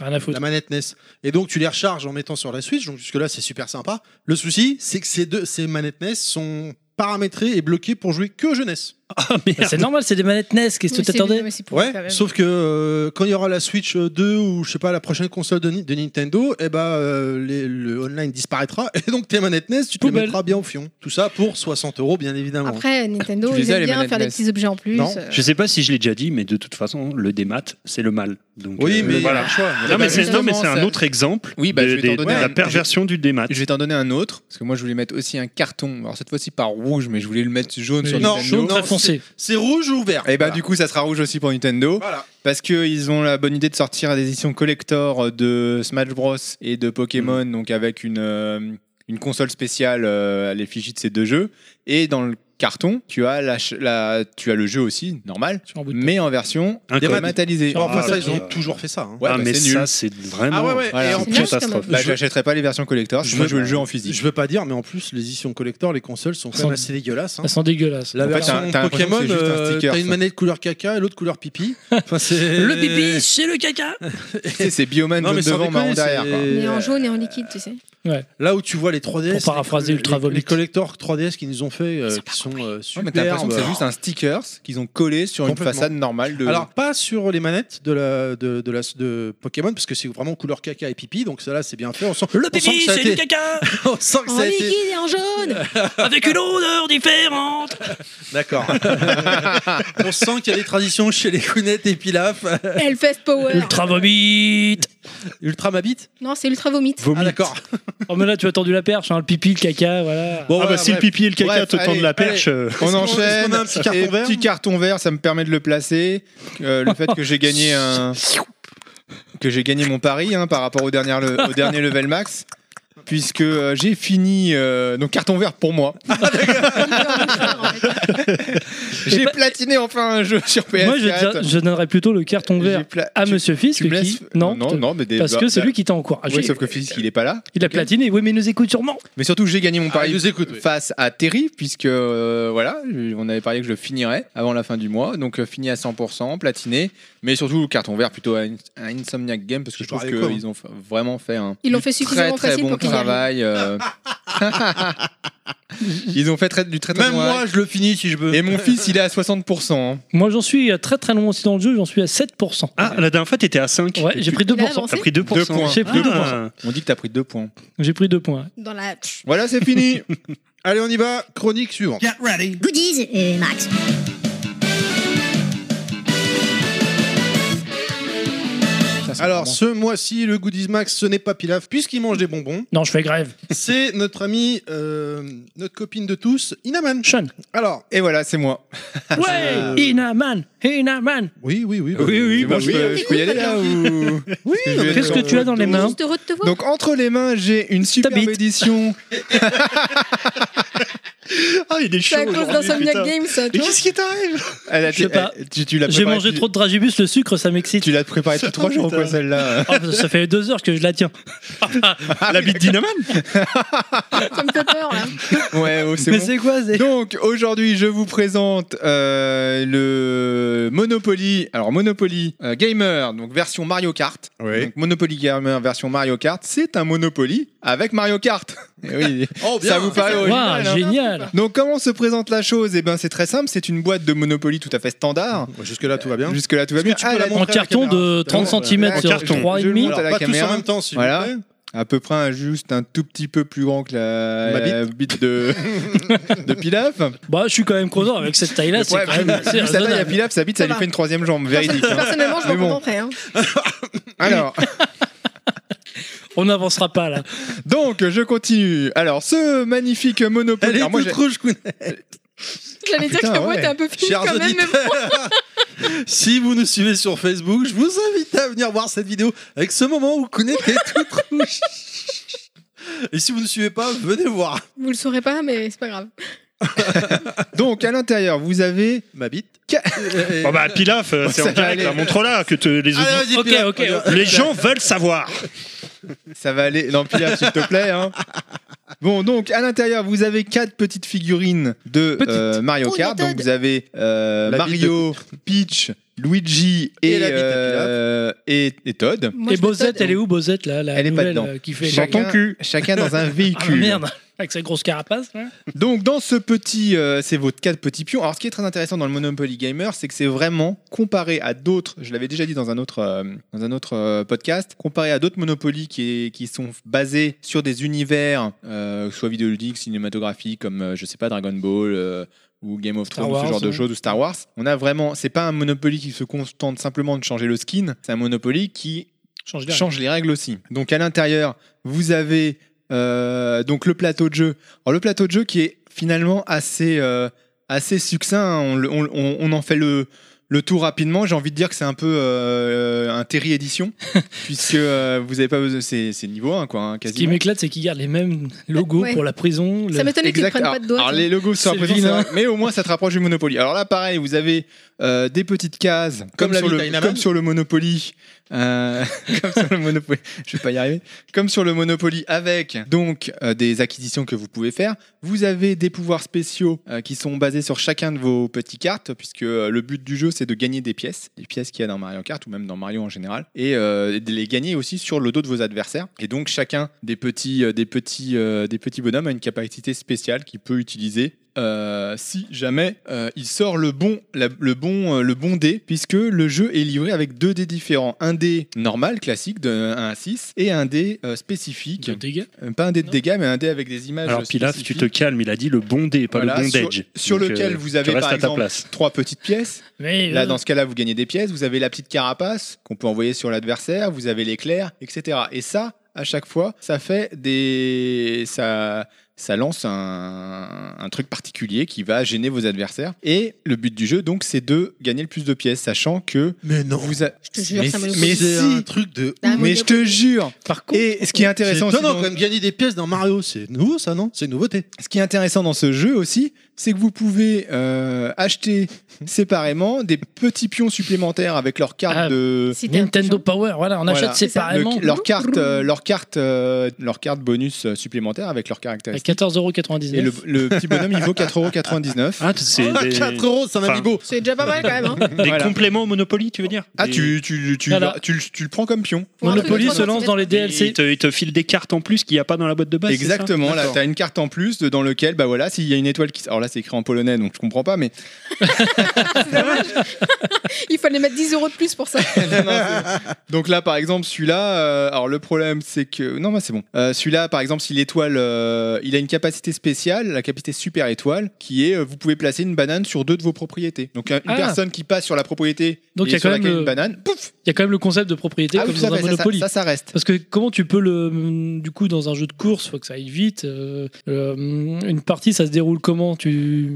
Speaker 5: Rien à foutre.
Speaker 1: La manette NES. Et donc tu les recharges en mettant sur la Switch, donc jusque-là c'est super sympa. Le souci, c'est que ces deux, ces manettes NES sont paramétrées et bloquées pour jouer que jeunesse.
Speaker 4: Ah
Speaker 5: Bah, c'est normal, c'est des manettes NES. Qu'est-ce que
Speaker 7: Oui, c'est-
Speaker 5: t'attendais
Speaker 7: mais c'est pour quand
Speaker 1: Ouais,
Speaker 7: même.
Speaker 1: sauf que euh, quand il y aura la Switch euh, 2 ou je sais pas la prochaine console de, Ni- de Nintendo, eh ben euh, les- le online disparaîtra [laughs] et donc tes manettes NES tu te les
Speaker 5: Poubelle.
Speaker 1: mettras bien au fion. Tout ça pour 60 euros bien évidemment.
Speaker 7: Après, Nintendo,
Speaker 6: Tu les
Speaker 7: ils
Speaker 6: as,
Speaker 7: aiment
Speaker 6: les
Speaker 7: bien
Speaker 6: manettes
Speaker 7: faire des
Speaker 6: NES.
Speaker 7: petits objets en plus.
Speaker 1: Non,
Speaker 7: euh,
Speaker 4: Je sais pas si je l'ai déjà dit, mais de toute façon, le démat, c'est le mal. Donc,
Speaker 1: oui,
Speaker 4: euh,
Speaker 1: mais
Speaker 4: voilà.
Speaker 1: voilà, choix.
Speaker 4: Non, mais c'est
Speaker 6: justement,
Speaker 4: non, mais c'est un
Speaker 6: ça-
Speaker 4: autre exemple
Speaker 6: Oui, bah,
Speaker 4: de,
Speaker 6: je vais t'en
Speaker 4: des-
Speaker 6: donner
Speaker 4: de la
Speaker 6: un.
Speaker 4: perversion du démat.
Speaker 6: Je vais t'en donner un autre, parce que moi je voulais mettre aussi un carton. Alors cette fois-ci par rouge, mais je voulais le mettre jaune sur
Speaker 1: non,
Speaker 6: Nintendo.
Speaker 5: Jaune
Speaker 1: non,
Speaker 5: très foncé.
Speaker 1: C'est rouge ou vert
Speaker 6: Et bah
Speaker 1: Voilà.
Speaker 6: du coup ça sera rouge aussi pour Nintendo.
Speaker 1: Voilà.
Speaker 6: Parce qu'ils ont la bonne idée de sortir des éditions collector euh, de Smash Bros et de
Speaker 4: Mm.
Speaker 6: Pokémon, donc avec une, euh, une console spéciale euh, à l'effigie de ces deux jeux. Et dans le carton, tu as, la, ch- la- tu as le jeu aussi, normal,
Speaker 5: Sur un bout de
Speaker 6: mais en version
Speaker 4: Un code.
Speaker 6: dématalisée.
Speaker 1: Bon, après
Speaker 4: Ah,
Speaker 1: ça
Speaker 4: bah,
Speaker 1: ils ont
Speaker 4: euh,
Speaker 1: toujours fait ça. hein.
Speaker 6: Ouais,
Speaker 4: ah,
Speaker 6: bah,
Speaker 4: mais
Speaker 6: c'est nul.
Speaker 4: ça, c'est vraiment.
Speaker 1: Ah ouais, ouais,
Speaker 6: Voilà.
Speaker 1: et en
Speaker 7: C'est
Speaker 1: plus,
Speaker 7: nul,
Speaker 4: catastrophe.
Speaker 7: quand
Speaker 6: Bah,
Speaker 1: je-
Speaker 6: j'achèterai pas les versions collector,
Speaker 1: Je
Speaker 6: je veux
Speaker 1: veux-
Speaker 6: jouer le jeu en physique.
Speaker 1: je veux pas dire mais en plus les éditions collector les consoles sont quand
Speaker 5: Sont-
Speaker 1: même assez dégueulasses. hein.
Speaker 5: Elles sont dégueulasses.
Speaker 1: La
Speaker 6: En fait,
Speaker 1: version
Speaker 6: t'as- t'as l'impression
Speaker 1: Pokémon,
Speaker 6: que c'est juste un
Speaker 1: euh,
Speaker 6: sticker,
Speaker 1: t'as une
Speaker 6: ça.
Speaker 1: manette couleur caca et l'autre couleur
Speaker 5: [laughs]
Speaker 1: pipi. Enfin, c'est-
Speaker 5: Le
Speaker 1: [laughs]
Speaker 5: pipi, c'est le
Speaker 6: [laughs]
Speaker 5: caca.
Speaker 6: Tu sais, C'est Bioman
Speaker 1: Non, mais
Speaker 6: jaune
Speaker 1: sans
Speaker 6: devant, marron
Speaker 1: déconner,
Speaker 6: derrière. quoi.
Speaker 1: c'est-
Speaker 7: Mais en jaune et en liquide, tu sais.
Speaker 6: [laughs]
Speaker 1: Là où tu vois les 3DS.
Speaker 5: Pour paraphraser
Speaker 1: les-
Speaker 5: Ultra
Speaker 1: les-
Speaker 5: Vomit.
Speaker 1: Les collectors 3DS qui nous ont fait, euh,
Speaker 12: Ils ont pas
Speaker 1: qui sont euh,
Speaker 6: Ouais, mais t'as l'impression
Speaker 1: superbes.
Speaker 6: que c'est juste un sticker qu'ils ont collé sur une
Speaker 1: Complètement.
Speaker 6: façade normale de.
Speaker 1: Alors, pas sur les manettes de, la, de, de la, de Pokémon, parce que c'est vraiment couleur caca et pipi, donc ça là c'est bien fait. On sent,
Speaker 5: Le
Speaker 1: on sent que
Speaker 5: pipi,
Speaker 1: ça a
Speaker 5: c'est le
Speaker 1: été-
Speaker 5: caca.
Speaker 1: [laughs] on sent que
Speaker 7: En
Speaker 1: ça a été.
Speaker 7: liquide et en jaune
Speaker 1: [laughs]
Speaker 5: Avec une odeur différente.
Speaker 6: [laughs]
Speaker 1: D'accord. on sent qu'il y a des traditions chez les Kounettes et Pilaf.
Speaker 7: Hellfest Power
Speaker 5: Ultra vomit.
Speaker 1: Ultra Mabit
Speaker 7: Non, c'est Ultra Vomit.
Speaker 1: Ah, d'accord.
Speaker 5: Oh mais là tu as tendu la perche, hein, le pipi, le caca, voilà.
Speaker 1: Bon,
Speaker 4: Ah, bah,
Speaker 1: voilà,
Speaker 4: si
Speaker 1: bref.
Speaker 4: le pipi et le caca
Speaker 6: Bref,
Speaker 4: te tendent
Speaker 6: allez,
Speaker 4: la perche. euh,
Speaker 6: On
Speaker 1: qu'on- est-ce
Speaker 6: enchaîne.
Speaker 1: qu'on a un petit carton
Speaker 6: Et
Speaker 1: vert
Speaker 6: petit carton vert, ça me permet de le placer. Euh, le fait que j'ai gagné un, que j'ai gagné mon pari hein, par rapport au dernier, le- au dernier level max, puisque euh, j'ai fini. euh, donc carton vert pour moi. j'ai platiné enfin un jeu sur PS4.
Speaker 5: Moi je, dirais- je donnerais plutôt le carton
Speaker 6: J'ai
Speaker 5: vert
Speaker 6: pla-
Speaker 5: à
Speaker 6: tu-
Speaker 5: Monsieur Fisk
Speaker 6: tu me laisses-
Speaker 5: qui non,
Speaker 6: non, non, mais des-
Speaker 5: parce
Speaker 6: bah,
Speaker 5: que c'est
Speaker 6: bah,
Speaker 5: lui qui t'a encouragé.
Speaker 6: Oui, sauf que physique, il est pas là.
Speaker 5: Il a
Speaker 6: Ok.
Speaker 5: platiné, oui mais il nous écoute sûrement.
Speaker 6: Mais surtout, j'ai gagné mon
Speaker 1: Ah, il
Speaker 6: pari
Speaker 1: nous écoute, oui.
Speaker 6: face à Terry, puisque euh, voilà, on avait parié que je le finirais avant la fin du mois. Donc, euh, fini à 100%, platiné. Mais surtout, carton vert plutôt à, In- à Insomniac Game, parce que
Speaker 1: J'ai
Speaker 6: je trouve
Speaker 1: parié quoi,
Speaker 6: qu'ils ont fa- vraiment fait un
Speaker 7: Ils l'ont fait
Speaker 6: très
Speaker 7: suffisamment
Speaker 6: très
Speaker 7: facile
Speaker 6: bon
Speaker 7: pour qu'il y arrive.
Speaker 6: travail. euh. Ils ont fait très- du très très
Speaker 1: Même
Speaker 6: bon
Speaker 1: moi, je le finis si je veux.
Speaker 6: Et mon fils, il est à 60%. hein.
Speaker 5: Moi j'en suis euh, très très loin aussi dans le jeu, j'en suis à 7%.
Speaker 4: Ah, la dernière fois, t'étais à 5.
Speaker 5: Ouais, j'ai pris
Speaker 7: Il a
Speaker 5: 2%.
Speaker 7: avancé
Speaker 4: T'as pris 2%.
Speaker 6: Deux points.
Speaker 5: J'ai pris deux points.
Speaker 6: On dit que t'as pris deux points.
Speaker 5: J'ai pris 2 points.
Speaker 7: Dans la...
Speaker 6: Voilà,
Speaker 4: [laughs]
Speaker 6: c'est fini.
Speaker 1: Allez, on y va. Chronique suivante.
Speaker 10: Get ready.
Speaker 8: Goodies et Max.
Speaker 1: Alors, ce mois-ci, le Goodies Max, ce n'est pas Pilaf, puisqu'il mange des bonbons.
Speaker 5: Non, je fais grève.
Speaker 1: C'est notre ami, euh, notre copine de tous, Inaman.
Speaker 5: Sean.
Speaker 1: Alors,
Speaker 6: Et voilà, c'est moi.
Speaker 5: [laughs]
Speaker 1: Euh,
Speaker 5: Ouais, Inaman, Inaman.
Speaker 1: oui, oui, oui. bah,
Speaker 6: C'est bon, je, peux, je peux y aller là ou...
Speaker 1: Oui,
Speaker 6: Parce que je vais
Speaker 5: Qu'est-ce
Speaker 6: être-
Speaker 5: que tu as dans les mains
Speaker 7: Juste heureux de te voir.
Speaker 5: [laughs]
Speaker 6: Donc entre les mains, j'ai une superbe
Speaker 5: bite.
Speaker 6: édition
Speaker 4: Ah, il est
Speaker 7: C'est à cause d'Insomniac Games, ça, tu vois.
Speaker 6: qui t'arrive Elle a-
Speaker 5: Je sais pas.
Speaker 6: elle- Eh, tu- tu l'as
Speaker 5: J'ai
Speaker 6: préparé-
Speaker 5: mangé
Speaker 6: tu-
Speaker 5: trop de dragibus, le sucre, ça m'excite.
Speaker 6: Tu l'as préparée depuis trois jours,
Speaker 5: [laughs]
Speaker 6: quoi, celle-là. Ah,
Speaker 5: Oh, ça fait deux heures que je la tiens.
Speaker 1: Ah.
Speaker 5: la bite dynamite
Speaker 7: Ça me fait peur, là.
Speaker 6: [laughs] Ouais, oh, c'est
Speaker 5: Mais
Speaker 6: bon.
Speaker 5: c'est quoi c'est-
Speaker 6: Donc aujourd'hui, je vous présente euh, le Monopoly, alors Monopoly euh, Gamer, donc version Mario Kart.
Speaker 1: Oui.
Speaker 6: Donc Monopoly Gamer version Mario Kart, c'est un Monopoly avec Mario Kart. [laughs] Eh oui,
Speaker 1: Oh, bien.
Speaker 6: ça vous paraît
Speaker 5: Waouh,
Speaker 6: original hein
Speaker 5: génial
Speaker 6: donc comment se présente la chose Eh ben c'est très simple, c'est une boîte de Monopoly tout à fait standard.
Speaker 1: Bon, Jusque-là, tout va bien.
Speaker 6: Jusque là tout va bien.
Speaker 1: peux
Speaker 6: Ah,
Speaker 1: la
Speaker 6: la-
Speaker 1: montrer
Speaker 5: En
Speaker 1: à la
Speaker 5: carton
Speaker 1: caméra,
Speaker 5: de
Speaker 1: s'il te plaît
Speaker 5: 30 cm
Speaker 6: Ouais,
Speaker 5: sur
Speaker 6: carton. Je le
Speaker 5: 3,5.
Speaker 6: montre à la
Speaker 1: Alors, pas tous en
Speaker 6: caméra.
Speaker 1: même temps, s'il
Speaker 6: Voilà.
Speaker 1: vous plaît.
Speaker 6: à peu près un- juste un tout petit peu plus grand que la
Speaker 1: Ma bite.
Speaker 6: la bite de,
Speaker 1: [laughs]
Speaker 6: de Pilaf.
Speaker 5: Bah, je suis quand même content avec cette taille-là, c'est
Speaker 6: Ouais,
Speaker 5: quand même assez
Speaker 6: vu sa taille à
Speaker 5: raisonnable.
Speaker 6: Pilaf, sa bite, ça
Speaker 7: Ça
Speaker 6: lui
Speaker 7: va.
Speaker 6: fait une troisième jambe, véridique. hein.
Speaker 7: Personnellement, je
Speaker 6: Mais
Speaker 7: m'en
Speaker 6: bon.
Speaker 7: contenterai. Hein.
Speaker 1: [laughs]
Speaker 6: Alors,
Speaker 5: On n'avancera pas là.
Speaker 6: donc, je continue. Alors, ce magnifique Monopoly.
Speaker 1: Elle est
Speaker 6: Alors, moi,
Speaker 1: toute rouge, Kounet.
Speaker 7: J'allais
Speaker 6: Ah,
Speaker 7: dire
Speaker 6: putain,
Speaker 7: que la boîte
Speaker 6: ouais.
Speaker 7: est un peu finie
Speaker 1: Chers
Speaker 7: quand même. mais bon.
Speaker 6: [laughs]
Speaker 1: auditeurs, [laughs] si vous nous suivez sur Facebook, je vous invite à venir voir cette vidéo avec ce moment où Kounet est toute rouge. Et si vous ne suivez pas, venez voir.
Speaker 7: Vous le saurez pas, mais c'est pas grave. [laughs]
Speaker 6: j'ai- donc, à l'intérieur, vous avez.
Speaker 1: Ma bite.
Speaker 4: Bon bah Pilaf,
Speaker 6: [laughs]
Speaker 4: euh, c'est
Speaker 6: Ça
Speaker 4: en
Speaker 6: va
Speaker 4: direct,
Speaker 6: aller.
Speaker 4: là, montre-la que te- les autres-
Speaker 1: Allez, vas-y,
Speaker 5: Ok,
Speaker 1: Pilaf,
Speaker 5: ok,
Speaker 1: on y va.
Speaker 5: ok.
Speaker 4: les gens veulent savoir.
Speaker 6: Ça va aller. Non, Pilaf, s'il te plaît. [laughs] hein. Bon, donc, à l'intérieur, vous avez quatre petites figurines de
Speaker 5: Petites.
Speaker 6: euh, Mario
Speaker 7: Oh,
Speaker 6: Kart.
Speaker 7: méthode.
Speaker 6: Donc, vous avez euh,
Speaker 1: La bite de
Speaker 6: Mario, Peach, Luigi et,
Speaker 1: Et la bite à
Speaker 6: euh, et, et Todd.
Speaker 7: Moi,
Speaker 5: Et
Speaker 7: je me
Speaker 5: Bosette,
Speaker 7: tonne.
Speaker 5: elle est où Bosette là la
Speaker 6: Elle est pas
Speaker 5: nouvelle,
Speaker 6: dedans.
Speaker 5: euh, qui fait
Speaker 6: Chacun-
Speaker 5: la-
Speaker 6: Chacun
Speaker 5: [laughs]
Speaker 6: dans un
Speaker 5: Ah
Speaker 6: véhicule.
Speaker 5: merde, avec sa grosse carapace. là.
Speaker 6: Donc dans ce petit, euh, c'est votre quatre petits pions. Alors ce qui est très intéressant dans le Monopoly Gamer, c'est que c'est vraiment comparé à d'autres. Je l'avais déjà dit dans un autre, euh, dans un autre euh, podcast, comparé à d'autres Monopoly qui, est- qui sont basés sur des univers, euh, que ce soit vidéoludiques, cinématographiques, comme euh, je sais pas Dragon Ball. euh, ou Game of
Speaker 5: Star
Speaker 6: Thrones, ou ce
Speaker 5: Wars,
Speaker 6: genre de
Speaker 5: ouais.
Speaker 6: choses, ou Star Wars. On a vraiment, c'est pas un Monopoly qui se contente simplement de changer le skin, c'est un Monopoly qui
Speaker 5: Change d'air.
Speaker 6: change les règles aussi. Donc à l'intérieur, vous avez euh, donc le plateau de jeu. Alors le plateau de jeu qui est finalement assez euh, assez succinct. hein. On, le- on- on- on en fait le le tout rapidement. J'ai envie de dire que c'est un peu euh, un Terry édition [laughs] puisque euh, vous avez pas besoin. C'est c'est niveau 1 quoi, hein,
Speaker 5: Ce qui
Speaker 6: quasiment.
Speaker 5: m'éclate, c'est qu'ils gardent les mêmes logos
Speaker 7: Ouais.
Speaker 5: pour la prison. le-
Speaker 7: Ça m'étonnait qu'ils prennent
Speaker 6: Alors,
Speaker 7: pas de doigts.
Speaker 6: alors, les logos sont
Speaker 5: C'est
Speaker 6: présents,
Speaker 5: vilain.
Speaker 6: c'est vrai, mais au moins ça te rapproche du Monopoly. Alors là, pareil, vous avez euh, des petites cases comme,
Speaker 1: Comme la
Speaker 6: sur,
Speaker 1: vie
Speaker 6: le,
Speaker 1: Dynaman.
Speaker 6: comme sur le Monopoly, euh, [laughs] comme sur le Monopoly. Je vais pas y arriver. Comme sur le Monopoly avec donc euh, des acquisitions que vous pouvez faire. Vous avez des pouvoirs spéciaux euh, qui sont basés sur chacun de vos petites cartes, puisque euh, le but du jeu c'est de gagner des pièces, des pièces qu'il y a dans Mario Kart ou même dans Mario en général, et euh, de les gagner aussi sur le dos de vos adversaires. Et donc chacun des petits, euh, des petits, euh, des petits bonhommes a une capacité spéciale qu'il peut utiliser. euh, si jamais euh, il sort le bon, la- le bon, euh, le bon dé, puisque le jeu est livré avec deux dés différents, un dé normal classique de 1 à 6 et un dé euh, spécifique
Speaker 5: de dégâts.
Speaker 6: euh, Pas un dé de
Speaker 5: Non.
Speaker 6: dégâts, mais un dé avec des images.
Speaker 4: Alors Pilaf, tu
Speaker 6: spécifiques.
Speaker 4: te calmes, il a dit le bon dé, pas
Speaker 6: Voilà,
Speaker 4: le
Speaker 6: sur-
Speaker 4: bon d'edge.
Speaker 6: sur
Speaker 4: Donc, euh,
Speaker 6: lequel vous avez,
Speaker 4: tu restes
Speaker 6: par
Speaker 4: à
Speaker 6: exemple,
Speaker 4: ta place.
Speaker 6: Trois petites pièces.
Speaker 5: Mais
Speaker 6: Là,
Speaker 5: euh,
Speaker 6: dans ce cas-là, vous gagnez des pièces. Vous avez la petite carapace qu'on peut envoyer sur l'adversaire. Vous avez l'éclair, etc. Et ça, à chaque fois, ça fait des. Ça, ça lance un, un truc particulier qui va gêner vos adversaires. Et le but du jeu, donc, c'est de gagner le plus de pièces, sachant que.
Speaker 1: Mais non.
Speaker 6: Vous a-
Speaker 7: Je te jure,
Speaker 6: mais,
Speaker 7: ça m'a
Speaker 6: mais
Speaker 1: Mais c'est un
Speaker 6: si
Speaker 1: truc de.
Speaker 7: Ah,
Speaker 6: Mais je te jure
Speaker 5: par contre,
Speaker 6: Et ce qui est intéressant
Speaker 1: Non,
Speaker 6: aussi
Speaker 1: non,
Speaker 6: dans-
Speaker 1: quand même gagner des pièces dans Mario, c'est nouveau ça, non C'est une nouveauté.
Speaker 6: Ce qui est intéressant dans ce jeu aussi, c'est que vous pouvez euh, acheter séparément des petits pions supplémentaires avec leur carte
Speaker 5: Ah,
Speaker 6: de
Speaker 7: Si t'es un
Speaker 5: Nintendo
Speaker 7: pigeon.
Speaker 5: Power, voilà, on achète
Speaker 6: Voilà.
Speaker 7: C'est ça.
Speaker 5: séparément.
Speaker 6: le- leur carte euh, leur carte euh, leur carte bonus euh, supplémentaire avec leurs
Speaker 5: à
Speaker 6: caractéristiques. Et le,
Speaker 5: 14,99€.
Speaker 6: le petit bonhomme, il vaut 4,99€.
Speaker 4: Ah, c'est
Speaker 1: Ah,
Speaker 4: des,
Speaker 1: 4 euros, c'est un
Speaker 4: Enfin,
Speaker 1: amiibo.
Speaker 7: C'est déjà pas mal quand même. Hein.
Speaker 4: des
Speaker 6: [laughs] Voilà.
Speaker 4: compléments au Monopoly, tu veux dire
Speaker 6: Ah,
Speaker 4: Des-
Speaker 6: tu, tu, tu,
Speaker 5: Voilà.
Speaker 6: tu, le- tu le prends comme pion.
Speaker 7: Pour un
Speaker 5: Monopoly
Speaker 7: truc
Speaker 5: se
Speaker 7: de
Speaker 5: lance dans les
Speaker 4: Et
Speaker 5: DLC.
Speaker 4: Il te, il te file des cartes en plus qu'il n'y a pas dans la boîte de base. c'est ça
Speaker 6: Exactement, là,
Speaker 1: D'accord.
Speaker 6: tu as une carte en plus de- dans lequel, bah voilà, s'il y a une étoile qui. Alors là, c'est écrit en polonais, donc je comprends pas, mais.
Speaker 7: Il fallait mettre 10 euros de plus pour ça.
Speaker 6: Non, non, c'est- [laughs] donc là, par exemple, celui-là, euh, alors le problème, c'est que. Non, mais c'est bon. Euh, celui-là, par exemple, si l'étoile. euh, il a une capacité spéciale, la capacité super étoile, qui est euh, vous pouvez placer une banane sur deux de vos propriétés. Donc euh, une
Speaker 5: Ah.
Speaker 6: personne qui passe sur la propriété
Speaker 5: Donc, il y
Speaker 6: et
Speaker 5: a
Speaker 6: sur
Speaker 5: quand même
Speaker 6: laquelle il y a
Speaker 5: le-
Speaker 6: une banane, pouf
Speaker 5: Il y a quand même le concept de propriété
Speaker 6: Ah,
Speaker 5: comme
Speaker 6: vous
Speaker 5: dans un
Speaker 6: savez, ça, ça-
Speaker 5: Monopoly.
Speaker 6: ça, ça reste.
Speaker 5: Parce que comment tu peux le mm, du coup dans un jeu de course, faut que ça aille vite. euh, euh, une partie, ça se déroule comment Tu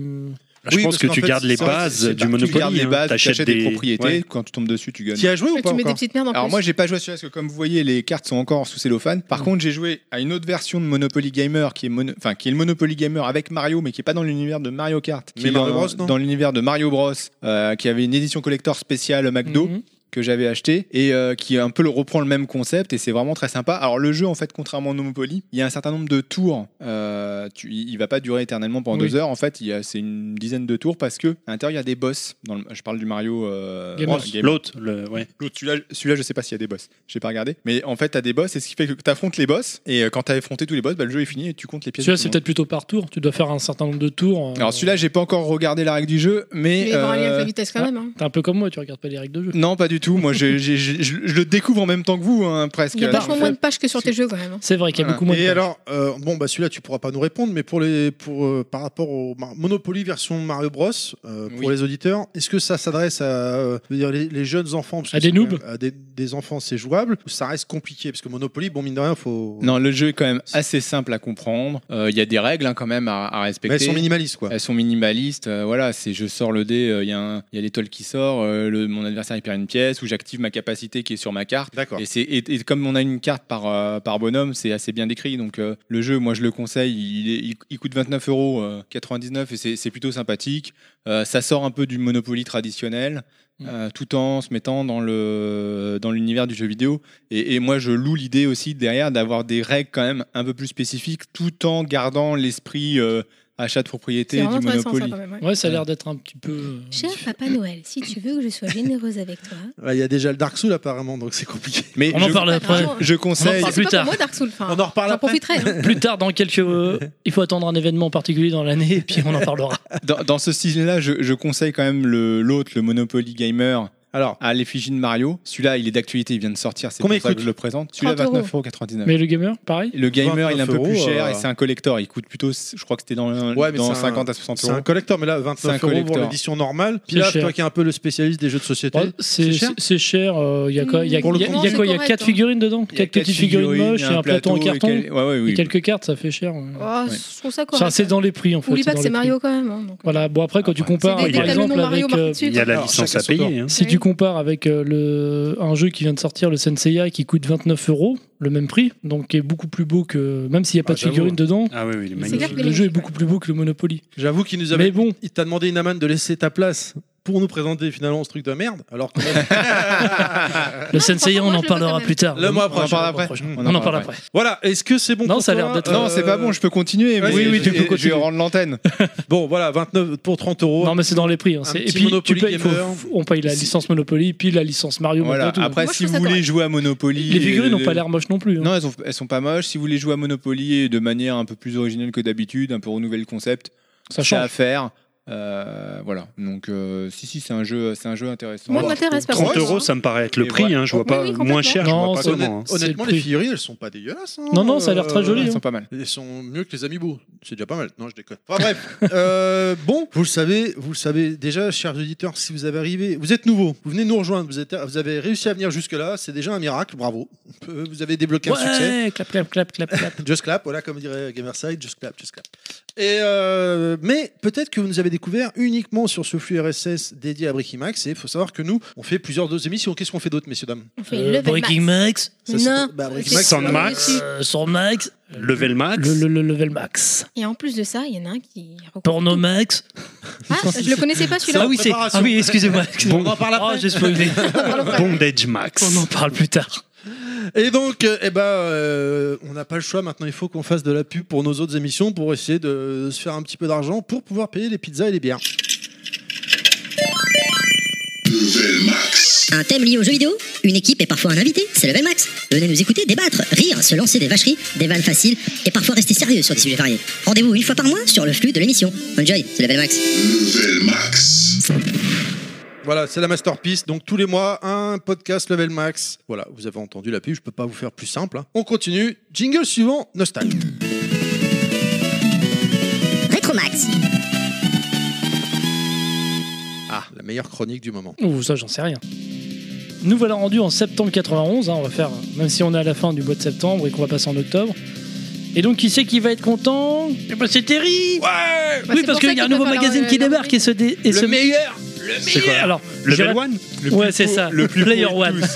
Speaker 4: Bah, Je
Speaker 6: Oui,
Speaker 4: pense
Speaker 6: parce
Speaker 4: que
Speaker 6: qu'en
Speaker 4: tu
Speaker 6: fait,
Speaker 4: gardes les
Speaker 6: c'est vrai, c'est-
Speaker 4: bases du
Speaker 6: c'est pas- Tu gardes
Speaker 4: Monopoly.
Speaker 6: les
Speaker 4: hein.
Speaker 6: bases,
Speaker 4: T'achètes
Speaker 6: t'achètes des propriétés.
Speaker 4: Ouais.
Speaker 6: Quand tu tombes dessus, tu gagnes.
Speaker 1: T'y as joué ou
Speaker 7: Et
Speaker 1: pas
Speaker 7: tu mets des
Speaker 1: encore
Speaker 7: petites merdes en
Speaker 6: Alors
Speaker 7: plus. Mm.
Speaker 6: moi j'ai pas joué à celui-là parce que comme vous voyez les cartes sont encore sous cellophane. Par contre j'ai joué à une autre version de Monopoly Gamer qui est mono- enfin qui est le Monopoly Gamer avec Mario mais qui est pas dans l'univers de Mario Kart. Qui
Speaker 1: Mais
Speaker 6: est
Speaker 1: Mario
Speaker 6: dans,
Speaker 1: Bros, non
Speaker 6: dans l'univers de Mario Bros euh, qui avait une édition collector spéciale McDo. que j'avais acheté et euh, qui un peu le reprend le même concept et c'est vraiment très sympa. Alors le jeu en fait contrairement au Monopoly, il y a un certain nombre de tours. Euh, tu- il il va pas durer éternellement pendant
Speaker 5: Oui.
Speaker 6: deux heures. En fait, il y a- c'est une dizaine de tours parce que à l'intérieur il y a des boss. Dans le- je parle du Mario euh,
Speaker 5: Gamers.
Speaker 6: Bros. Game-
Speaker 4: L'autre, le- ouais.
Speaker 6: L'autre, celui-là, celui-là, je sais pas s'il y a des boss. J'ai pas regardé. Mais en fait, t'as des boss, et ce qui fait que t'affrontes les boss, et euh, quand t'as affronté tous les boss, bah, le jeu est fini et tu comptes les pièces.
Speaker 5: Celui-là,
Speaker 6: de tout
Speaker 5: c'est
Speaker 6: le monde.
Speaker 5: peut-être plutôt par tour. Tu dois faire un certain nombre
Speaker 4: [laughs]
Speaker 5: de tours. euh,
Speaker 6: Alors celui-là, j'ai pas encore regardé la règle du jeu, mais.
Speaker 7: Mais il va
Speaker 6: euh,
Speaker 7: aller avec la vitesse quand même. hein.
Speaker 5: T'es un peu comme moi, tu regardes pas les règles de jeu.
Speaker 6: Non, pas du tout. Moi, je, j'ai- j'ai- je- je le découvre en même temps que vous, hein, presque.
Speaker 7: Il y a
Speaker 6: Alors,
Speaker 7: vachement
Speaker 6: en
Speaker 7: moins
Speaker 6: fait,
Speaker 7: de pages que sur tes jeux quand même. hein.
Speaker 5: C'est vrai qu'il y a
Speaker 6: Voilà.
Speaker 5: beaucoup moins de
Speaker 1: Et
Speaker 5: pages.
Speaker 1: alors, euh, bon, bah celui-là, tu pourras pas nous répondre, mais pour les, pour, euh, par rapport au Mar- Monopoly version Mario Bros, euh, pour
Speaker 6: Oui.
Speaker 1: les auditeurs, est-ce que ça s'adresse à euh, je veux dire, les, les jeunes enfants parce que
Speaker 5: À des
Speaker 1: c'est quand
Speaker 5: noobs
Speaker 1: même- À des, des enfants, c'est jouable ou ça reste compliqué Parce que Monopoly, bon, mine de rien,
Speaker 5: Mm.
Speaker 1: faut.
Speaker 6: Non, le jeu est quand même assez simple à comprendre. Euh, Il y a des règles hein, quand même à, à respecter.
Speaker 1: Mais elles sont minimalistes, quoi.
Speaker 6: Elles sont minimalistes, euh, voilà, c'est je sors le dé, euh, il y a un- il y a l'étoile qui sort, euh, le- mon adversaire il perd une pièce, ou j'active ma capacité qui est sur ma carte.
Speaker 1: D'accord.
Speaker 6: Et, c'est- et- et comme on a une carte par, euh, par bonhomme, c'est assez bien décrit. Donc euh, le jeu, moi je le conseille, il, est- il- il coûte 29,99 euros euh, et c'est c'est plutôt sympathique. Euh, ça sort un peu du Monopoly traditionnel, euh, tout en se mettant dans le dans l'univers du jeu vidéo. Et, et moi je loue l'idée aussi derrière d'avoir des règles quand même un peu plus spécifiques, tout en gardant l'esprit euh, achat
Speaker 7: C'est
Speaker 6: de propriété
Speaker 7: vraiment
Speaker 6: du
Speaker 7: intéressant ça
Speaker 6: Monopoly.
Speaker 7: quand même. ouais.
Speaker 5: Ouais, ça a l'air d'être un petit peu. euh,
Speaker 13: Cher Papa Noël, si tu veux que je sois généreuse avec
Speaker 7: [laughs]
Speaker 13: toi,
Speaker 1: Ouais, Il y a déjà le Dark Souls apparemment, donc c'est compliqué.
Speaker 6: Mais
Speaker 5: On en
Speaker 6: je,
Speaker 5: parle après.
Speaker 7: Vraiment,
Speaker 6: je
Speaker 5: On en
Speaker 6: conseille.
Speaker 5: parle
Speaker 7: C'est
Speaker 5: plus
Speaker 7: pas pour
Speaker 5: tard.
Speaker 7: moi Dark Souls. enfin,
Speaker 1: On en reparle
Speaker 7: j'en
Speaker 1: après.
Speaker 7: profiterai.
Speaker 13: [laughs]
Speaker 7: hein.
Speaker 5: Plus tard, dans quelques. euh, il faut attendre un événement particulier dans l'année et puis on
Speaker 4: [laughs]
Speaker 5: en parlera.
Speaker 6: Dans, dans ce style-là, je, je conseille quand même le- l'autre, le, Monopoly Gamer.
Speaker 1: Alors,
Speaker 6: À l'effigie de Mario, celui-là il est d'actualité, il vient de sortir, c'est pour
Speaker 1: Combien
Speaker 6: ça
Speaker 1: il
Speaker 6: que
Speaker 1: coûte
Speaker 6: je le présente. Celui-là
Speaker 7: 30 euros.
Speaker 6: 29,99€.
Speaker 5: Mais le gamer, pareil
Speaker 6: Le gamer il est un peu
Speaker 1: 29
Speaker 6: plus
Speaker 1: euros,
Speaker 6: cher
Speaker 1: euh,
Speaker 6: et c'est un collector, il coûte plutôt, je crois que c'était dans,
Speaker 1: Ouais, mais
Speaker 6: dans
Speaker 1: c'est un-
Speaker 6: 50 à 60
Speaker 1: c'est
Speaker 6: euros.
Speaker 1: un collector, mais là,
Speaker 6: C'est
Speaker 1: 29
Speaker 6: un
Speaker 1: euros pour
Speaker 6: collector.
Speaker 1: l'édition normale.
Speaker 5: C'est
Speaker 1: Puis là,
Speaker 5: cher.
Speaker 1: toi qui es un peu le spécialiste des jeux de société.
Speaker 5: Ouais, C'est
Speaker 1: c'est cher
Speaker 5: c'est- c'est cher. euh, Il y a quoi Il y a,
Speaker 7: Pour le
Speaker 5: il y a-
Speaker 7: moment,
Speaker 5: il y a
Speaker 7: c'est
Speaker 5: quoi Il y a
Speaker 7: correct,
Speaker 5: quatre
Speaker 7: hein.
Speaker 5: figurines dedans
Speaker 6: Il y a
Speaker 5: Quatre
Speaker 6: quatre
Speaker 5: petites figurines
Speaker 6: figurines,
Speaker 5: moches
Speaker 6: il
Speaker 5: et
Speaker 6: y a
Speaker 5: un plateau en
Speaker 6: et
Speaker 5: carton.
Speaker 6: quel- ouais, ouais,
Speaker 5: Et
Speaker 6: oui.
Speaker 5: quelques cartes, ça fait cher. ouais.
Speaker 7: Oh,
Speaker 6: Ouais.
Speaker 7: Je trouve ça correct.
Speaker 5: Enfin, c'est dans les prix en fait.
Speaker 7: Oublie pas
Speaker 5: dans
Speaker 7: que
Speaker 5: les
Speaker 7: c'est
Speaker 5: prix.
Speaker 7: Mario quand même. hein, donc.
Speaker 5: Voilà, bon après quand tu
Speaker 6: Ouais,
Speaker 5: compares
Speaker 7: c'est des-
Speaker 5: par
Speaker 7: des
Speaker 5: exemple
Speaker 7: talons Mario
Speaker 5: avec
Speaker 7: marqués
Speaker 5: euh,
Speaker 7: dessus.
Speaker 4: Il y a la
Speaker 1: Alors,
Speaker 4: licence
Speaker 1: chacun
Speaker 4: à
Speaker 1: son tour.
Speaker 4: payer. hein.
Speaker 5: si tu compares avec euh, le un jeu qui vient de sortir le Senseiya qui coûte 29 euros, le même prix, donc qui est beaucoup plus beau que même s'il n'y a pas
Speaker 1: Ah,
Speaker 5: de
Speaker 1: j'avoue.
Speaker 5: figurines dedans,
Speaker 4: Ah oui, oui, il est
Speaker 5: le-
Speaker 4: magnifique.
Speaker 7: clair qu'il
Speaker 5: le
Speaker 7: est
Speaker 5: jeu est
Speaker 7: magnifique,
Speaker 5: beaucoup plus beau que le Monopoly.
Speaker 1: J'avoue qu'il nous avait.
Speaker 5: Mais bon,
Speaker 1: Il t'a demandé, Inaman, de laisser ta place pour nous présenter finalement ce truc de merde. Alors que
Speaker 5: le
Speaker 7: Non,
Speaker 5: Senseiya on
Speaker 7: franchement, moi,
Speaker 5: en
Speaker 7: je le
Speaker 5: parlera
Speaker 7: vois quand
Speaker 5: [laughs] plus tard.
Speaker 1: Le mois
Speaker 5: On en
Speaker 1: prochain,
Speaker 5: parlera
Speaker 6: le mois prochain.
Speaker 5: On en parlera après.
Speaker 1: voilà, est-ce que c'est bon
Speaker 5: Non,
Speaker 1: pour
Speaker 5: ça a l'air
Speaker 1: toi
Speaker 5: d'être- euh,
Speaker 6: Non, c'est pas bon, je peux continuer.
Speaker 1: vas-y,
Speaker 6: mais-
Speaker 1: oui, oui, tu peux
Speaker 6: je- Je
Speaker 1: continuer.
Speaker 6: vais rendre l'antenne.
Speaker 5: [laughs]
Speaker 1: Bon, voilà, 29 pour 30 euros.
Speaker 5: Non mais c'est dans les prix. hein, c'est-
Speaker 1: Un
Speaker 5: Et
Speaker 1: petit
Speaker 5: puis tu
Speaker 1: Monopoly
Speaker 5: payes, faut-
Speaker 1: gamer.
Speaker 5: on paye la licence Monopoly, puis la licence Mario.
Speaker 6: Voilà.
Speaker 5: maintenant, tout.
Speaker 6: Après,
Speaker 7: Moi, je
Speaker 6: si
Speaker 7: trouve
Speaker 6: vous
Speaker 7: ça
Speaker 6: voulez
Speaker 7: correct.
Speaker 6: jouer à Monopoly.
Speaker 5: les figurines
Speaker 6: euh,
Speaker 5: n'ont pas l'air moches non plus. hein.
Speaker 6: Non, elles, ont- elles sont pas moches. Si vous voulez jouer à Monopoly et de manière un peu plus originale que d'habitude, un peu renouveler le concept,
Speaker 5: Ça
Speaker 6: c'est à
Speaker 5: change.
Speaker 6: faire. Euh, voilà. Donc, euh, si, si, c'est un jeu, c'est un jeu intéressant.
Speaker 7: Moi, ça m'intéresse pas.
Speaker 4: 30
Speaker 7: vraiment,
Speaker 4: euros,
Speaker 7: hein.
Speaker 4: ça me paraît être le
Speaker 6: Mais
Speaker 4: prix.
Speaker 6: voilà.
Speaker 4: hein, je vois
Speaker 7: Oui,
Speaker 4: pas
Speaker 7: oui,
Speaker 4: moins cher. Je
Speaker 5: complètement.
Speaker 4: vois pas
Speaker 5: Non,
Speaker 4: comment. hein.
Speaker 5: c'est
Speaker 1: Honnêtement,
Speaker 5: le
Speaker 1: les
Speaker 5: prix.
Speaker 1: figurines, elles sont pas dégueulasses. hein.
Speaker 5: Non, non, ça a l'air très joli,
Speaker 6: Elles
Speaker 5: hein.
Speaker 6: sont pas mal.
Speaker 1: Elles sont mieux que les amiibo. C'est déjà pas mal. Non, je déconne. Enfin, bref. Euh, bon, vous le savez, vous le savez déjà, chers auditeurs, si vous avez arrivé, vous êtes nouveau, vous venez nous rejoindre, vous, êtes, vous avez réussi à venir jusque là, c'est déjà un miracle. Bravo. Euh, Vous avez débloqué un succès.
Speaker 5: Ouais, clap, clap, clap, clap,
Speaker 1: [laughs]
Speaker 5: clap.
Speaker 1: Just clap, voilà, comme dirait Gamerside, just clap, just clap. Et euh, mais peut-être que vous nous avez découvert uniquement sur ce flux RSS dédié à Bricky-Max Et il faut savoir que nous, on fait plusieurs d'autres émissions. Qu'est-ce qu'on fait d'autres, messieurs, dames
Speaker 7: On fait level
Speaker 5: Euh, Breaking
Speaker 7: max.
Speaker 5: Max,
Speaker 1: Ça, c'est-
Speaker 7: Non.
Speaker 1: bah, Bricky
Speaker 7: c'est-
Speaker 1: Max,
Speaker 4: Sound
Speaker 7: c'est-
Speaker 4: Max.
Speaker 7: c'est-
Speaker 5: euh, Sword Max,
Speaker 4: Level max.
Speaker 5: le, le- le level Max,
Speaker 13: et en plus de ça, il y en a un qui. recoupe
Speaker 5: Porno Max.
Speaker 7: Ah, je le connaissais pas celui-là.
Speaker 5: Ah oui, c'est. Ah oui, excusez-moi. excusez-moi.
Speaker 1: On en parle après.
Speaker 5: Oh, j'ai spoilé.
Speaker 4: Bondage Max.
Speaker 5: On en parle plus tard.
Speaker 1: Et donc, euh, eh ben, euh, on n'a pas le choix. Maintenant, il faut qu'on fasse de la pub pour nos autres émissions pour essayer de se faire un petit peu d'argent pour pouvoir payer les pizzas et les bières.
Speaker 8: Un thème lié aux jeux vidéo, une équipe et parfois un invité, c'est Level Max. Venez nous écouter, débattre, rire, se lancer des vacheries, des vannes faciles et parfois rester sérieux sur des sujets variés. Rendez-vous une fois par mois sur le flux de l'émission. Enjoy, c'est Level Max.
Speaker 1: Voilà, c'est la masterpiece. Donc, tous les mois, un podcast level max. Voilà, vous avez entendu la pub. Je peux pas vous faire plus simple. hein. On continue. Jingle suivant, Nostal.
Speaker 8: Rétromax.
Speaker 1: Ah, la meilleure chronique du moment.
Speaker 5: Ouh, ça, j'en sais rien. Nous voilà rendus en septembre 91. hein, on va faire, même si on est à la fin du mois de septembre et qu'on va passer en octobre. Et donc, qui c'est qui va être content Eh ben, C'est Terry
Speaker 14: Bah,
Speaker 5: Oui,
Speaker 14: c'est
Speaker 5: parce
Speaker 14: pour ça
Speaker 5: qu'il y a un
Speaker 14: qu'il
Speaker 5: nouveau
Speaker 14: va falloir,
Speaker 5: magazine
Speaker 14: euh,
Speaker 5: qui débarque et ce. dé- et
Speaker 14: Le
Speaker 5: ce-
Speaker 14: meilleur,
Speaker 5: C'est quoi Alors,
Speaker 4: Le
Speaker 5: j'irai-
Speaker 4: Level One Le
Speaker 5: Ouais,
Speaker 4: plus
Speaker 5: c'est
Speaker 4: pour-
Speaker 5: ça.
Speaker 4: le plus
Speaker 5: Player
Speaker 4: pour
Speaker 5: One.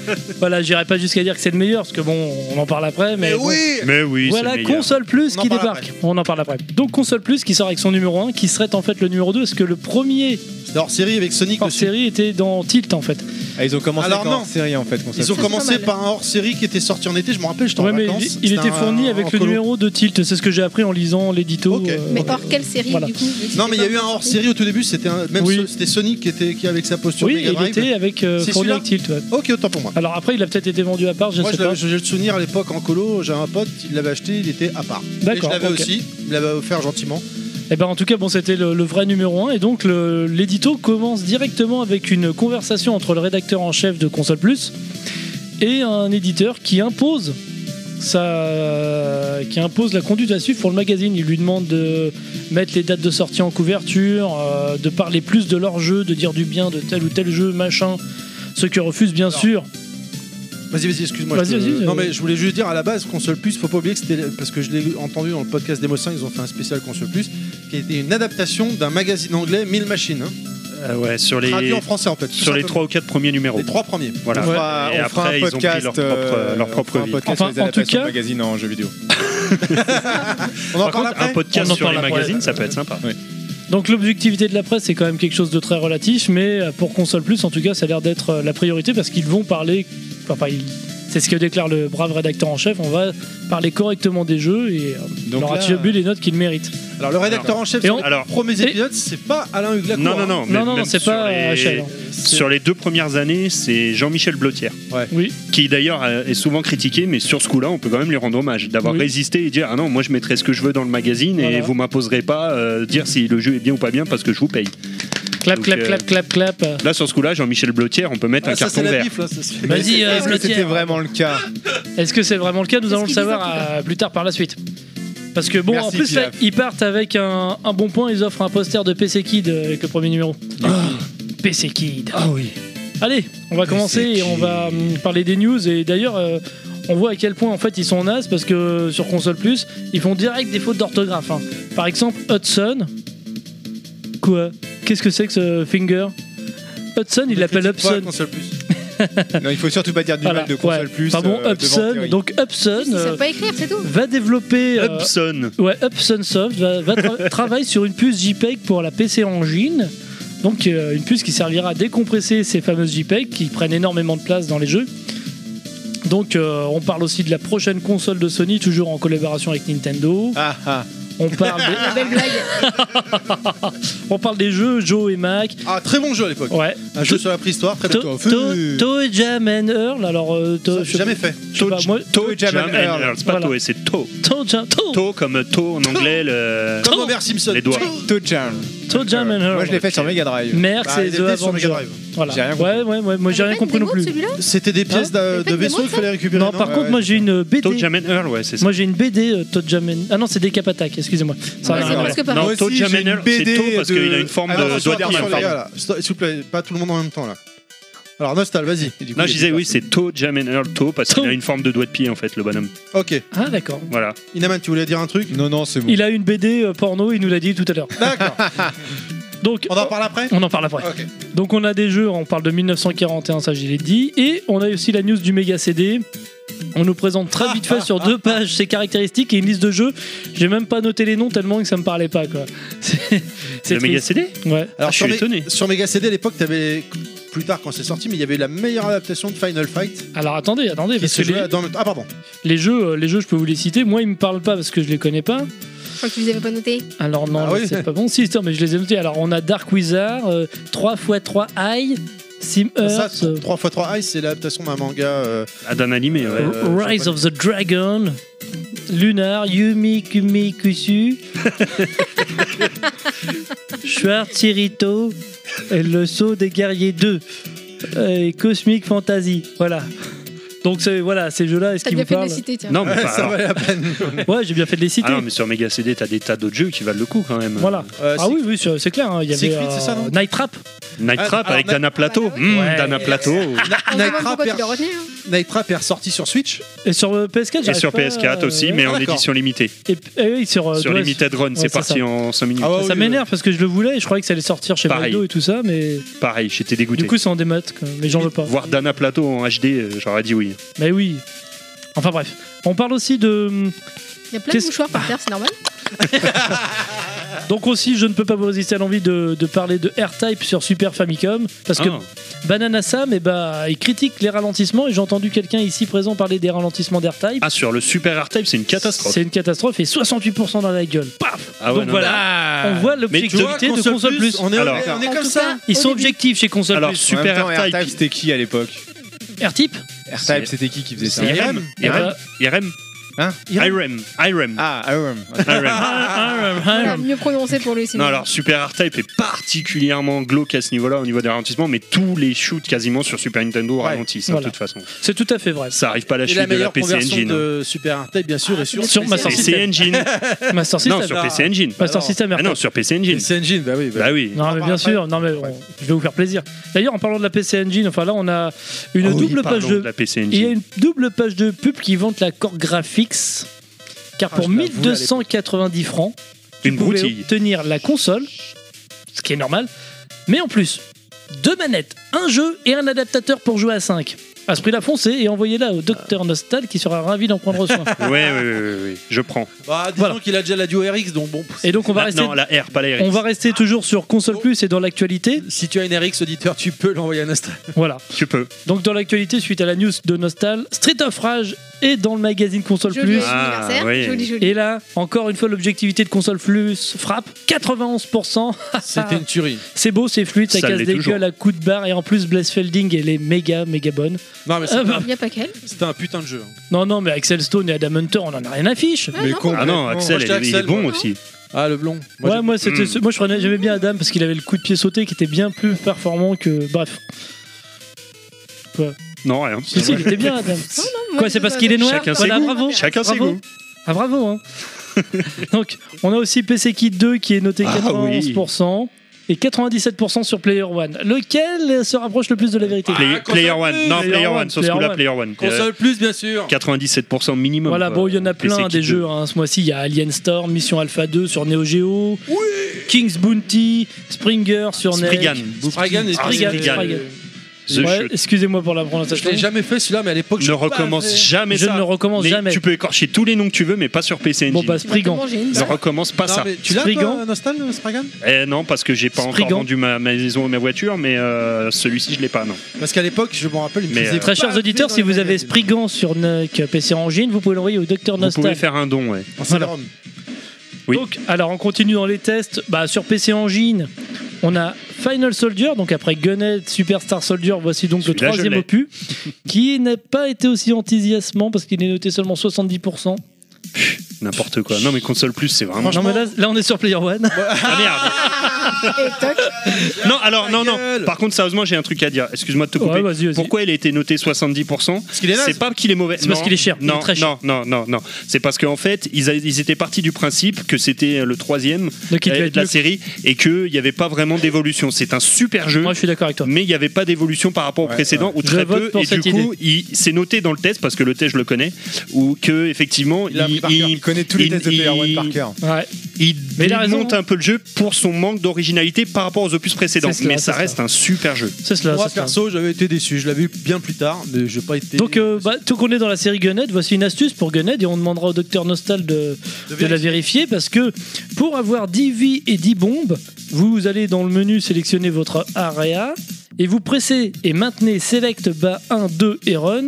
Speaker 5: [laughs] voilà, j'irai pas jusqu'à dire que c'est le meilleur, parce que bon, on en parle après. Mais,
Speaker 4: Mais
Speaker 5: bon.
Speaker 4: oui Mais oui, c'est le
Speaker 5: Voilà,
Speaker 4: meilleur.
Speaker 5: Console Plus
Speaker 4: On en
Speaker 5: qui
Speaker 4: parle
Speaker 5: débarque. On en parle après. Donc, Console Plus qui sort avec son numéro 1, qui serait en fait le numéro 2, parce que le premier.
Speaker 1: hors série avec Sonic
Speaker 5: hors série était dans Tilt en fait.
Speaker 6: Ah, ils ont commencé
Speaker 1: Alors
Speaker 6: quand
Speaker 1: non.
Speaker 6: hors série en fait. qu'on
Speaker 1: Ils ont
Speaker 6: s'appelle.
Speaker 1: commencé par un hors-série qui était sorti en été, je me rappelle, j'étais
Speaker 5: Ouais,
Speaker 1: en
Speaker 5: mais
Speaker 1: vacances.
Speaker 5: il, il
Speaker 1: C'était
Speaker 5: était
Speaker 1: un-
Speaker 5: fourni avec
Speaker 1: en
Speaker 5: le
Speaker 1: colo.
Speaker 5: numéro de Tilt, c'est ce que j'ai appris en lisant l'édito. euh,
Speaker 7: Mais hors quelle série
Speaker 5: Voilà.
Speaker 7: du coup vu que
Speaker 1: Non mais il y a
Speaker 7: c'était
Speaker 1: eu un
Speaker 7: pas
Speaker 1: hors série au tout début, c'était un- même ce- c'était Sonic qui était qui avec sa posture
Speaker 5: Oui,
Speaker 1: Mega
Speaker 5: il
Speaker 1: Drive.
Speaker 5: était avec euh,
Speaker 1: C'est
Speaker 5: fourni
Speaker 1: celui-là
Speaker 5: avec Tilt. ouais.
Speaker 1: OK, autant pour moi.
Speaker 5: Alors après, il a peut-être été vendu à part, je
Speaker 1: Moi
Speaker 5: sais
Speaker 1: je l'avais-
Speaker 5: pas.
Speaker 1: j'ai le souvenir à l'époque en colo, j'avais un pote, il l'avait acheté, il était à part. Et je
Speaker 5: D'accord,
Speaker 1: l'avais
Speaker 5: ok.
Speaker 1: aussi, il me l'avait offert gentiment.
Speaker 5: Et ben en tout cas, bon, c'était le, le vrai numéro 1 et donc le- l'édito commence directement avec une conversation entre le rédacteur en chef de Console Plus et un éditeur qui impose sa- qui impose la conduite à suivre pour le magazine. Il lui demande de mettre les dates de sortie en couverture, euh, de parler plus de leur jeu, de dire du bien de tel ou tel jeu, machin. Ceux qui refusent, bien sûr.
Speaker 1: Vas-y, vas-y, excuse-moi.
Speaker 5: Vas-y,
Speaker 1: je te-
Speaker 5: vas-y,
Speaker 1: non,
Speaker 5: euh,
Speaker 1: mais je voulais juste dire à la base, console plus, faut pas oublier que c'était parce que je l'ai entendu dans le podcast Demo 5, ils ont fait un spécial console plus qui était une adaptation d'un magazine anglais 1000 machines. hein.
Speaker 4: Euh, ouais, sur les
Speaker 1: Traduit en français, en fait, tout
Speaker 4: Sur les
Speaker 1: simplement.
Speaker 4: 3 ou 4 premiers numéros. Les
Speaker 1: 3 premiers.
Speaker 4: Voilà.
Speaker 6: On fera-
Speaker 4: Et
Speaker 6: on fera un
Speaker 4: après ils ont pris
Speaker 6: podcast,
Speaker 4: leur propre
Speaker 6: euh,
Speaker 4: leur
Speaker 6: on
Speaker 4: propre
Speaker 6: fera un
Speaker 4: vie.
Speaker 6: podcast sur les Enfin, en tout adaptations de cas- magazines en
Speaker 4: [laughs]
Speaker 6: jeux vidéo.
Speaker 1: On en parle
Speaker 4: un
Speaker 1: après
Speaker 4: podcast
Speaker 5: On en
Speaker 4: sur
Speaker 5: parle
Speaker 4: les
Speaker 5: après.
Speaker 4: magazines, ça peut être sympa.
Speaker 5: Donc l'objectivité de la presse c'est quand même quelque chose de très relatif, mais euh, pour console plus en tout cas ça a l'air d'être euh, la priorité parce qu'ils vont parler, enfin pas ils- c'est ce que déclare le brave rédacteur en chef, on va parler correctement des jeux et euh,
Speaker 1: Donc
Speaker 5: leur
Speaker 1: là,
Speaker 5: attribuer les notes qu'ils méritent.
Speaker 1: Alors le rédacteur en chef,
Speaker 5: Et
Speaker 1: sur
Speaker 5: on-
Speaker 1: les premiers épisodes, c'est pas Alain Huglacourt.
Speaker 4: Non, non,
Speaker 1: hein.
Speaker 4: non, mais même sur les- Sur les deux premières années, c'est Jean-Michel Blotière, qui d'ailleurs euh, est souvent critiqué, mais sur ce coup-là, on peut quand même lui rendre hommage d'avoir résisté et dire ah non, moi je mettrai ce que je veux dans le magazine et
Speaker 5: Voilà.
Speaker 4: vous m'imposerez pas euh, dire si le jeu est bien ou pas bien parce que je vous paye.
Speaker 5: Clap,
Speaker 4: Donc,
Speaker 5: clap,
Speaker 4: euh,
Speaker 5: clap, clap, clap.
Speaker 4: Là sur ce coup-là, Jean-Michel Blotière, on peut mettre
Speaker 5: Ah,
Speaker 4: un
Speaker 5: ça,
Speaker 4: carton
Speaker 5: c'est la
Speaker 4: vert.
Speaker 5: bif, là, ça, c'est- Vas-y, euh,
Speaker 6: Est-ce que c'était
Speaker 5: Blotière.
Speaker 6: vraiment le cas
Speaker 5: Est-ce que c'est vraiment le cas Nous allons le
Speaker 6: qu'ils disent
Speaker 5: savoir
Speaker 6: en tout
Speaker 5: euh, plus tard par la suite. Parce que bon,
Speaker 6: Merci,
Speaker 5: en plus là,
Speaker 6: Pilaf.
Speaker 5: ils partent avec un, un bon point, ils offrent un poster de PC Kid euh, avec le premier numéro.
Speaker 6: Ah.
Speaker 5: PC Kid. Ah oui. Allez, on va commencer et on va hum, parler des news. Et d'ailleurs, euh, on voit à quel point en fait ils sont nasses parce que euh, sur console plus, ils font direct des fautes d'orthographe. hein. Par exemple, Hudson. Quoi Qu'est-ce que c'est que ce finger Hudson, il l'appelle Hudson.
Speaker 6: Non, il faut surtout pas dire du
Speaker 5: [laughs] Voilà,
Speaker 6: mal de console
Speaker 5: ouais.
Speaker 6: plus.
Speaker 5: Pardon,
Speaker 6: euh, devant
Speaker 5: Hudson.
Speaker 6: Terry.
Speaker 5: Donc Hudson.
Speaker 7: Ils
Speaker 5: euh,
Speaker 7: savent pas écrire, c'est tout.
Speaker 5: va développer euh,
Speaker 4: Upson.
Speaker 5: ouais Upson Soft va, va tra- [laughs] travaille sur une puce JPEG pour la PC Engine donc euh, une puce qui servira à décompresser ces fameuses JPEG qui prennent énormément de place dans les jeux donc euh, on parle aussi de la prochaine console de Sony toujours en collaboration avec Nintendo
Speaker 6: Ah,
Speaker 5: on parle
Speaker 1: [laughs]
Speaker 5: des... on parle des jeux Joe et Mac
Speaker 1: Ah, très bon jeu à l'époque.
Speaker 5: Ouais.
Speaker 1: Un jeu sur la préhistoire, très
Speaker 5: To,
Speaker 1: bien.
Speaker 5: to, to Jam and Earl, alors euh, to- je sais
Speaker 1: jamais
Speaker 5: pas-
Speaker 1: fait.
Speaker 5: je sais pas, moi-
Speaker 4: To Jam and Earl. C'est pas
Speaker 5: Voilà.
Speaker 4: Toe, c'est To.
Speaker 5: To Jam- To.
Speaker 4: To comme To en anglais. Le...
Speaker 5: Comme Homer Simpson.
Speaker 4: Les doigts.
Speaker 6: To Jam.
Speaker 5: To Jam and Earl.
Speaker 6: Moi je l'ai fait sur Mega Drive.
Speaker 5: Merck,
Speaker 6: Bah,
Speaker 5: c'est
Speaker 6: il
Speaker 5: The
Speaker 6: était sur
Speaker 5: Avenger.
Speaker 6: Mega Drive.
Speaker 5: Voilà.
Speaker 6: J'ai rien compris.
Speaker 5: ouais, ouais, ouais, moi j'ai rien compris non plus.
Speaker 1: C'était des pièces
Speaker 5: Hein
Speaker 1: de, de vaisseau qu'il fallait récupérer.
Speaker 5: Non, par contre, moi j'ai une BD.
Speaker 4: Toe Jam and Earl, ouais, c'est ça.
Speaker 5: Moi j'ai une BD euh, Toad Jam and- Ah non, c'est des Cap Attack, excusez-moi. Ça n'a rien à voir.
Speaker 4: Non, To Jam and Earl, c'est To parce qu'il a une forme
Speaker 1: Alors,
Speaker 4: de
Speaker 1: attention,
Speaker 4: doigt de pied,
Speaker 5: hein,
Speaker 1: attention, les
Speaker 4: pardon.
Speaker 1: gars, là. S'il vous plaît, pas tout le monde en même temps là. Alors, Nostal, vas-y. Et du coup,
Speaker 4: Non,
Speaker 1: il était
Speaker 4: je disais
Speaker 1: pas-
Speaker 4: oui, c'est To Jam and Earl To parce qu'il a une forme de doigt de pied en fait, le bonhomme.
Speaker 1: Ok.
Speaker 5: Ah, d'accord.
Speaker 4: Voilà.
Speaker 1: Inaman, tu voulais dire un truc
Speaker 6: Non, non, c'est bon.
Speaker 5: Il a une BD euh, porno, il nous l'a dit tout à l'heure.
Speaker 1: D'accord.
Speaker 5: [laughs] Donc,
Speaker 1: on en parle après
Speaker 5: On en parle après. Donc on a des jeux, on parle de 1941, ça je l'ai dit, et on a aussi la news du méga CD. On nous présente très vite fait sur deux pages ses caractéristiques et une liste de jeux. J'ai même pas noté les noms tellement que ça me parlait pas quoi. [laughs] C'est- c'est
Speaker 4: Le méga
Speaker 5: triste.
Speaker 4: CD
Speaker 5: Ouais.
Speaker 1: Alors, sur, Mé- sur Mega CD à l'époque, t'avais plus tard quand c'est sorti, mais il y avait la meilleure adaptation de Final Fight.
Speaker 5: Alors attendez, attendez,
Speaker 1: qui
Speaker 5: parce
Speaker 1: se
Speaker 5: que
Speaker 1: jouait
Speaker 5: les-
Speaker 1: dans le- Ah pardon.
Speaker 5: Les jeux, euh, les jeux, je peux vous les citer. Moi, ils me parlent pas parce que je les connais pas.
Speaker 7: Je crois que tu les avais pas notés.
Speaker 5: Alors non,
Speaker 1: Ah
Speaker 5: là,
Speaker 1: oui.
Speaker 5: c'est pas bon. Si, attends, mais je les ai notés. Alors on a Dark Wizard, euh, 3 x 3 High, Sim
Speaker 1: Ça,
Speaker 5: Euh, Earth,
Speaker 1: 3x3 Ice, c'est l'adaptation d'un manga. euh,
Speaker 4: Ah, d'un animé, ouais.
Speaker 1: euh,
Speaker 5: Rise of the Dragon, Lunar, Yumi Kumi Kusu, Schwarzirito, et Le Saut des Guerriers 2, et Cosmic Fantasy. Voilà. Donc c'est- voilà, ces jeux-là, est-ce
Speaker 7: T'as
Speaker 5: qu'ils vous
Speaker 7: bien fait de
Speaker 5: parlent
Speaker 7: les citer, tiens.
Speaker 4: Non, mais pas- alors-
Speaker 1: peine.
Speaker 5: [laughs] Ouais, j'ai bien fait de les citer.
Speaker 4: Ah non, mais sur Mega CD, t'as des tas d'autres jeux qui valent le coup quand même.
Speaker 5: Voilà. ah oui, oui, c'est c'est clair. hein, Il y avait
Speaker 4: Euh, Siegfried, c'est ça,
Speaker 5: euh, Night Trap.
Speaker 4: Night
Speaker 5: Ah,
Speaker 4: Trap
Speaker 5: alors,
Speaker 4: avec
Speaker 5: Night- [laughs]
Speaker 4: Dana Plateau. Hum, Dana Plateau.
Speaker 7: Ah, On se demande pourquoi tu l'as retenu. hein.
Speaker 1: Night Trap est ressorti sur Switch
Speaker 5: Et sur euh, PS4,
Speaker 4: Et
Speaker 5: j'arrive
Speaker 4: sur
Speaker 5: pas,
Speaker 4: PS4
Speaker 5: euh,
Speaker 4: aussi,
Speaker 5: ouais.
Speaker 4: mais
Speaker 5: Ah,
Speaker 4: en
Speaker 5: d'accord.
Speaker 4: édition limitée.
Speaker 5: Et, et oui, sur, euh,
Speaker 4: Sur
Speaker 5: ouais,
Speaker 4: Limited Run,
Speaker 5: ouais,
Speaker 4: c'est parti
Speaker 5: ça. Ah
Speaker 4: en 5 minutes.
Speaker 5: ça m'énerve parce que je le voulais et je croyais que ça allait sortir chez
Speaker 4: Pareil.
Speaker 5: Valdo et tout ça, mais
Speaker 4: Pareil, j'étais dégoûté.
Speaker 5: du coup c'est en démat, quoi. mais j'en veux pas.
Speaker 4: Voir Dana Plateau en HD, euh, j'aurais dit oui.
Speaker 5: Mais oui. Enfin bref, on parle aussi de. hum,
Speaker 7: Il y a plein de
Speaker 5: Qu'est-ce- Ah.
Speaker 7: mouchoirs par terre, c'est normal.
Speaker 5: Donc aussi, je ne peux pas vous résister à l'envie de, de parler de R-Type sur Super Famicom, parce que
Speaker 4: Ah.
Speaker 5: Banana Sam, eh ben, il critique les ralentissements, et j'ai entendu quelqu'un ici présent parler des ralentissements d'R-Type.
Speaker 4: Ah, sur le Super R-Type, c'est une catastrophe.
Speaker 5: C'est une catastrophe et 68% dans la gueule. Paf
Speaker 4: Ah ouais,
Speaker 5: Donc
Speaker 4: non,
Speaker 5: voilà,
Speaker 4: bah-
Speaker 5: on voit
Speaker 4: Mais
Speaker 5: l'objectivité
Speaker 4: tu vois,
Speaker 5: de Console Plus.
Speaker 1: on est,
Speaker 4: Alors,
Speaker 1: on est
Speaker 5: En
Speaker 1: comme
Speaker 5: tout
Speaker 1: ça.
Speaker 5: cas, Ils sont objectifs chez Console
Speaker 4: Alors,
Speaker 5: Plus.
Speaker 4: Super
Speaker 6: En même temps,
Speaker 4: R-Type.
Speaker 6: R-Type, c'était qui à l'époque
Speaker 5: R-Type
Speaker 6: R-Type, c'était qui qui faisait ça
Speaker 4: C'est IRM. IRM. IRM.
Speaker 6: Hein
Speaker 4: IRM. IRM.
Speaker 6: Ah,
Speaker 4: [laughs]
Speaker 6: IRM.
Speaker 5: Ah.
Speaker 7: Voilà, mieux prononcé pour lui, c'est
Speaker 4: Non,
Speaker 7: mieux.
Speaker 4: alors Super R-Type est particulièrement glauque à ce niveau-là au niveau des ralentissements, mais tous les shoots quasiment sur Super Nintendo ralentissent hein,
Speaker 5: Voilà.
Speaker 4: de toute façon.
Speaker 5: C'est tout à fait vrai.
Speaker 4: Ça arrive pas à la
Speaker 1: Et
Speaker 4: chute
Speaker 1: la
Speaker 4: de la
Speaker 1: meilleure
Speaker 4: PC
Speaker 1: conversion
Speaker 4: Engine. hein.
Speaker 1: de Super R-Type, bien sûr, est sur,
Speaker 5: Sur Master
Speaker 4: PC
Speaker 1: [laughs]
Speaker 5: System.
Speaker 4: Engine.
Speaker 5: [laughs] Master System.
Speaker 4: non, sur
Speaker 5: Ah.
Speaker 4: PC Engine.
Speaker 5: Master System,
Speaker 4: Ah non, sur PC Engine.
Speaker 1: PC Engine, bah oui. bah-
Speaker 4: Bah oui.
Speaker 5: Non mais bien sûr, non mais on- je vais vous faire plaisir. D'ailleurs en parlant de la PC Engine, enfin là on a une
Speaker 4: Oh oui,
Speaker 5: double page
Speaker 4: parlons
Speaker 5: de,
Speaker 4: de la PC
Speaker 5: il y a
Speaker 4: Engine.
Speaker 5: une double page de pub qui vante la Core Graphics car
Speaker 1: Ah,
Speaker 5: pour
Speaker 1: je la voulais à
Speaker 5: 1290 francs,
Speaker 4: Une
Speaker 5: vous pouvez
Speaker 4: broutille.
Speaker 5: obtenir la console, ce qui est normal, mais en plus deux manettes, un jeu et un adaptateur pour jouer à 5. À ce prix-là, foncez et envoyez-la au docteur Nostal qui sera ravi d'en prendre soin.
Speaker 4: Ah. [laughs] Ouais, ouais, ouais, ouais, ouais. Je prends.
Speaker 1: Bah, disons
Speaker 5: Voilà.
Speaker 1: qu'il a déjà la Duo RX, donc bon.
Speaker 5: Et donc on va
Speaker 4: La-
Speaker 5: rester
Speaker 4: Ah, Non, la R, pas la RX.
Speaker 5: on va rester toujours sur console plus et dans l'actualité,
Speaker 1: Si tu as une RX auditeur, tu peux l'envoyer à Nostal.
Speaker 5: voilà.
Speaker 4: Tu peux.
Speaker 5: Donc dans l'actualité suite à la news de Nostal, Street of Rage est dans le magazine Console
Speaker 7: Joli
Speaker 5: Plus.
Speaker 4: Ah,
Speaker 7: anniversaire,
Speaker 4: oui.
Speaker 7: joli, joli.
Speaker 5: Et là, encore une fois, l'objectivité de Console Plus frappe 91%.
Speaker 1: [laughs] C'était une tuerie.
Speaker 5: C'est beau, c'est fluide, ça,
Speaker 4: Ça
Speaker 5: casse
Speaker 4: l'est
Speaker 5: des
Speaker 4: toujours.
Speaker 5: gueules à coups de barre et en plus Blessfelding elle est méga méga bonne.
Speaker 1: Non, mais
Speaker 5: Ah
Speaker 1: c'était
Speaker 5: bah.
Speaker 7: Il n'y a pas qu'elle.
Speaker 1: c'était un putain de jeu. hein.
Speaker 5: Non non mais Axel Stone et Adam Hunter on en a rien à fiche.
Speaker 7: Ah, non,
Speaker 4: Ah non, Axel,
Speaker 1: Moi,
Speaker 4: il
Speaker 1: j'étais
Speaker 4: est- il est
Speaker 1: Axel,
Speaker 4: bon
Speaker 1: moi.
Speaker 4: aussi.
Speaker 1: Ah, le blond.
Speaker 5: Moi,
Speaker 1: Moi,
Speaker 5: ouais, moi c'était
Speaker 4: Hmm.
Speaker 5: ce- moi je prenais j'aimais bien Adam parce qu'il avait le coup de pied sauté qui était bien plus performant que bref.
Speaker 4: Non, rien.
Speaker 5: Si si, il était bien Adam.
Speaker 7: Non, non, moi,
Speaker 5: Quoi, c'est
Speaker 7: je-
Speaker 5: parce qu'il est noir
Speaker 4: Chacun ses
Speaker 5: Voilà,
Speaker 4: goûts.
Speaker 5: bravo.
Speaker 4: Chacun ses
Speaker 5: Bravo.
Speaker 4: goûts.
Speaker 5: Ah
Speaker 4: [laughs]
Speaker 5: bravo hein. Donc on a aussi PC Kit 2 qui est noté
Speaker 4: Ah,
Speaker 5: 91% et 97% sur Player One. Lequel se rapproche le plus de la vérité
Speaker 4: Play-
Speaker 1: Ah,
Speaker 4: player
Speaker 1: console
Speaker 4: One. Non,
Speaker 5: Player
Speaker 4: Player
Speaker 5: One,
Speaker 4: One. Sur ce
Speaker 5: Player
Speaker 4: coup-là,
Speaker 5: One.
Speaker 4: Player One. Euh,
Speaker 1: Console plus, bien sûr.
Speaker 4: 97% minimum.
Speaker 5: Voilà,
Speaker 4: quoi.
Speaker 5: bon, il y en a
Speaker 4: PC
Speaker 5: plein
Speaker 4: Kid
Speaker 5: des
Speaker 4: 2.
Speaker 5: jeux hein, ce mois-ci. Il y a Alien Storm, Mission Alpha 2 sur Neo Geo, King's Bounty, Springer sur NES.
Speaker 4: Spriggan.
Speaker 1: Spriggan et
Speaker 5: Ah,
Speaker 1: Spriggan.
Speaker 5: Spriggan.
Speaker 1: Euh,
Speaker 4: The
Speaker 5: Ouais,
Speaker 4: Shot.
Speaker 5: Excusez-moi pour la
Speaker 1: Je
Speaker 5: prononciation.
Speaker 1: l'ai jamais fait celui-là, mais à l'époque,
Speaker 4: Ne
Speaker 1: je
Speaker 4: recommence jamais
Speaker 5: Je
Speaker 4: ça.
Speaker 5: ne le recommence
Speaker 4: Mais
Speaker 5: jamais.
Speaker 4: Tu peux écorcher tous les noms que tu veux, mais pas sur PC Engine.
Speaker 5: Bon, bah, Spriggan.
Speaker 7: J'ai une
Speaker 4: ne
Speaker 7: barre.
Speaker 4: recommence pas
Speaker 1: Non,
Speaker 4: ça.
Speaker 1: mais tu l'as,
Speaker 5: Spriggan.
Speaker 1: toi, Nostal, Spragan
Speaker 4: Eh non, parce que j'ai pas
Speaker 5: Spriggan.
Speaker 4: encore vendu ma ma maison et ma voiture, mais euh, celui-ci je l'ai pas, non.
Speaker 1: Parce qu'à l'époque, je me rappelle, il me
Speaker 4: Mais,
Speaker 1: faisait
Speaker 4: euh,
Speaker 5: Très
Speaker 1: pas
Speaker 5: chers auditeurs,
Speaker 1: dans
Speaker 5: si
Speaker 1: les
Speaker 5: vous avez
Speaker 1: magazines.
Speaker 5: Spriggan sur NUC PC Engine, vous pouvez l'envoyer au Dr
Speaker 4: Vous pouvez
Speaker 5: Nostal.
Speaker 4: faire un don, ouais.
Speaker 1: En
Speaker 5: Voilà.
Speaker 1: CD-ROM.
Speaker 4: Oui.
Speaker 5: Donc, alors on continue dans les tests. Bah, sur PC Engine, on a Final Soldier, donc après Gunhead, Superstar Soldier, voici donc le
Speaker 4: Celui-là, je
Speaker 5: troisième
Speaker 4: l'ai.
Speaker 5: opus, qui n'a pas été aussi enthousiasmant parce qu'il est noté seulement 70%.
Speaker 4: N'importe quoi. Non, mais console plus, c'est vraiment.
Speaker 5: Non, mais là, là, on est sur Player One.
Speaker 4: Ah merde
Speaker 7: Et toc.
Speaker 4: Non, alors, non, non.
Speaker 1: gueule.
Speaker 4: Par contre, sérieusement, j'ai un truc à dire. Excuse-moi de te couper.
Speaker 5: Ouais, vas-y, vas-y.
Speaker 4: Pourquoi il a été noté 70%
Speaker 1: Parce qu'il est naze.
Speaker 4: C'est pas qu'il est mauvais.
Speaker 5: C'est parce
Speaker 4: Non,
Speaker 5: qu'il est cher. Il
Speaker 4: Non,
Speaker 5: est très cher.
Speaker 4: non, non, non, non. C'est parce qu'en fait, ils, a- ils étaient partis du principe que c'était le troisième
Speaker 5: Donc, il devait
Speaker 4: euh,
Speaker 5: être
Speaker 4: de la
Speaker 5: mieux.
Speaker 4: série et qu'il n'y avait pas vraiment d'évolution. C'est un super jeu.
Speaker 5: Moi, je suis d'accord avec toi.
Speaker 4: mais il n'y avait pas d'évolution par rapport au précédent ou
Speaker 5: Je
Speaker 4: très
Speaker 5: vote
Speaker 4: peu
Speaker 5: pour
Speaker 4: et du
Speaker 5: cette
Speaker 4: coup il c'est noté dans le test parce que le test je le connais ou que effectivement
Speaker 6: Il, a appris par cœur. il connaît tous les tests de Player One par cœur.
Speaker 5: Ouais.
Speaker 4: il
Speaker 5: Mais il a raison.
Speaker 4: monte un peu le jeu pour son manque d'originalité par rapport aux opus précédents
Speaker 5: C'est cela,
Speaker 4: mais
Speaker 5: c'est
Speaker 4: ça
Speaker 5: cela.
Speaker 4: reste un super jeu
Speaker 5: C'est cela,
Speaker 1: Moi,
Speaker 5: c'est cela.
Speaker 1: perso, j'avais été déçu. Je l'avais eu bien plus tard, mais j'ai pas été.
Speaker 5: Donc, euh, bah, tant qu'on est dans la série Gunhead, voici une astuce pour Gunhead et on demandera au docteur Nostal de,
Speaker 1: De
Speaker 5: de la vérifier parce que pour avoir 10 vies et 10 bombes, vous allez dans le menu sélectionner votre area et vous pressez et maintenez Select bas 1, 2 et Run.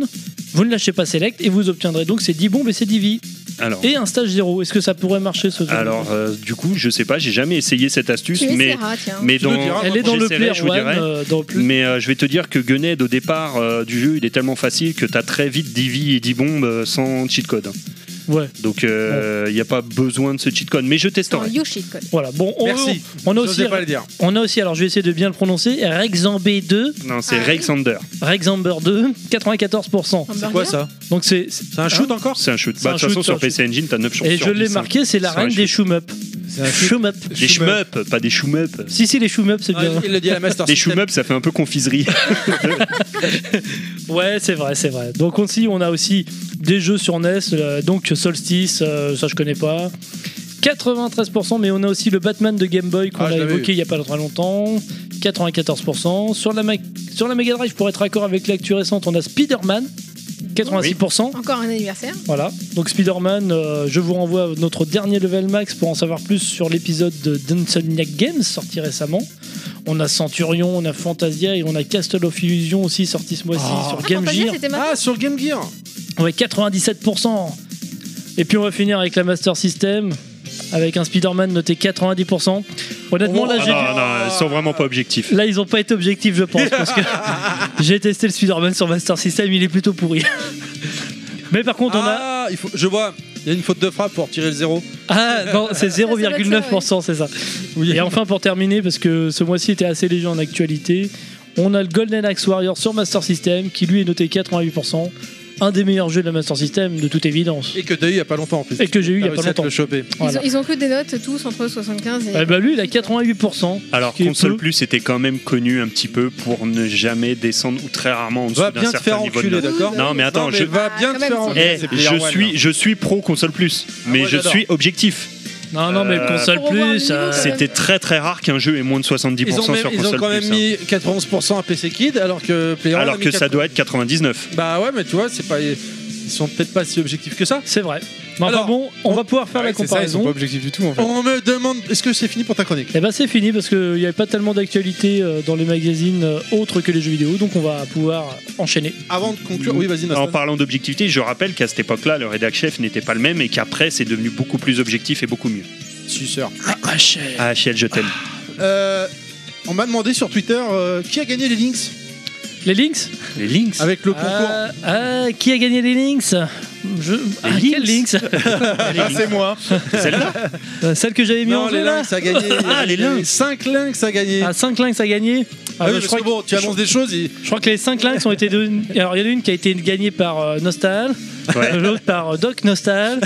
Speaker 5: Vous ne lâchez pas Select et vous obtiendrez donc ces 10 bombes et ces 10 vies.
Speaker 4: alors
Speaker 5: Et un stage 0. Est-ce que ça pourrait marcher ce truc
Speaker 4: alors euh, du coup je sais pas j'ai jamais essayé cette astuce
Speaker 7: Tu
Speaker 4: mais
Speaker 7: essaieras, tiens.
Speaker 4: mais
Speaker 1: Tu nous
Speaker 4: dans
Speaker 1: diras,
Speaker 5: Elle est dans le
Speaker 4: j'essaierai,
Speaker 5: player
Speaker 4: je vous
Speaker 5: one,
Speaker 4: dirai.
Speaker 5: euh, dans le plus-
Speaker 4: mais euh, je vais te dire que Gunhead au départ euh, du jeu il est tellement facile que t'as très vite 10 vies et 10 bombes euh, sans cheat code
Speaker 5: Ouais,
Speaker 4: donc il n'y a pas besoin de ce cheat code mais
Speaker 7: C'est
Speaker 4: je
Speaker 7: un
Speaker 4: testerai
Speaker 7: Yoshi code.
Speaker 5: voilà. Bon, on,
Speaker 1: Merci.
Speaker 5: on a
Speaker 1: J'osais
Speaker 5: aussi
Speaker 1: pas le dire.
Speaker 5: on a aussi alors je vais essayer de bien le prononcer Rexamber 2,
Speaker 4: non c'est
Speaker 7: Ah oui.
Speaker 4: Rexander
Speaker 5: Rexamber 2, 94%.
Speaker 7: Un
Speaker 1: C'est quoi
Speaker 7: burger.
Speaker 1: ça
Speaker 5: Donc c'est
Speaker 1: C'est un shoot encore
Speaker 4: C'est un shoot.
Speaker 5: C'est
Speaker 4: Bah,
Speaker 5: un
Speaker 4: de toute façon,
Speaker 5: shoot,
Speaker 4: sur
Speaker 5: c'est un
Speaker 4: PC Engine, t'as 9 chances.
Speaker 5: et
Speaker 4: sur
Speaker 5: je
Speaker 4: 10,
Speaker 5: l'ai
Speaker 4: hein.
Speaker 5: marqué, c'est la
Speaker 4: C'est un
Speaker 5: reine des
Speaker 4: shoot.
Speaker 5: shoom up. un shmup.
Speaker 4: Des shmup, pas des shmup.
Speaker 5: Si, si, les shmup, c'est
Speaker 4: Ouais,
Speaker 5: bien.
Speaker 4: Ah, il l'a dit à la Master Des System. shmup, ça fait un peu confiserie.
Speaker 5: [laughs] ouais, c'est vrai, c'est vrai. Donc, on, si, on a aussi des jeux sur NES, euh, donc Solstice, euh, ça je connais pas. 93%, mais on a aussi le Batman de Game Boy qu'on
Speaker 1: Ah, je
Speaker 5: a
Speaker 1: l'avais
Speaker 5: évoqué
Speaker 1: eu.
Speaker 5: il y a pas très longtemps. 94%. Sur la, Ma- sur la Mega Drive, pour être accord avec l'actu récente, on a Spider-Man. 86%.
Speaker 7: Encore un anniversaire.
Speaker 5: Voilà, donc Spider-Man, euh, je vous renvoie à notre dernier level max pour en savoir plus sur l'épisode de Dunsoniac Games sorti récemment. On a Centurion, on a Fantasia et on a Castle of Illusion aussi sorti ce mois-ci
Speaker 1: Ah.
Speaker 5: sur
Speaker 1: Ah,
Speaker 5: Oh, Game
Speaker 1: Fantasia,
Speaker 5: Gear.
Speaker 1: c'était maintenant Ah, sur Game Gear
Speaker 5: Ouais, 97%. Et puis on va finir avec la Master System avec un Spider-Man noté 90%. Honnêtement, là,
Speaker 4: Ah
Speaker 5: j'ai
Speaker 4: non,
Speaker 5: dû-
Speaker 4: non, ils sont vraiment pas objectifs.
Speaker 5: Là, ils ont pas été objectifs, je pense, parce que j'ai testé le Spider-Man sur Master System, il est plutôt pourri. [laughs] Mais par contre, on a
Speaker 1: Ah, il faut, je vois, il y a une faute de frappe pour tirer le zéro.
Speaker 5: Ah non, c'est 0,9%, c'est ça. Et enfin, pour terminer, parce que ce mois-ci était assez léger en actualité, on a le Golden Axe Warrior sur Master System qui lui est noté 88%, un des meilleurs jeux de la Master System de toute évidence.
Speaker 1: Et que t'as eu il y a pas longtemps en plus.
Speaker 5: Et que j'ai eu il y a
Speaker 1: T'as
Speaker 5: pas
Speaker 1: réussi à te
Speaker 5: longtemps.
Speaker 1: le choper.
Speaker 7: Ils,
Speaker 5: Voilà.
Speaker 7: ont, ils ont que des notes tous entre 75 et.
Speaker 5: Eh ben, lui, il a 88%.
Speaker 4: Alors, Console Plus était quand même connu un petit peu pour ne jamais descendre ou très rarement en dessous
Speaker 1: Va
Speaker 4: d'un
Speaker 1: bien te
Speaker 4: certain
Speaker 1: faire
Speaker 4: niveau de
Speaker 1: enculer,
Speaker 4: note.
Speaker 1: d'accord
Speaker 4: Non, mais attends, je.
Speaker 1: Va bien te faire
Speaker 4: Eh,
Speaker 1: enculer. c'est Player
Speaker 4: je
Speaker 1: One.
Speaker 4: suis, je suis pro console plus, mais
Speaker 1: moi,
Speaker 4: je
Speaker 1: j'adore.
Speaker 4: suis objectif.
Speaker 5: Non, non, mais console Faut revoir le plus, niveau, euh, quand même.
Speaker 4: c'était très très rare qu'un jeu ait moins de 70%
Speaker 1: Ils ont, même-
Speaker 4: sur
Speaker 1: ils ont
Speaker 4: console
Speaker 1: quand même
Speaker 4: plus. hein.
Speaker 1: mis 91% à PC Kid alors que Player One a
Speaker 4: Alors
Speaker 1: mis
Speaker 4: que ça
Speaker 1: 80.
Speaker 4: doit être 99.
Speaker 1: Bah ouais, mais tu vois, c'est pas. Ils sont peut-être pas si objectifs que ça.
Speaker 5: C'est vrai. Mais enfin bon, on va pouvoir faire la comparaison.
Speaker 1: objectifs du tout en fait. On me demande, est-ce que c'est fini pour ta chronique
Speaker 5: Et ben c'est fini parce qu'il n'y avait pas tellement d'actualité euh, dans les magazines euh, autres que les jeux vidéo, donc on va pouvoir enchaîner.
Speaker 1: Avant de conclure, oui, vas-y,
Speaker 4: En parlant d'objectivité, je rappelle qu'à cette époque-là, le rédac chef n'était pas le même et qu'après, c'est devenu beaucoup plus objectif et beaucoup mieux.
Speaker 1: Suceur.
Speaker 4: Ah, Chiel, je t'aime.
Speaker 1: Euh, on m'a demandé sur Twitter euh, qui a gagné les Lynx.
Speaker 5: Les Lynx
Speaker 4: Les Lynx
Speaker 1: Avec le concours.
Speaker 5: Ah, ah, qui a gagné les Lynx Je... Ah, quel Lynx
Speaker 1: Ah, c'est moi.
Speaker 4: Celle-là
Speaker 5: Euh, Celle que j'avais mis
Speaker 1: Non,
Speaker 5: en jeu
Speaker 1: les
Speaker 5: là
Speaker 1: Lynx a [laughs] gagné.
Speaker 5: Ah, les Lynx
Speaker 1: 5 Lynx a gagné.
Speaker 5: Ah, 5 Lynx a gagné
Speaker 1: Ah
Speaker 5: bah,
Speaker 1: oui, parce que bon, tu
Speaker 5: je-
Speaker 1: annonces des choses. et-
Speaker 5: Je crois que les 5 Lynx ont été donnés- [laughs] Alors, il y en a une qui a été gagnée par euh, Nostal,
Speaker 4: Ouais.
Speaker 5: l'autre par euh,
Speaker 4: [laughs]
Speaker 5: Doc Nostal,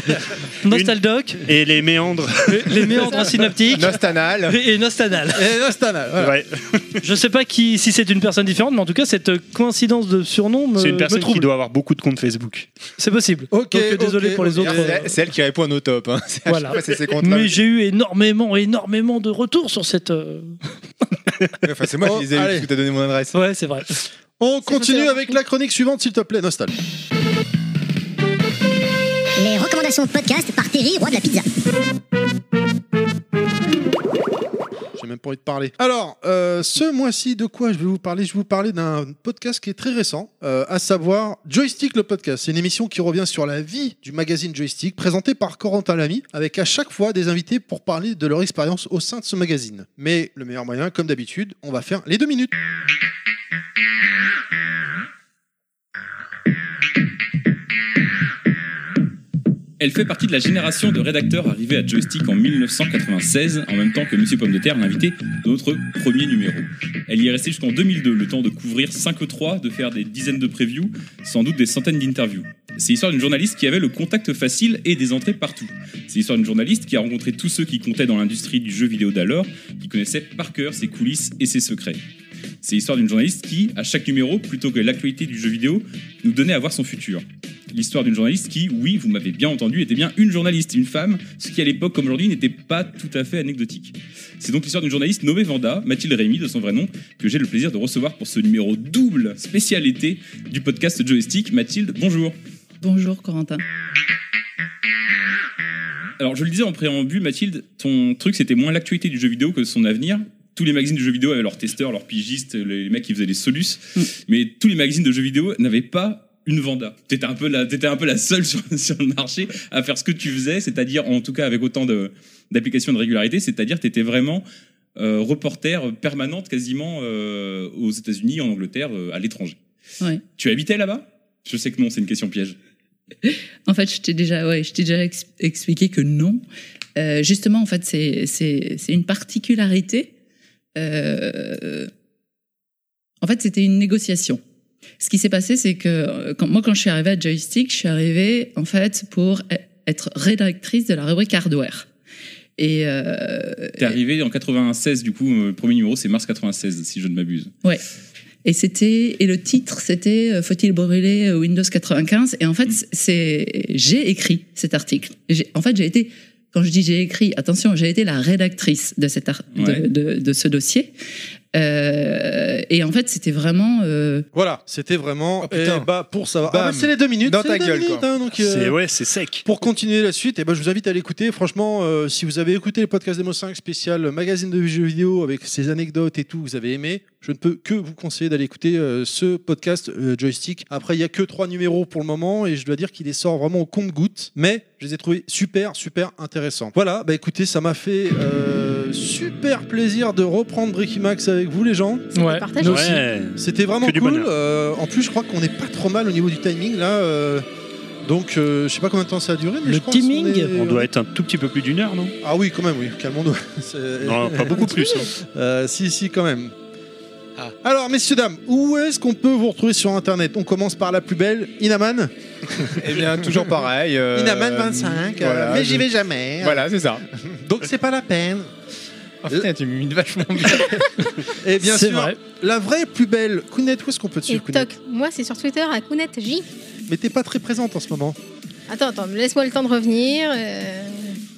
Speaker 5: Nostal Doc,
Speaker 4: Et les méandres.
Speaker 5: les- les méandres synaptiques.
Speaker 6: Nostanal.
Speaker 5: Et, et Nostanal.
Speaker 1: Et Nostanal, voilà.
Speaker 4: Ouais.
Speaker 5: [laughs] Je sais pas qui, si c'est une personne différente, mais en tout cas, cette euh, coïncidence de surnom me,
Speaker 4: C'est une
Speaker 5: me
Speaker 4: personne qui
Speaker 5: trouble.
Speaker 4: doit avoir beaucoup de comptes Facebook.
Speaker 5: C'est possible.
Speaker 1: Ok,
Speaker 5: Donc, euh, désolé
Speaker 1: ok,
Speaker 5: pour les
Speaker 1: ok.
Speaker 5: autres. euh,
Speaker 6: C'est elle qui répond à nos tops. hein. [laughs] C'est à
Speaker 5: Voilà.
Speaker 6: chaque fois, c'est ces comptes-là.
Speaker 5: Mais j'ai eu énormément, énormément de retours sur cette. euh,
Speaker 6: Enfin, c'est moi
Speaker 1: Oh,
Speaker 6: qui les ai
Speaker 1: allez.
Speaker 6: parce que t'as donné mon adresse.
Speaker 5: Ouais, c'est vrai.
Speaker 1: On continue avec la chronique suivante, s'il te plaît, Nostal.
Speaker 8: Les recommandations podcast par Terry, roi de la pizza.
Speaker 1: J'ai même pas envie de parler. Alors, euh, ce mois-ci, de quoi je vais vous parler Je vais vous parler d'un podcast qui est très récent, euh, à savoir Joystick le podcast. C'est une émission qui revient sur la vie du magazine Joystick, présentée par Corentin Lamy, avec à chaque fois des invités pour parler de leur expérience au sein de ce magazine. Mais le meilleur moyen, comme d'habitude, on va faire les deux minutes.
Speaker 14: Elle fait partie de la génération de rédacteurs arrivés à Joystick en 1996, en même temps que Monsieur Pomme de Terre, l'invité de notre premier numéro. Elle y est restée jusqu'en 2002, le temps de couvrir 5 E3, de faire des dizaines de previews, sans doute des centaines d'interviews. C'est l'histoire d'une journaliste qui avait le contact facile et des entrées partout. C'est l'histoire d'une journaliste qui a rencontré tous ceux qui comptaient dans l'industrie du jeu vidéo d'alors, qui connaissaient par cœur ses coulisses et ses secrets. C'est l'histoire d'une journaliste qui, à chaque numéro, plutôt que l'actualité du jeu vidéo, nous donnait à voir son futur. L'histoire d'une journaliste qui, oui, vous m'avez bien entendu, était bien une journaliste, une femme, ce qui à l'époque comme aujourd'hui n'était pas tout à fait anecdotique. C'est donc l'histoire d'une journaliste nommée Vanda, Mathilde Rémy de son vrai nom, que j'ai le plaisir de recevoir pour ce numéro double spécial été du podcast Joystick. Mathilde, bonjour.
Speaker 15: Bonjour Corentin.
Speaker 14: Alors, je le disais en préambule, Mathilde, ton truc, c'était moins l'actualité du jeu vidéo que son avenir. Tous les magazines de jeux vidéo avaient leurs testeurs, leurs pigistes, les mecs qui faisaient les solus. Mais tous les magazines de jeux vidéo n'avaient pas une Vanda. T'étais un peu la, t'étais un peu la seule [laughs] sur, sur le marché à faire ce que tu faisais, c'est-à-dire, en tout cas, avec autant de, d'applications de régularité, c'est-à-dire, t'étais vraiment euh, reporter permanente quasiment euh, aux États-Unis, en Angleterre, euh, à l'étranger.
Speaker 15: Ouais.
Speaker 14: Tu habitais là-bas? Je sais que non, c'est une question piège.
Speaker 15: En fait, je t'ai déjà, ouais, je t'ai déjà ex- expliqué que non. Euh, justement, en fait, c'est, c'est, c'est une particularité. Euh, en fait, c'était une négociation. Ce qui s'est passé, c'est que euh, quand, moi, quand je suis arrivée à Joystick, je suis arrivée en fait pour e- être rédactrice de la rubrique hardware. Et euh,
Speaker 14: T'es arrivé en 96, du coup, euh, le premier numéro, c'est mars 96, si je ne m'abuse.
Speaker 15: Ouais. Et c'était et le titre c'était euh, faut-il brûler euh, Windows 95 et en fait c'est j'ai écrit cet article. J'ai- En fait j'ai été quand je dis j'ai écrit attention j'ai été la rédactrice de cet ar- de-
Speaker 1: Ouais.
Speaker 15: de, de ce dossier Euh, et en fait c'était vraiment euh,
Speaker 1: Voilà, c'était vraiment.
Speaker 15: putain.
Speaker 1: eh bah, pour savoir.
Speaker 15: Bam.
Speaker 1: Ah bah, c'est les deux minutes.
Speaker 15: Dans
Speaker 1: c'est
Speaker 15: ta
Speaker 1: les deux
Speaker 15: gueule,
Speaker 1: minutes,
Speaker 15: quoi.
Speaker 1: hein, donc,
Speaker 4: C'est- ouais, c'est sec.
Speaker 1: Pour continuer la suite, eh ben je vous invite à l'écouter. Franchement, euh, si vous avez écouté le podcast Demo 5 spécial magazine de jeux vidéo avec ses anecdotes et tout, vous avez aimé, je ne peux que vous conseiller d'aller écouter euh, ce podcast euh, Joystick. Après, il y a que trois numéros pour le moment et je dois dire qu'il les sort vraiment au compte-goutte, mais je les ai trouvés super, super intéressants. Voilà, bah écoutez, ça m'a fait euh, super plaisir de reprendre Bricky Max avec vous, les gens.
Speaker 5: Ouais,
Speaker 1: Nous
Speaker 5: aussi.
Speaker 1: aussi. C'était vraiment
Speaker 5: Que du
Speaker 1: cool.
Speaker 5: bonheur.
Speaker 1: Euh, en plus, je crois qu'on est pas trop mal au niveau du timing là. euh, donc, euh, je sais pas combien de temps ça a duré. Mais je
Speaker 4: Le
Speaker 1: pense
Speaker 4: timing
Speaker 1: qu'on est- euh,
Speaker 4: On doit être un tout petit peu plus d'une heure, non
Speaker 1: Ah oui, quand même, oui. Calmons-nous. C'est-
Speaker 4: Non, pas beaucoup plus,
Speaker 5: Ah,
Speaker 4: hein.
Speaker 1: [laughs]
Speaker 4: Ah.
Speaker 1: Euh, si, si, quand même. Alors, messieurs, dames, où est-ce qu'on peut vous retrouver sur Internet On commence par la plus belle, Inaman.
Speaker 6: Eh bien, toujours pareil. euh,
Speaker 1: Inaman 25, euh, mais j'y vais jamais.
Speaker 6: Voilà, c'est ça.
Speaker 1: Donc, c'est pas la peine.
Speaker 6: Oh, putain, tu m'imites vachement bien.
Speaker 1: [laughs] Et bien
Speaker 6: C'est
Speaker 1: sûr,
Speaker 6: vrai.
Speaker 1: la vraie plus belle, Kounet, où est-ce qu'on peut te
Speaker 7: Et
Speaker 1: suivre, Kounet
Speaker 7: toc, moi c'est sur Twitter à Kounet J.
Speaker 1: Mais t'es pas très présente en ce moment.
Speaker 7: Attends, attends, laisse-moi le temps de revenir. euh,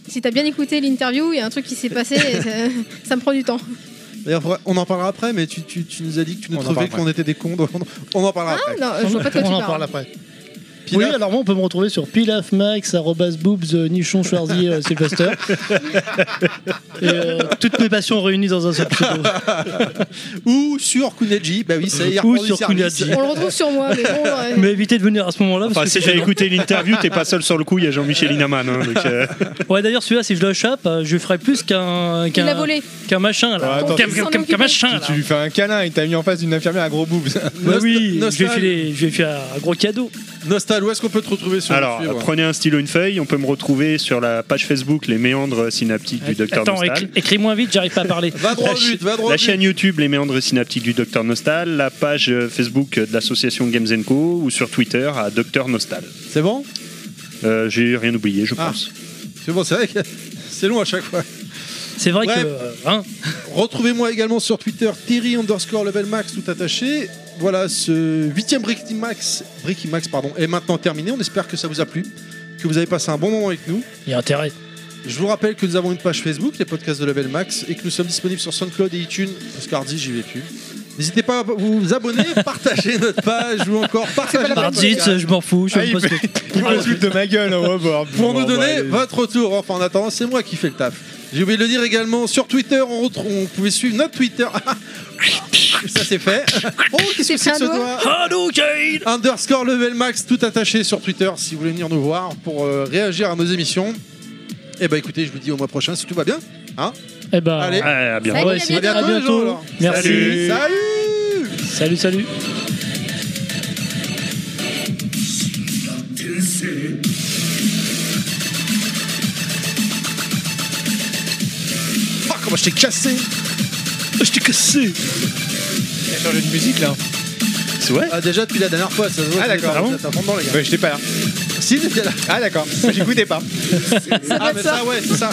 Speaker 7: Si t'as bien écouté l'interview, il y a un truc qui s'est
Speaker 5: [laughs]
Speaker 7: passé, et ça, ça me prend du temps.
Speaker 1: D'ailleurs, faudrait- on en parlera après, mais tu, tu- tu nous as dit que tu nous
Speaker 6: On en
Speaker 1: trouvais
Speaker 6: parle
Speaker 1: qu'on
Speaker 6: après.
Speaker 1: était des cons. donc On, on en parlera après.
Speaker 7: Ah, non, je vois pas de quoi
Speaker 1: On
Speaker 7: tu
Speaker 1: en
Speaker 7: parles.
Speaker 1: parle après.
Speaker 5: Oui, alors moi on peut me retrouver sur pilafmax, arrobas boobs, euh, nichon, schwarzier, euh, sylvester. Et euh, toutes mes passions réunies dans un seul pseudo.
Speaker 1: [laughs] Ou sur Kunaji, bah oui, ça y est, il a
Speaker 5: Ou
Speaker 1: reprend du
Speaker 5: sur
Speaker 1: service.
Speaker 5: Kunaji. On le retrouve
Speaker 7: sur moi, mais bon, euh,
Speaker 5: Mais évitez de venir à ce moment-là. parce
Speaker 4: Enfin,
Speaker 5: que
Speaker 4: si
Speaker 5: c'est
Speaker 4: j'ai
Speaker 5: gênant.
Speaker 4: écouté l'interview, t'es pas seul sur le coup, il y a Jean-Michel Inaman. hein,
Speaker 1: [laughs]
Speaker 4: donc, euh,
Speaker 5: Ouais, d'ailleurs, celui-là, si je le chope, euh, je lui ferai plus qu'un
Speaker 7: l'a
Speaker 5: qu'un
Speaker 7: volé.
Speaker 5: qu'un machin là.
Speaker 6: Attends,
Speaker 5: Qu'un-
Speaker 6: tu-
Speaker 5: qu'un- Qu'un machin là.
Speaker 6: tu, tu lui fais un câlin, il t'a mis en face d'une infirmière à gros boobs.
Speaker 5: [laughs] Bah oui, je vais
Speaker 6: Nostal.
Speaker 5: filer, je vais filer un gros cadeau.
Speaker 1: Nostal, où est-ce qu'on peut te retrouver sur
Speaker 4: Alors,
Speaker 1: YouTube
Speaker 4: prenez un stylo, une feuille. On peut me retrouver sur la page Facebook Les Méandres Synaptiques du Docteur
Speaker 5: Attends,
Speaker 4: Nostal.
Speaker 5: écri- écris moins vite, j'arrive pas à parler.
Speaker 1: Va droit au
Speaker 5: La chi-
Speaker 1: but, va droit au
Speaker 4: La
Speaker 1: but.
Speaker 4: chaîne YouTube Les Méandres Synaptiques du Docteur Nostal, la page euh, Facebook de l'association Games Co ou sur Twitter à Docteur Nostal. Euh,
Speaker 1: C'est bon
Speaker 4: J'ai rien oublié, je
Speaker 1: Ah.
Speaker 4: pense.
Speaker 1: C'est bon, c'est vrai que c'est long à chaque fois.
Speaker 5: C'est vrai
Speaker 1: Bref.
Speaker 5: que. hein,
Speaker 1: Retrouvez-moi également sur Twitter, Thierry underscore level max tout attaché. Voilà, ce huitième Bricky Max, Bricky Max pardon, est maintenant terminé. On espère que ça vous a plu, que vous avez passé un bon moment avec nous.
Speaker 5: il y a intérêt.
Speaker 1: Je vous rappelle que nous avons une page Facebook, les podcasts de Level Max, et que nous sommes disponibles sur SoundCloud et iTunes, parce qu'Hardy, j'y vais plus. N'hésitez pas à vous
Speaker 5: [laughs]
Speaker 1: abonner, partager notre page ou encore partager notre
Speaker 5: Hardit,
Speaker 1: podcast.
Speaker 5: je m'en fous, je sais
Speaker 1: Ah, [laughs]
Speaker 5: même
Speaker 1: il
Speaker 5: pas ce
Speaker 1: fait-
Speaker 5: que-
Speaker 6: Il m'insulte de ma gueule, hein, ouais, bah,
Speaker 1: pour
Speaker 6: bon,
Speaker 1: nous donner
Speaker 6: bah, allez.
Speaker 1: votre retour. Enfin, en attendant, c'est moi qui fais le taf. J'ai oublié de le dire également sur Twitter. On, retrouve, on pouvait suivre notre Twitter. [laughs] Ça c'est fait. Oh, qu'est-ce que c'est que ce doigt Underscore level max tout attaché sur Twitter si vous voulez venir nous voir pour euh, réagir à nos émissions. Et bah écoutez, je vous dis au mois prochain si tout va bien. Hein
Speaker 5: Eh ben,
Speaker 1: Allez,
Speaker 4: à bientôt.
Speaker 5: on va essayer.
Speaker 1: À bientôt,
Speaker 5: À
Speaker 1: les gens,
Speaker 5: bientôt.
Speaker 1: alors.
Speaker 5: Merci.
Speaker 1: Salut.
Speaker 5: Salut, salut.
Speaker 1: Ah, comment je t'ai cassé Je t'ai cassé
Speaker 6: Il a changé de musique là.
Speaker 4: C'est vrai
Speaker 1: Ah, déjà depuis la dernière fois, ça se voit.
Speaker 6: Ah,
Speaker 1: que t'es
Speaker 6: d'accord.
Speaker 1: pas-
Speaker 6: Ah bon
Speaker 1: t'as pas dedans, les gars.
Speaker 6: Bah, j'étais pas là.
Speaker 1: Si, t'étais là. [laughs]
Speaker 6: Ah, d'accord. J'écoutais pas.
Speaker 1: Ah, mais ça, ouais, c'est ça.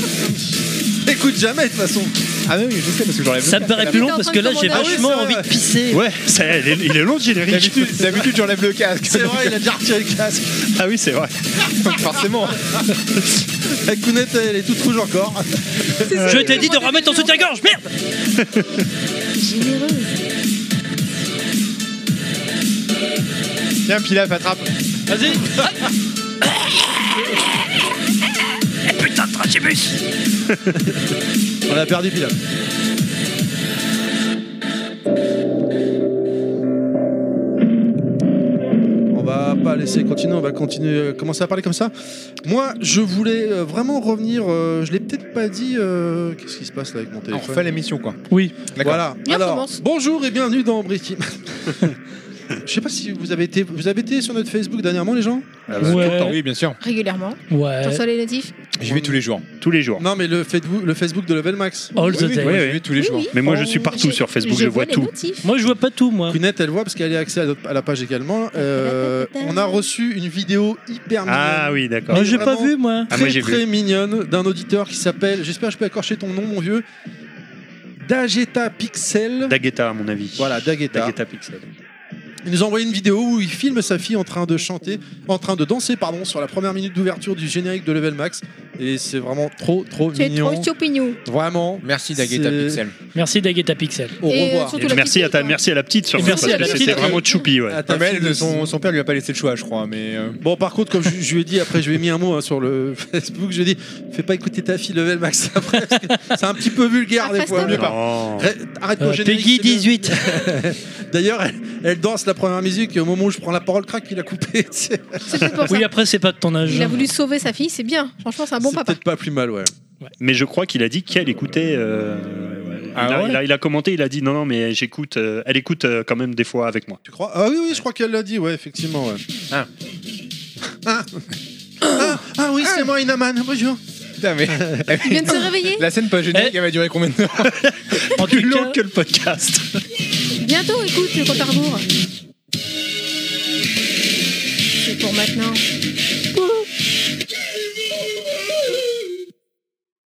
Speaker 1: Écoute jamais, de toute façon.
Speaker 6: Ah, mais oui, je sais parce que j'aurais
Speaker 5: Ça me paraît plus long parce que là, j'ai vachement envie de pisser.
Speaker 4: Ouais, ça, il est- il est long le générique.
Speaker 6: [laughs] D'habitude, d'habitude, j'enlève le casque.
Speaker 1: C'est vrai, il a déjà retiré le casque.
Speaker 4: Ah oui, c'est vrai.
Speaker 6: Forcément.
Speaker 1: La counette, Eh, elle est toute rouge encore.
Speaker 5: Je t'ai dit de remettre ton soutien-gorge, merde
Speaker 6: Tiens, Pilaf, attrape.
Speaker 4: [laughs]
Speaker 5: Vas-y
Speaker 4: Eh, Putain de trachébus
Speaker 1: On a perdu Pilaf. On va pas laisser continuer, on va continuer, euh, commencer à parler comme ça. Moi, je voulais euh, vraiment revenir. euh, je l'ai peut-être pas dit. euh, Qu'est-ce qui se passe là avec mon
Speaker 6: On
Speaker 1: téléphone
Speaker 6: refait l'émission, quoi.
Speaker 5: Oui.
Speaker 6: D'accord.
Speaker 1: Voilà. Alors, bonjour et bienvenue dans Bricky. [laughs] Je sais pas si vous avez été, vous avez été sur notre Facebook dernièrement, les gens
Speaker 6: Ah bah, tout le temps, oui, bien sûr.
Speaker 7: Régulièrement.
Speaker 5: Ouais.
Speaker 7: Tu reçois les notifs
Speaker 6: J'y vais tous les jours.
Speaker 4: Tous les jours.
Speaker 1: Non, mais le Facebook, le Facebook de Level Max.
Speaker 5: All the time.
Speaker 1: J'y vais tous les jours.
Speaker 4: Mais moi, je suis partout sur Facebook, je, vois, tout.
Speaker 5: Moi, je vois pas tout, moi.
Speaker 1: Cunette, elle voit parce qu'elle a accès à notre- à la page également. Euh, on a reçu une vidéo hyper mignonne.
Speaker 4: Ah oui, d'accord.
Speaker 1: Mais
Speaker 4: Ah, j'ai pas
Speaker 1: vraiment
Speaker 5: vu, moi.
Speaker 4: Ah,
Speaker 1: Très,
Speaker 4: moi, j'ai
Speaker 1: très
Speaker 4: vu.
Speaker 1: mignonne d'un auditeur qui s'appelle, j'espère que je peux accorcher ton nom, mon vieux, Dageta Pixel.
Speaker 4: Daguetta, à mon avis.
Speaker 1: Voilà, Daguetta.
Speaker 4: Pixel.
Speaker 1: Il nous a envoyé une vidéo où il filme sa fille en train de chanter, en train de danser, pardon, sur la première minute d'ouverture du générique de Level Max. Et c'est vraiment trop, trop
Speaker 7: Tu es
Speaker 1: mignon.
Speaker 7: trop stupignon.
Speaker 1: Vraiment.
Speaker 6: Merci
Speaker 1: Daguetta
Speaker 6: Pixel.
Speaker 5: Merci Daguetta Pixel.
Speaker 1: Au
Speaker 7: Et, euh,
Speaker 1: revoir.
Speaker 7: surtout la
Speaker 4: Merci à, ta, merci à la petite surtout
Speaker 5: Merci
Speaker 4: parce
Speaker 5: à la
Speaker 4: que
Speaker 5: petite.
Speaker 4: c'était vraiment choupi ouais.
Speaker 1: Ah, ta
Speaker 6: Mais
Speaker 1: fille
Speaker 6: elle,
Speaker 1: de-
Speaker 6: son, son père lui a pas laissé le choix, je crois. Mais euh,
Speaker 1: Bon, par contre, comme je, je lui ai dit, après, je lui ai mis un mot hein, sur le [laughs] Facebook, je lui ai dit fais pas écouter ta fille Level Max [laughs] après, parce que c'est un petit peu vulgaire des
Speaker 7: Après,
Speaker 1: fois.
Speaker 7: c'est
Speaker 1: mieux
Speaker 7: bon.
Speaker 1: pas.
Speaker 4: Non.
Speaker 1: Ré- Arrête ton
Speaker 5: Euh,
Speaker 1: générique,
Speaker 5: Peggy
Speaker 1: c'est bien.
Speaker 5: 18.
Speaker 1: [laughs] D'ailleurs, elle, elle danse la première musique et au moment où je prends la parole, craque, il a coupé. [laughs] tu sais.
Speaker 7: C'est peut-être pour ça.
Speaker 5: Oui, après, c'est pas de ton âge.
Speaker 7: Il a voulu sauver sa fille, c'est bien. Franchement, c'est un bon
Speaker 1: c'est
Speaker 7: papa.
Speaker 1: peut-être pas plus mal, ouais.
Speaker 4: Mais je crois qu'il a dit qu'elle écoutait. euh,
Speaker 6: Ah
Speaker 4: il, a,
Speaker 6: ouais
Speaker 4: il a- il a commenté, il a dit non, non, mais j'écoute. euh, elle écoute euh, quand même des fois avec moi.
Speaker 1: Tu crois Ah oui, oui, je crois qu'elle l'a dit, ouais, effectivement. Ouais.
Speaker 6: Ah.
Speaker 1: Ah. Ah, ah oui, c'est moi, Inaman, bonjour.
Speaker 6: putain, mais
Speaker 7: Il vient de se réveiller.
Speaker 6: la scène pas générique,
Speaker 5: Eh.
Speaker 6: elle va durer combien de temps [laughs]
Speaker 5: En tout
Speaker 4: Plus long
Speaker 5: cas,
Speaker 4: que le podcast.
Speaker 7: Bientôt, écoute, le compte à rebours. C'est pour maintenant.